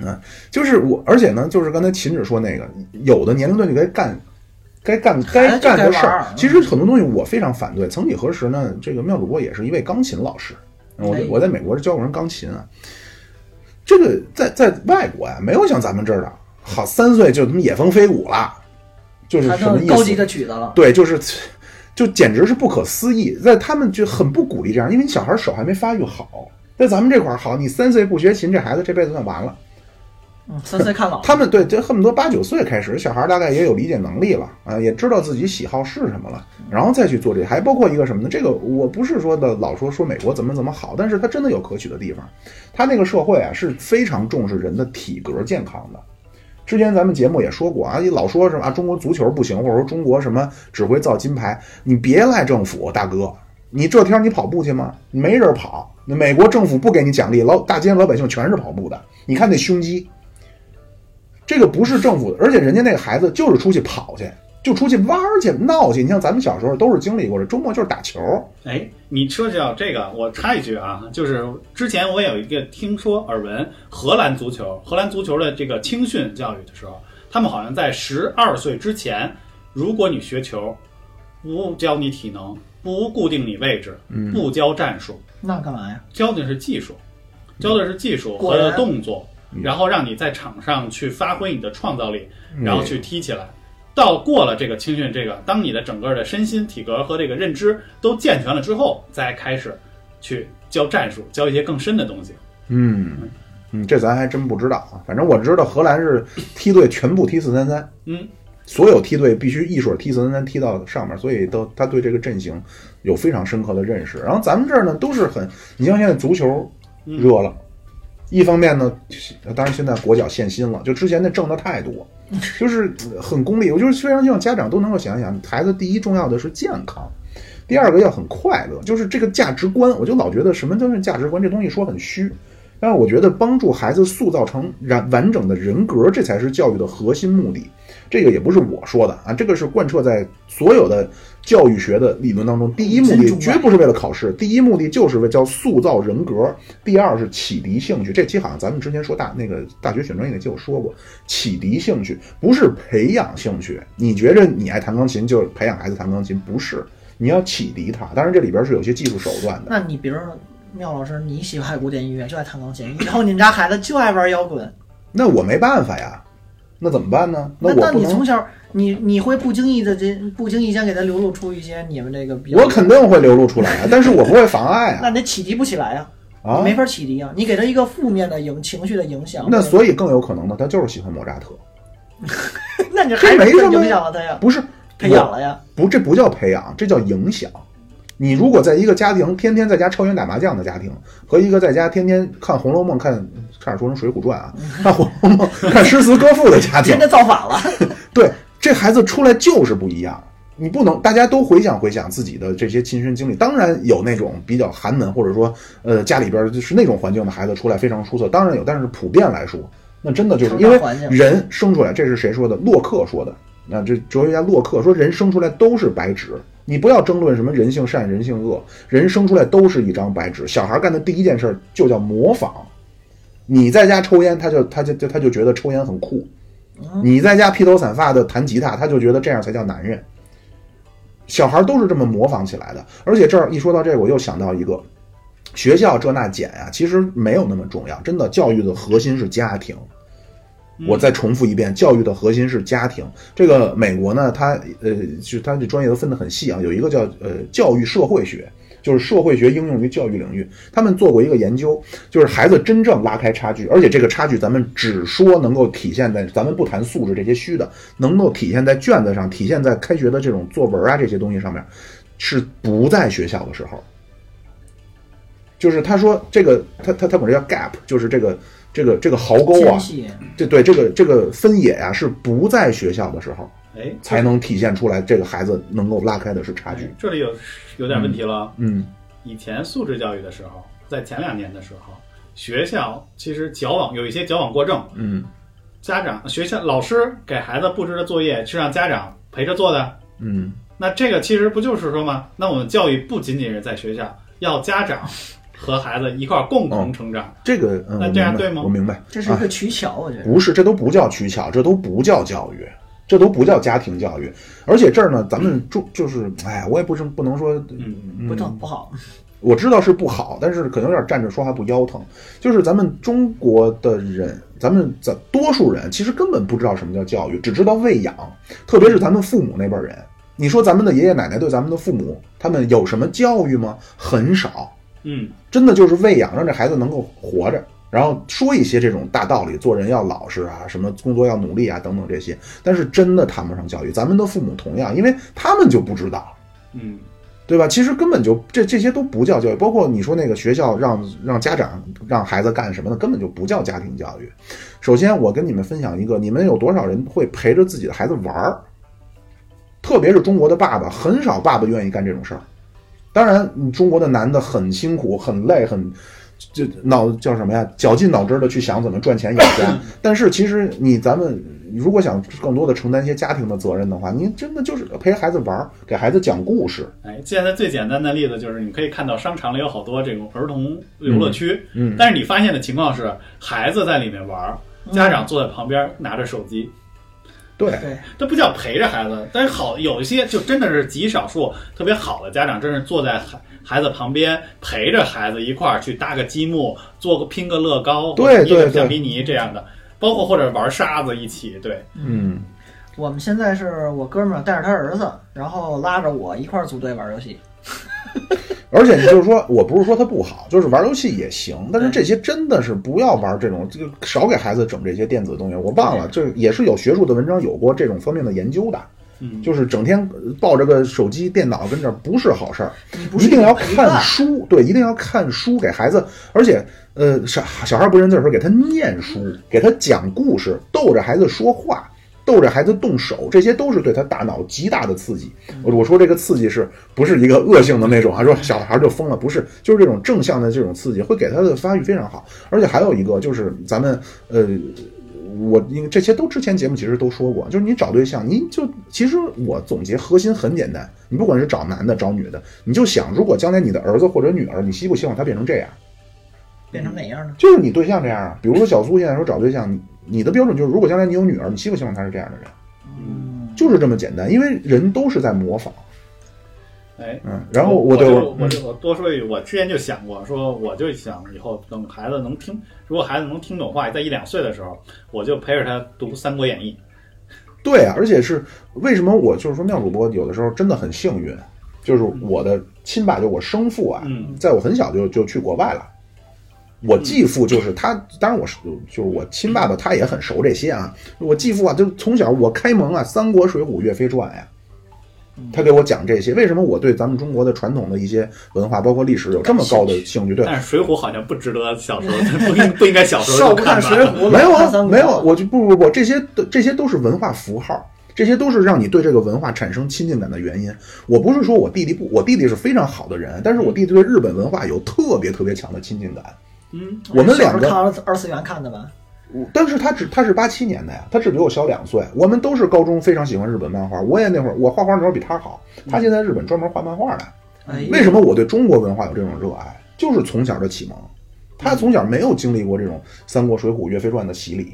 Speaker 1: 嗯，就是我，而且呢，就是刚才秦止说那个，有的年龄段就该干。该干该
Speaker 2: 哎
Speaker 1: 干
Speaker 2: 就该
Speaker 1: 的事
Speaker 2: 玩
Speaker 1: 儿
Speaker 2: 儿，
Speaker 1: 其实很多东西我非常反对。曾几何时呢，这个妙主播也是一位钢琴老师，我
Speaker 2: 哎
Speaker 1: 我在美国是教过人钢琴啊。这个在在外国呀、没有像咱们这儿的，好三岁就他妈野蜂飞舞了，就是
Speaker 2: 弹
Speaker 1: 什么
Speaker 2: 上
Speaker 1: 意思？
Speaker 2: 高级的曲子了，
Speaker 1: 对，就是，就简直是不可思议。在他们就很不鼓励这样，因为你小孩手还没发育好。在咱们这块儿好，你三岁不学琴，这孩子这辈子算完了。
Speaker 2: 嗯，三岁看老
Speaker 1: 他们对，这恨不得八九岁开始，小孩大概也有理解能力了啊，也知道自己喜好是什么了，然后再去做这，还包括一个什么呢？这个我不是说的老说说美国怎么怎么好，但是它真的有可取的地方。它那个社会啊是非常重视人的体格健康的。之前咱们节目也说过啊，你老说什么啊中国足球不行，或者说中国什么只会造金牌，你别赖政府，大哥，你这天你跑步去吗？没人跑。那美国政府不给你奖励，老大街上老百姓全是跑步的。你看那胸肌，这个不是政府的，而且人家那个孩子就是出去跑去，就出去玩儿去闹去。你像咱们小时候都是经历过的，周末就是打球。
Speaker 3: 哎，你说起到这个，我插一句啊，就是之前我有一个听说耳闻，荷兰足球，荷兰足球的这个青训教育的时候，他们好像在十二岁之前，如果你学球，不教你体能，不固定你位置，不教战术，
Speaker 2: 那干嘛呀？
Speaker 3: 教的是技术，教的是技术
Speaker 2: 果然
Speaker 3: 和动作，然后让你在场上去发挥你的创造力，然后去踢起来。到过了这个青训，这个当你的整个的身心体格和这个认知都健全了之后，再开始去教战术，教一些更深的东西。
Speaker 1: 嗯嗯，这咱还真不知道啊。反正我知道荷兰是梯队全部踢四三三，
Speaker 3: 嗯，
Speaker 1: 所有梯队必须一水踢四三三踢到上面，所以都他对这个阵型有非常深刻的认识。然后咱们这儿呢都是很，你像现在足球热了。一方面呢，当然现在国脚限薪了，就之前那挣的太多，就是呃很功利。我就是非常希望家长都能够想一想，孩子第一重要的是健康，第二个要很快乐，就是这个价值观。我就老觉得什么都是价值观，这东西说很虚，但是我觉得帮助孩子塑造成完完整的人格，这才是教育的核心目的。这个也不是我说的啊，这个是贯彻在所有的教育学的理论当中。第一目
Speaker 2: 真
Speaker 1: 的
Speaker 2: 重要
Speaker 1: 绝不是为了考试，第一目的就是为叫塑造人格。第二是启迪兴趣，这期好像咱们之前说大那个大学选专业那期有说过，启迪兴趣不是培养兴趣。你觉着你爱弹钢琴就培养孩子弹钢琴，不是。你要启迪他，当然这里边是有些技术手段的。
Speaker 2: 那你比如说妙老师，你喜欢古典音乐，就爱弹钢琴， 然后你们家孩子就爱玩摇滚，
Speaker 1: 那我没办法呀，那怎么办呢？
Speaker 2: 那
Speaker 1: 我不
Speaker 2: 你
Speaker 1: 能
Speaker 2: 从小你你会不经意的这不经意间给他流露出一些你们这个比较，
Speaker 1: 我肯定会流露出来啊，但是我不会妨碍
Speaker 2: 那
Speaker 1: 啊
Speaker 2: 你启迪不起来啊，
Speaker 1: 啊
Speaker 2: 你！没法启迪啊，你给他一个负面的影情绪的影响，
Speaker 1: 那所以更有可能呢，他就是喜欢莫扎特，
Speaker 2: 那你还是
Speaker 1: 这没什么
Speaker 2: 影响了他呀，
Speaker 1: 不是
Speaker 2: 培养了呀，
Speaker 1: 不，这不叫培养，这叫影响。你如果在一个家庭天天在家抽烟打麻将的家庭，和一个在家天天看《红楼梦》看，差点说成《水浒传》啊，看《红楼梦》看《诗词歌赋》的 家庭
Speaker 2: 天，天造反了，
Speaker 1: 对，这孩子出来就是不一样。你不能，大家都回想回想自己的这些亲身经历。当然有那种比较寒门，或者说，呃，家里边就是那种环境的孩子出来非常出色，当然有。但是普遍来说，那真的就是
Speaker 2: 成
Speaker 1: 因
Speaker 2: 长
Speaker 1: 为
Speaker 2: 环境
Speaker 1: 人生出来，这是谁说的？洛克说的。那这哲学家洛克说，人生出来都是白纸。你不要争论什么人性善、人性恶，人生出来都是一张白纸。小孩干的第一件事儿就叫模仿。你在家抽烟，他就他就就他就觉得抽烟很酷；你在家披头散发的弹吉他，他就觉得这样才叫男人。小孩都是这么模仿起来的。而且这儿一说到这个，我又想到一个，学校这那减啊，其实没有那么重要。真的，教育的核心是家庭。我再重复一遍，教育的核心是家庭。这个美国呢，它呃，就它这专业都分得很细啊，有一个叫呃教育社会学，就是社会学应用于教育领域。他们做过一个研究，就是孩子真正拉开差距，而且这个差距咱们只说能够体现在，咱们不谈素质这些虚的，能够体现在卷子上，体现在开学的这种作文啊这些东西上面，是不在学校的时候。就是他说这个，他他他管这叫 gap，就是这个这个这个壕沟啊
Speaker 2: 间，隙
Speaker 1: 这对这个这个分野呀、是不在学校的时候
Speaker 3: 哎，
Speaker 1: 才能体现出来，这个孩子能够拉开的是差距。
Speaker 3: 这里有有点问题了。
Speaker 1: 嗯，
Speaker 3: 以前素质教育的时候，在前两年的时候，学校其实矫枉有一些矫枉过正，
Speaker 1: 嗯，
Speaker 3: 家长、学校老师给孩子布置的作业是让家长陪着做的，
Speaker 1: 嗯，
Speaker 3: 那这个其实不就是说吗？那我们教育不仅仅是在学校，要家长和孩子一块儿共同成长。
Speaker 1: 这个嗯，
Speaker 3: 那
Speaker 1: 我
Speaker 3: 这样
Speaker 1: 明白
Speaker 3: 对吗
Speaker 1: 我明白，
Speaker 2: 这是一个取巧，我觉得。
Speaker 1: 不是，这都不叫取巧，这都不叫教育，这都不叫家庭教育。而且这儿呢，咱们就就是，哎，我也不是不能说
Speaker 3: 嗯，
Speaker 2: 不正不好，
Speaker 1: 我知道是不好，但是可能有点站着说话不腰疼。就是咱们中国的人，咱们咱多数人其实根本不知道什么叫教育，只知道喂养，特别是咱们父母那辈人。你说咱们的爷爷奶奶对咱们的父母，他们有什么教育吗？很少，
Speaker 3: 嗯，
Speaker 1: 真的就是喂养，让这孩子能够活着，然后说一些这种大道理，做人要老实啊，什么工作要努力啊，等等这些。但是真的谈不上教育，咱们的父母同样，因为他们就不知道，
Speaker 3: 嗯，
Speaker 1: 对吧？其实根本就这这些都不叫教育，包括你说那个学校让让家长让孩子干什么的，根本就不叫家庭教育。首先，我跟你们分享一个，你们有多少人会陪着自己的孩子玩儿？特别是中国的爸爸，很少爸爸愿意干这种事儿。当然，嗯中国的男的很辛苦、很累、很就脑叫什么呀，绞尽脑汁的去想怎么赚钱养家。但是其实你咱们如果想更多的承担一些家庭的责任的话，您真的就是陪孩子玩儿，给孩子讲故事。
Speaker 3: 哎，现在最简单的例子就是，你可以看到商场里有好多这种儿童游乐区，
Speaker 1: 嗯，
Speaker 3: 但是你发现的情况是，孩子在里面玩儿，家长坐在旁边拿着手机，
Speaker 1: 对，
Speaker 2: 对，
Speaker 3: 这不叫陪着孩子。但是好，有一些就真的是极少数特别好的家长，真是坐在孩孩子旁边陪着孩子一块儿去搭个积木，做个拼个乐高，
Speaker 1: 对
Speaker 3: 或者捏个
Speaker 1: 对对
Speaker 3: 橡皮泥这样的，包括或者玩沙子一起，对，
Speaker 1: 嗯，
Speaker 2: 我们现在是我哥们儿带着他儿子，然后拉着我一块儿组队玩游戏。
Speaker 1: 而且你就是说，我不是说它不好， 就是玩游戏也行，但是这些真的是不要玩这种，这个少给孩子整这些电子东西。我忘了，这也是有学术的文章有过这种方面的研究的，
Speaker 3: 嗯，
Speaker 1: 就是整天呃抱着个手机、电脑跟这儿不是好事儿。
Speaker 2: 你不是
Speaker 1: 一定要
Speaker 2: 陪
Speaker 1: 看
Speaker 2: 伴，
Speaker 1: 书，对，一定要看书给孩子，而且
Speaker 2: 嗯
Speaker 1: 呃，小小孩不认字儿的时候，给他念书，给他讲故事，逗着孩子说话。逗着孩子动手，这些都是对他大脑极大的刺激。
Speaker 2: 嗯
Speaker 1: 我我说这个刺激是不是一个恶性的那种啊？说小孩就疯了，不是，就是这种正向的这种刺激会给他的发育非常好。而且还有一个就是咱们呃。我因为这些都之前节目其实都说过，就是你找对象，你就其实我总结核心很简单，你不管是找男的找女的，你就想，如果将来你的儿子或者女儿，你希不希望他变成这样？
Speaker 2: 变成哪样呢？
Speaker 1: 就是你对象这样啊。比如说小苏现在说找对象，你你的标准就是，如果将来你有女儿，你希不希望她是这样的人？
Speaker 3: 嗯
Speaker 1: 就是这么简单，因为人都是在模仿。
Speaker 3: 哎，
Speaker 1: 嗯，然后
Speaker 3: 我
Speaker 1: 对
Speaker 3: 就我就我多说一句，我之前就想过，说我就想以后等孩子能听，如果孩子能听懂话，在一两岁的时候，我就陪着他读《三国演义
Speaker 1: 对啊，而且是为什么我就是说妙主播有的时候真的很幸运，就是我的亲爸就我生父啊，
Speaker 3: 嗯
Speaker 1: 在我很小就就去国外了。我继父就是他，当然我是就是我亲爸爸，他也很熟这些啊。我继父啊，就从小我开蒙啊，《三国》《水浒》《岳飞传》呀，他给我讲这些。为什么我对咱们中国的传统的一些文化，包括历史有这么高的兴趣？》，对，
Speaker 3: 但是《水浒》好像不值得小时候， 不应不应该小时候
Speaker 2: 少
Speaker 3: 就
Speaker 2: 不看
Speaker 3: 吧
Speaker 2: 水浒，
Speaker 1: 没有
Speaker 2: 老看
Speaker 1: 啊，
Speaker 2: 三国
Speaker 1: 没有，我就不不不，这些都这些都是文化符号，这些都是让你对这个文化产生亲近感的原因。我不是说我弟弟不，我弟弟是非常好的人，但是我弟弟对日本文化有特别特别强的亲近感。
Speaker 3: 嗯，
Speaker 1: 我们
Speaker 2: 哎小时
Speaker 1: 两
Speaker 2: 候
Speaker 1: 个，
Speaker 2: 看二二次元看的吧？
Speaker 1: 我但是他只他是八七年的呀，他只比我小两岁。我们都是高中非常喜欢日本漫画，我也那会儿我画画那会儿比他好，他现在日本专门画漫画呢。
Speaker 2: 哎呀，
Speaker 1: 为什么我对中国文化有这种热爱？就是从小的启蒙。他从小没有经历过这种《三国》《水浒》《岳飞传》的洗礼，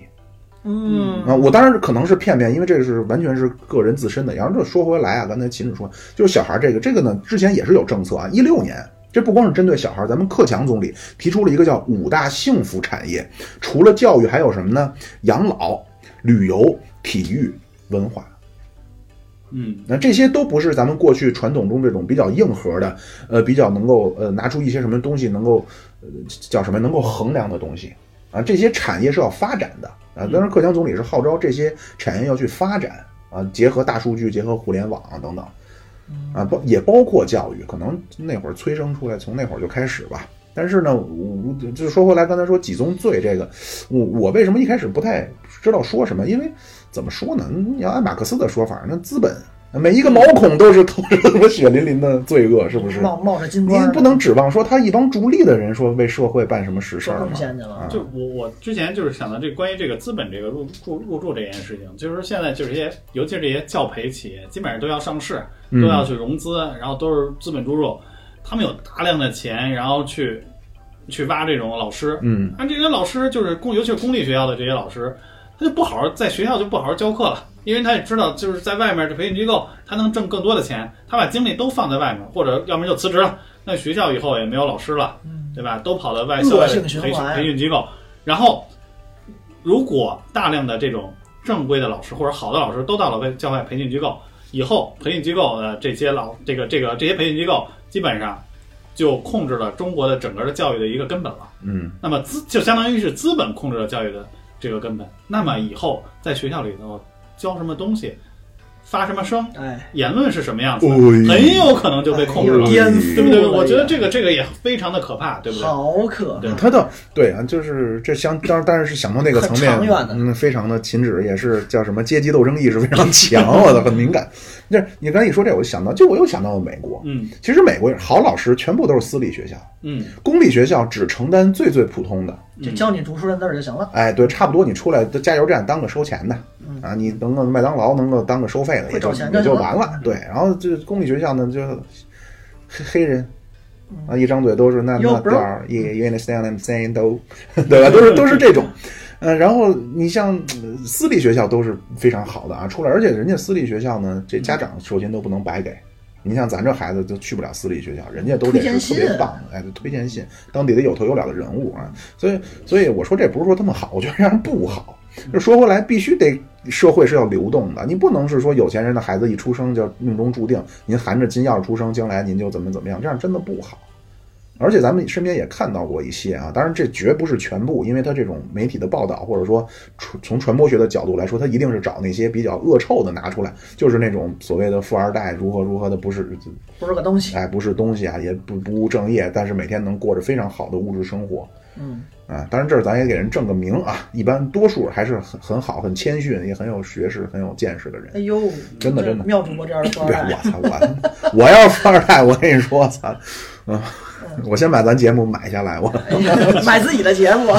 Speaker 2: 嗯
Speaker 1: 啊，我当然可能是片面，因为这是完全是个人自身的。然后这说回来啊，刚才秦主说，就是小孩这个这个呢，之前也是有政策啊，一六年。这不光是针对小孩，咱们克强总理提出了一个叫“五大幸福产业”，除了教育还有什么呢？养老、旅游、体育、文化。
Speaker 3: 嗯
Speaker 1: 那这些都不是咱们过去传统中这种比较硬核的，呃，比较能够呃拿出一些什么东西能够，呃，叫什么能够衡量的东西啊。这些产业是要发展的啊。当
Speaker 2: 嗯
Speaker 1: 然，克强总理是号召这些产业要去发展啊，结合大数据，结合互联网等等
Speaker 2: 嗯
Speaker 1: 啊，包也包括教育，可能那会儿催生出来，从那会儿就开始吧。但是呢，我我就是说回来，刚才说几宗罪这个，我我为什么一开始不太知道说什么？因为怎么说呢？你要按马克思的说法，那资本每
Speaker 2: 嗯
Speaker 1: 一个毛孔都是 透着他妈血淋淋的罪恶，是不是？
Speaker 2: 冒冒着金
Speaker 1: 您
Speaker 2: 光呢，
Speaker 1: 不能指望说他一帮逐利的人说为社会办什么实事儿
Speaker 2: 做贡
Speaker 1: 嘛？
Speaker 2: 献去了。
Speaker 1: 啊
Speaker 3: 就我我之前就是想到这关于这个资本这个入驻入驻这件事情，就是现在就是这些，尤其是这些教培企业，基本上都要上市，
Speaker 1: 嗯
Speaker 3: 都要去融资，然后都是资本注入，他们有大量的钱，然后去去挖这种老师，
Speaker 1: 嗯，
Speaker 3: 啊，这些老师就是公，尤其是公立学校的这些老师，他就不好好在学校就不好好教课了，因为他也知道就是在外面的培训机构，他能挣更多的钱，他把精力都放在外面，或者要么就辞职了，那学校以后也没有老师了，对吧？都跑到外校
Speaker 2: 恶
Speaker 3: 外
Speaker 2: 嗯性
Speaker 3: 培
Speaker 2: 循
Speaker 3: 训
Speaker 2: 环
Speaker 3: 培训机构，然后如果大量的这种正规的老师或者好的老师都到了外校外培训机构，以后培训机构的这些老这个这个这些培训机构基本上就控制了中国的整个的教育的一个根本了。
Speaker 1: 嗯，
Speaker 3: 那么资就相当于是资本控制了教育的这个根本。那么以后在学校里头教什么东西，发什么声，
Speaker 2: 哎，
Speaker 3: 言论是什么样子，
Speaker 1: 哎
Speaker 3: 很有可能就被控制了
Speaker 1: 哎，
Speaker 2: 颠覆了
Speaker 3: 对不对？我觉得
Speaker 2: 也
Speaker 3: 这个这个也非常的可怕，对不对？
Speaker 2: 好可怕
Speaker 3: 对。
Speaker 1: 他的对啊，就是这相当但是想到那个层面，
Speaker 2: 很长远的
Speaker 1: 嗯，非常的秦止也是叫什么阶级斗争意识非常强，我的很敏感。那你刚才一说这，我就想到，就我又想到了美国。
Speaker 3: 嗯
Speaker 1: 其实美国好老师全部都是私立学校，
Speaker 3: 嗯，
Speaker 1: 公立学校只承担最最普通的，
Speaker 2: 就教你读书认字儿就行了，嗯
Speaker 1: 哎，对，差不多你出来的加油站当个收钱的，啊，你能够麦当劳能够当个收费的，也就
Speaker 2: 会找钱
Speaker 1: 也
Speaker 2: 干
Speaker 1: 就
Speaker 2: 什么
Speaker 1: 完
Speaker 2: 嗯
Speaker 1: 了。对，然后这公立学校呢，就黑黑人。啊，一张嘴都是那那
Speaker 2: 嗯
Speaker 1: 调
Speaker 2: Yo, bro
Speaker 1: 儿，you you understand what I'm saying 都， 对吧？都是都是这种，呃，然后你像呃私立学校都是非常好的啊，出来，而且人家私立学校呢，这家
Speaker 2: 嗯
Speaker 1: 长首先都不能白给，你像咱这孩子就去不了私立学校，人家都得
Speaker 2: 推荐
Speaker 1: 是特别
Speaker 2: 信
Speaker 1: 棒的，哎，推荐信，当地的有头有脸的人物啊，所以，所以我说这不是说他们好，我觉得这样不好。
Speaker 2: 嗯
Speaker 1: 就说回来，必须得社会是要流动的，你不能是说有钱人的孩子一出生就命中注定，您含着金钥匙出生，将来您就怎么怎么样，这样真的不好。而且咱们身边也看到过一些啊，当然这绝不是全部，因为他这种媒体的报道，或者说传从传播学的角度来说，他一定是找那些比较恶臭的拿出来，就是那种所谓的富二代如何如何的，不是哎
Speaker 2: 不是个东西。
Speaker 1: 哎不是东西啊，也不不务正业，但是每天能过着非常好的物质生活。
Speaker 2: 嗯，
Speaker 1: 啊，当然这儿咱也给人正个名啊，一般多数还是很很好、很谦逊，也很有学识、很有见识的人
Speaker 2: 哎。呦，
Speaker 1: 真的真的
Speaker 2: 妙主播这样的哎富二
Speaker 1: 对，
Speaker 2: 代
Speaker 1: 我，操，我我要是富二代，我跟你说，我操，嗯，我先把咱节目买下来，我。
Speaker 2: 哎呀买自己的节目。